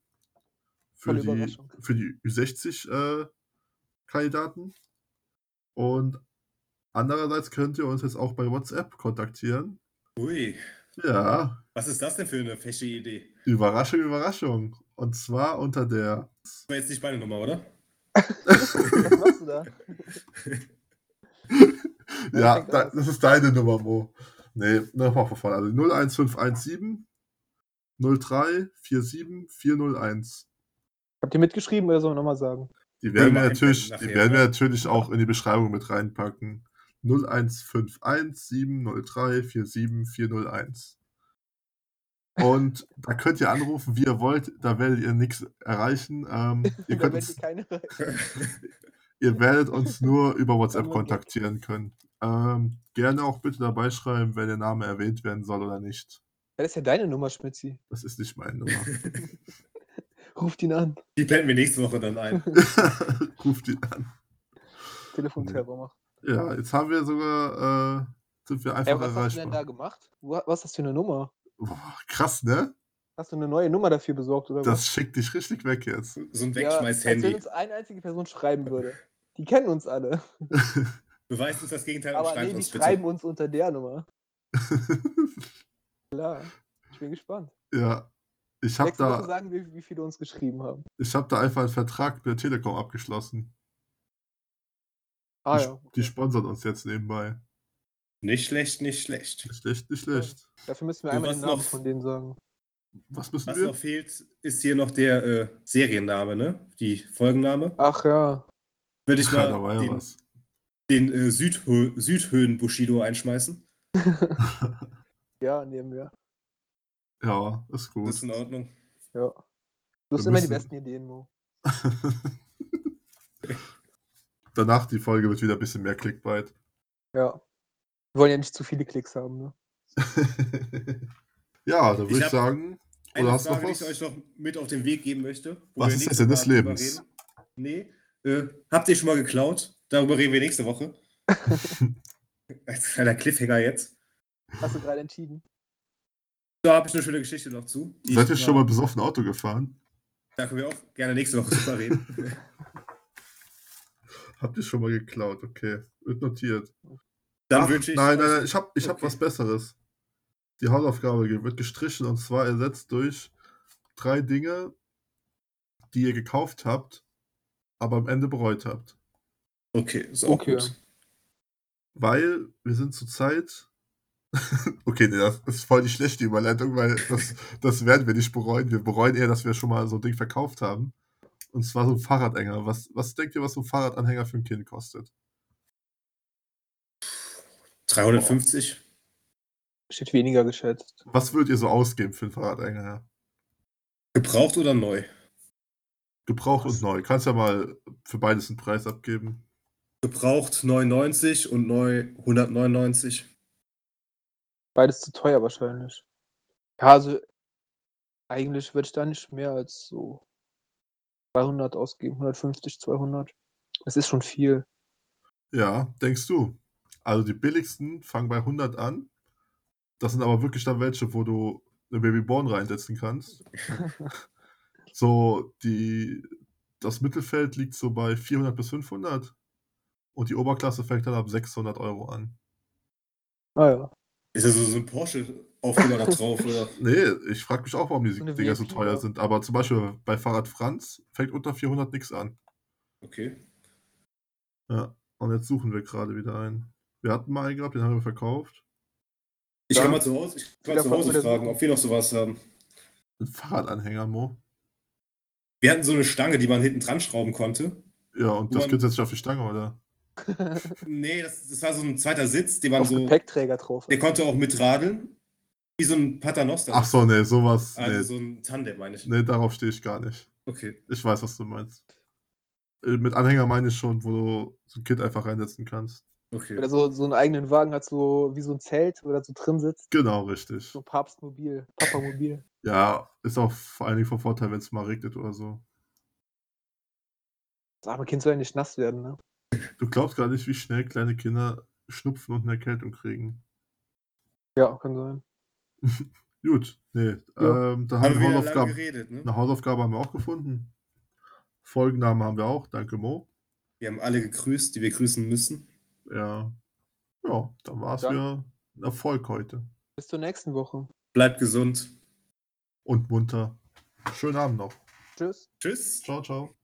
Speaker 3: für
Speaker 2: Volle
Speaker 3: die,
Speaker 2: Überraschung.
Speaker 3: für die Ü60-Kandidaten. Und Andererseits könnt ihr uns jetzt auch bei WhatsApp kontaktieren.
Speaker 1: Ui,
Speaker 3: Ja,
Speaker 1: was ist das denn für eine fesche Idee?
Speaker 3: Überraschung, Überraschung. Und zwar unter der
Speaker 1: Das war jetzt nicht meine Nummer, oder? <laughs>
Speaker 2: Was machst du
Speaker 3: <laughs>
Speaker 2: da?
Speaker 3: Ja,
Speaker 2: fängt
Speaker 3: da,
Speaker 2: an.
Speaker 3: das ist deine Nummer, Mo. Nee, nochmal von vorne. Also 01517 0347401. 401.
Speaker 2: Habt ihr mitgeschrieben oder soll man nochmal sagen?
Speaker 3: Die werden, wir
Speaker 1: Immer
Speaker 3: natürlich,
Speaker 1: einblenden
Speaker 3: die
Speaker 1: nachher,
Speaker 3: werden wir
Speaker 1: ne?
Speaker 3: natürlich auch in die Beschreibung mit reinpacken. 0151703477401. Und da könnt ihr anrufen, wie ihr wollt. Da werdet ihr nichts erreichen. Ähm,
Speaker 2: <laughs>
Speaker 3: ihr,
Speaker 2: Da
Speaker 3: könnt
Speaker 2: werdet
Speaker 3: uns,
Speaker 2: ihr keine
Speaker 3: ihr
Speaker 2: <laughs>
Speaker 3: werdet uns nur über WhatsApp
Speaker 2: Vermutlich.
Speaker 3: kontaktieren können. Ähm, gerne auch bitte dabei schreiben, wenn der Name erwähnt werden soll oder nicht.
Speaker 2: Das ist ja deine Nummer, Schmitzi.
Speaker 3: Das ist nicht meine
Speaker 2: <laughs>
Speaker 3: Nummer. <laughs>
Speaker 2: Ruft ihn an.
Speaker 1: Die blenden wir nächste Woche dann ein.
Speaker 3: Ruft ihn an.
Speaker 2: Telefonterror macht.
Speaker 3: Ja, jetzt haben wir sogar, äh, sind wir
Speaker 2: Ey,
Speaker 3: einfach
Speaker 2: was hast du denn da
Speaker 3: erreichbar.
Speaker 2: gemacht? Wo, was hast du für eine Nummer?
Speaker 3: Boah, krass, ne?
Speaker 2: Hast du eine neue Nummer dafür besorgt oder
Speaker 3: Das schickt dich richtig
Speaker 2: <laughs>
Speaker 3: weg jetzt. <laughs>
Speaker 1: So ein
Speaker 2: was? Ja, als wenn
Speaker 1: Wegschmeiß-Handy.
Speaker 2: uns eine einzige Person schreiben würde. Die kennen uns alle.
Speaker 1: Beweist uns das Gegenteil und
Speaker 2: Aber
Speaker 1: schreibt
Speaker 2: nee, die
Speaker 1: uns
Speaker 2: schreiben
Speaker 1: bitte.
Speaker 2: uns unter der Nummer. Klar. Ich bin gespannt.
Speaker 3: ja. Ich habe
Speaker 2: Nächste Woche
Speaker 3: da,
Speaker 2: sagen wir, wie viele uns geschrieben haben.
Speaker 3: ich hab da einfach einen Vertrag mit der Telekom abgeschlossen.
Speaker 2: Ah
Speaker 3: die,
Speaker 2: ja.
Speaker 3: die
Speaker 2: okay.
Speaker 3: sponsert uns jetzt nebenbei.
Speaker 1: Nicht schlecht, nicht schlecht.
Speaker 3: Nicht schlecht, nicht schlecht.
Speaker 2: Dafür müssen wir
Speaker 1: Du
Speaker 2: einmal
Speaker 1: warst
Speaker 2: den Namen
Speaker 1: noch-
Speaker 2: von denen sagen.
Speaker 3: Was müssen
Speaker 1: Was
Speaker 3: wir?
Speaker 1: noch fehlt, ist hier noch der äh, Serienname, ne? Die Folgenname.
Speaker 2: Ach ja.
Speaker 1: Würde ich
Speaker 3: Ja,
Speaker 1: mal
Speaker 3: da war ja
Speaker 1: den,
Speaker 3: was. <laughs>
Speaker 1: den äh, Südhö Südhöhen-Bushido einschmeißen.
Speaker 2: Ja, nehmen wir.
Speaker 3: Ja, ist
Speaker 1: Das ist
Speaker 3: gut.
Speaker 1: in Ordnung.
Speaker 2: Ja. Du hast
Speaker 3: Wir
Speaker 2: immer die
Speaker 3: müssen-
Speaker 2: besten Ideen, Mo.
Speaker 3: <laughs> Danach die Folge wird wieder ein bisschen mehr Clickbait. <laughs>
Speaker 2: Ja. Wir wollen ja nicht zu viele Klicks haben, ne?
Speaker 3: ja, dann
Speaker 1: Ich
Speaker 3: würde ich
Speaker 1: hab
Speaker 3: sagen,
Speaker 1: Eine
Speaker 3: Oder hast du noch
Speaker 1: Frage, die ich
Speaker 3: was?
Speaker 1: euch noch mit auf den Weg geben möchte. wo
Speaker 3: Was
Speaker 1: wir
Speaker 3: ist der
Speaker 1: nächstes
Speaker 3: Sinn
Speaker 1: Mal
Speaker 3: des
Speaker 1: drüber
Speaker 3: Lebens?
Speaker 1: reden. Nee. Äh, habt ihr schon mal geklaut? Darüber reden wir nächste
Speaker 3: <laughs>
Speaker 1: Woche. Als kleiner Cliffhanger jetzt.
Speaker 2: Hast du gerade entschieden.
Speaker 1: Da habe ich eine schöne Geschichte noch zu. die
Speaker 3: seid
Speaker 1: ich
Speaker 3: ihr schon mal besoffen Auto gefahren?
Speaker 1: Da können wir auch gerne nächste Woche drüber reden.
Speaker 3: <laughs> Habt ihr schon mal geklaut? Okay, wird notiert.
Speaker 1: Dann
Speaker 3: Ach,
Speaker 1: wünsche ich.
Speaker 3: nein,
Speaker 1: euch-
Speaker 3: nein, nein, ich habe ich hab
Speaker 1: Okay.
Speaker 3: was Besseres. Die Hausaufgabe ge- wird gestrichen und zwar ersetzt durch drei Dinge, die ihr gekauft habt, aber am Ende bereut habt.
Speaker 1: Okay, ist auch
Speaker 2: Okay.
Speaker 1: gut.
Speaker 3: Weil wir sind zurzeit. <laughs> okay, nee, das ist voll die schlechte Überleitung, weil das, das werden wir nicht bereuen. Wir bereuen eher, dass wir schon mal so ein Ding verkauft haben. Und zwar so ein Fahrradanhänger. Was, was denkt ihr, was so ein Fahrradanhänger für ein Kind kostet?
Speaker 1: 350.
Speaker 2: Steht weniger geschätzt.
Speaker 3: Was würdet ihr so ausgeben für einen Fahrradanhänger?
Speaker 1: Gebraucht oder neu?
Speaker 3: Gebraucht
Speaker 2: Was?
Speaker 3: und neu. Kannst ja mal für beides einen Preis abgeben.
Speaker 1: Gebraucht 99 und neu 199.
Speaker 2: Beides zu teuer wahrscheinlich. Ja, also eigentlich würde ich da nicht mehr als so 200 ausgeben. 150, 200. Das ist schon viel.
Speaker 3: Ja, denkst du? Also die billigsten fangen bei 100 an. Das sind aber wirklich dann welche, wo du eine Babyborn reinsetzen
Speaker 2: <laughs>
Speaker 3: kannst. so, die, das Mittelfeld liegt so bei 400 bis 500. Und die Oberklasse fängt dann ab 600 Euro an.
Speaker 2: Ah ja.
Speaker 1: Ist ja so, so ein Porsche-Aufkleber da drauf, oder?
Speaker 3: Nee, ich frage mich auch, warum die
Speaker 2: So eine
Speaker 3: Dinger so
Speaker 2: VIP,
Speaker 3: teuer
Speaker 2: ja.
Speaker 3: sind. Aber zum Beispiel bei Fahrrad Franz fängt unter 400 nichts an.
Speaker 1: Okay.
Speaker 3: Ja, und jetzt suchen wir gerade wieder einen. Wir hatten mal einen gehabt, den haben wir verkauft.
Speaker 1: Ich
Speaker 2: Ja.
Speaker 1: kann mal zu Hause, ich kann mal
Speaker 2: Ja,
Speaker 1: zu Hause
Speaker 2: voll,
Speaker 1: fragen,
Speaker 2: das-
Speaker 1: ob wir noch sowas haben.
Speaker 3: Ein Fahrradanhänger, Mo.
Speaker 1: Wir hatten so eine Stange, die man hinten dran schrauben konnte.
Speaker 3: Ja, und
Speaker 1: Wo
Speaker 3: das
Speaker 1: man-
Speaker 3: Kind setzt sich auf die Stange, oder?
Speaker 1: Nee, das, das war so ein zweiter Sitz, den man
Speaker 2: Auf
Speaker 1: so.
Speaker 2: Gepäckträger drauf.
Speaker 1: Der konnte auch mitradeln. Wie so ein Paternoster.
Speaker 3: Ach so, nee, sowas.
Speaker 1: Also
Speaker 3: nee,
Speaker 1: so ein Tandem, meine ich.
Speaker 3: nee, darauf stehe ich gar nicht.
Speaker 1: Okay.
Speaker 3: Ich weiß, was du meinst. Äh, Mit Anhänger meine ich schon, wo du so ein Kind einfach reinsetzen kannst.
Speaker 1: Okay.
Speaker 2: Oder so, so einen eigenen Wagen hat, so wie so ein Zelt, wo er so drin sitzt.
Speaker 3: Genau, richtig.
Speaker 2: So Papstmobil, Papamobil.
Speaker 3: Ja, ist auch vor allen Dingen von Vorteil, wenn es mal regnet oder so.
Speaker 2: Das arme Kind soll ja nicht nass werden, ne?
Speaker 3: Du glaubst gar nicht, wie schnell kleine Kinder schnupfen und eine Erkältung kriegen.
Speaker 2: Ja, kann sein.
Speaker 3: Gut, nee.
Speaker 2: Ja.
Speaker 3: Ähm, da haben
Speaker 1: Haben wir wieder
Speaker 3: wir
Speaker 1: lange
Speaker 3: Hausaufgaben.
Speaker 1: geredet, ne?
Speaker 3: Eine Hausaufgabe haben wir auch gefunden. Folgennamen haben wir auch, danke Mo.
Speaker 1: Wir haben alle gegrüßt, die wir grüßen müssen.
Speaker 3: Ja. Ja, dann war es
Speaker 2: Dann-
Speaker 3: wieder ein Erfolg heute.
Speaker 2: Bis zur nächsten Woche.
Speaker 1: Bleibt gesund.
Speaker 3: Und munter. Schönen Abend noch.
Speaker 2: Tschüss.
Speaker 1: Tschüss.
Speaker 3: Ciao, ciao.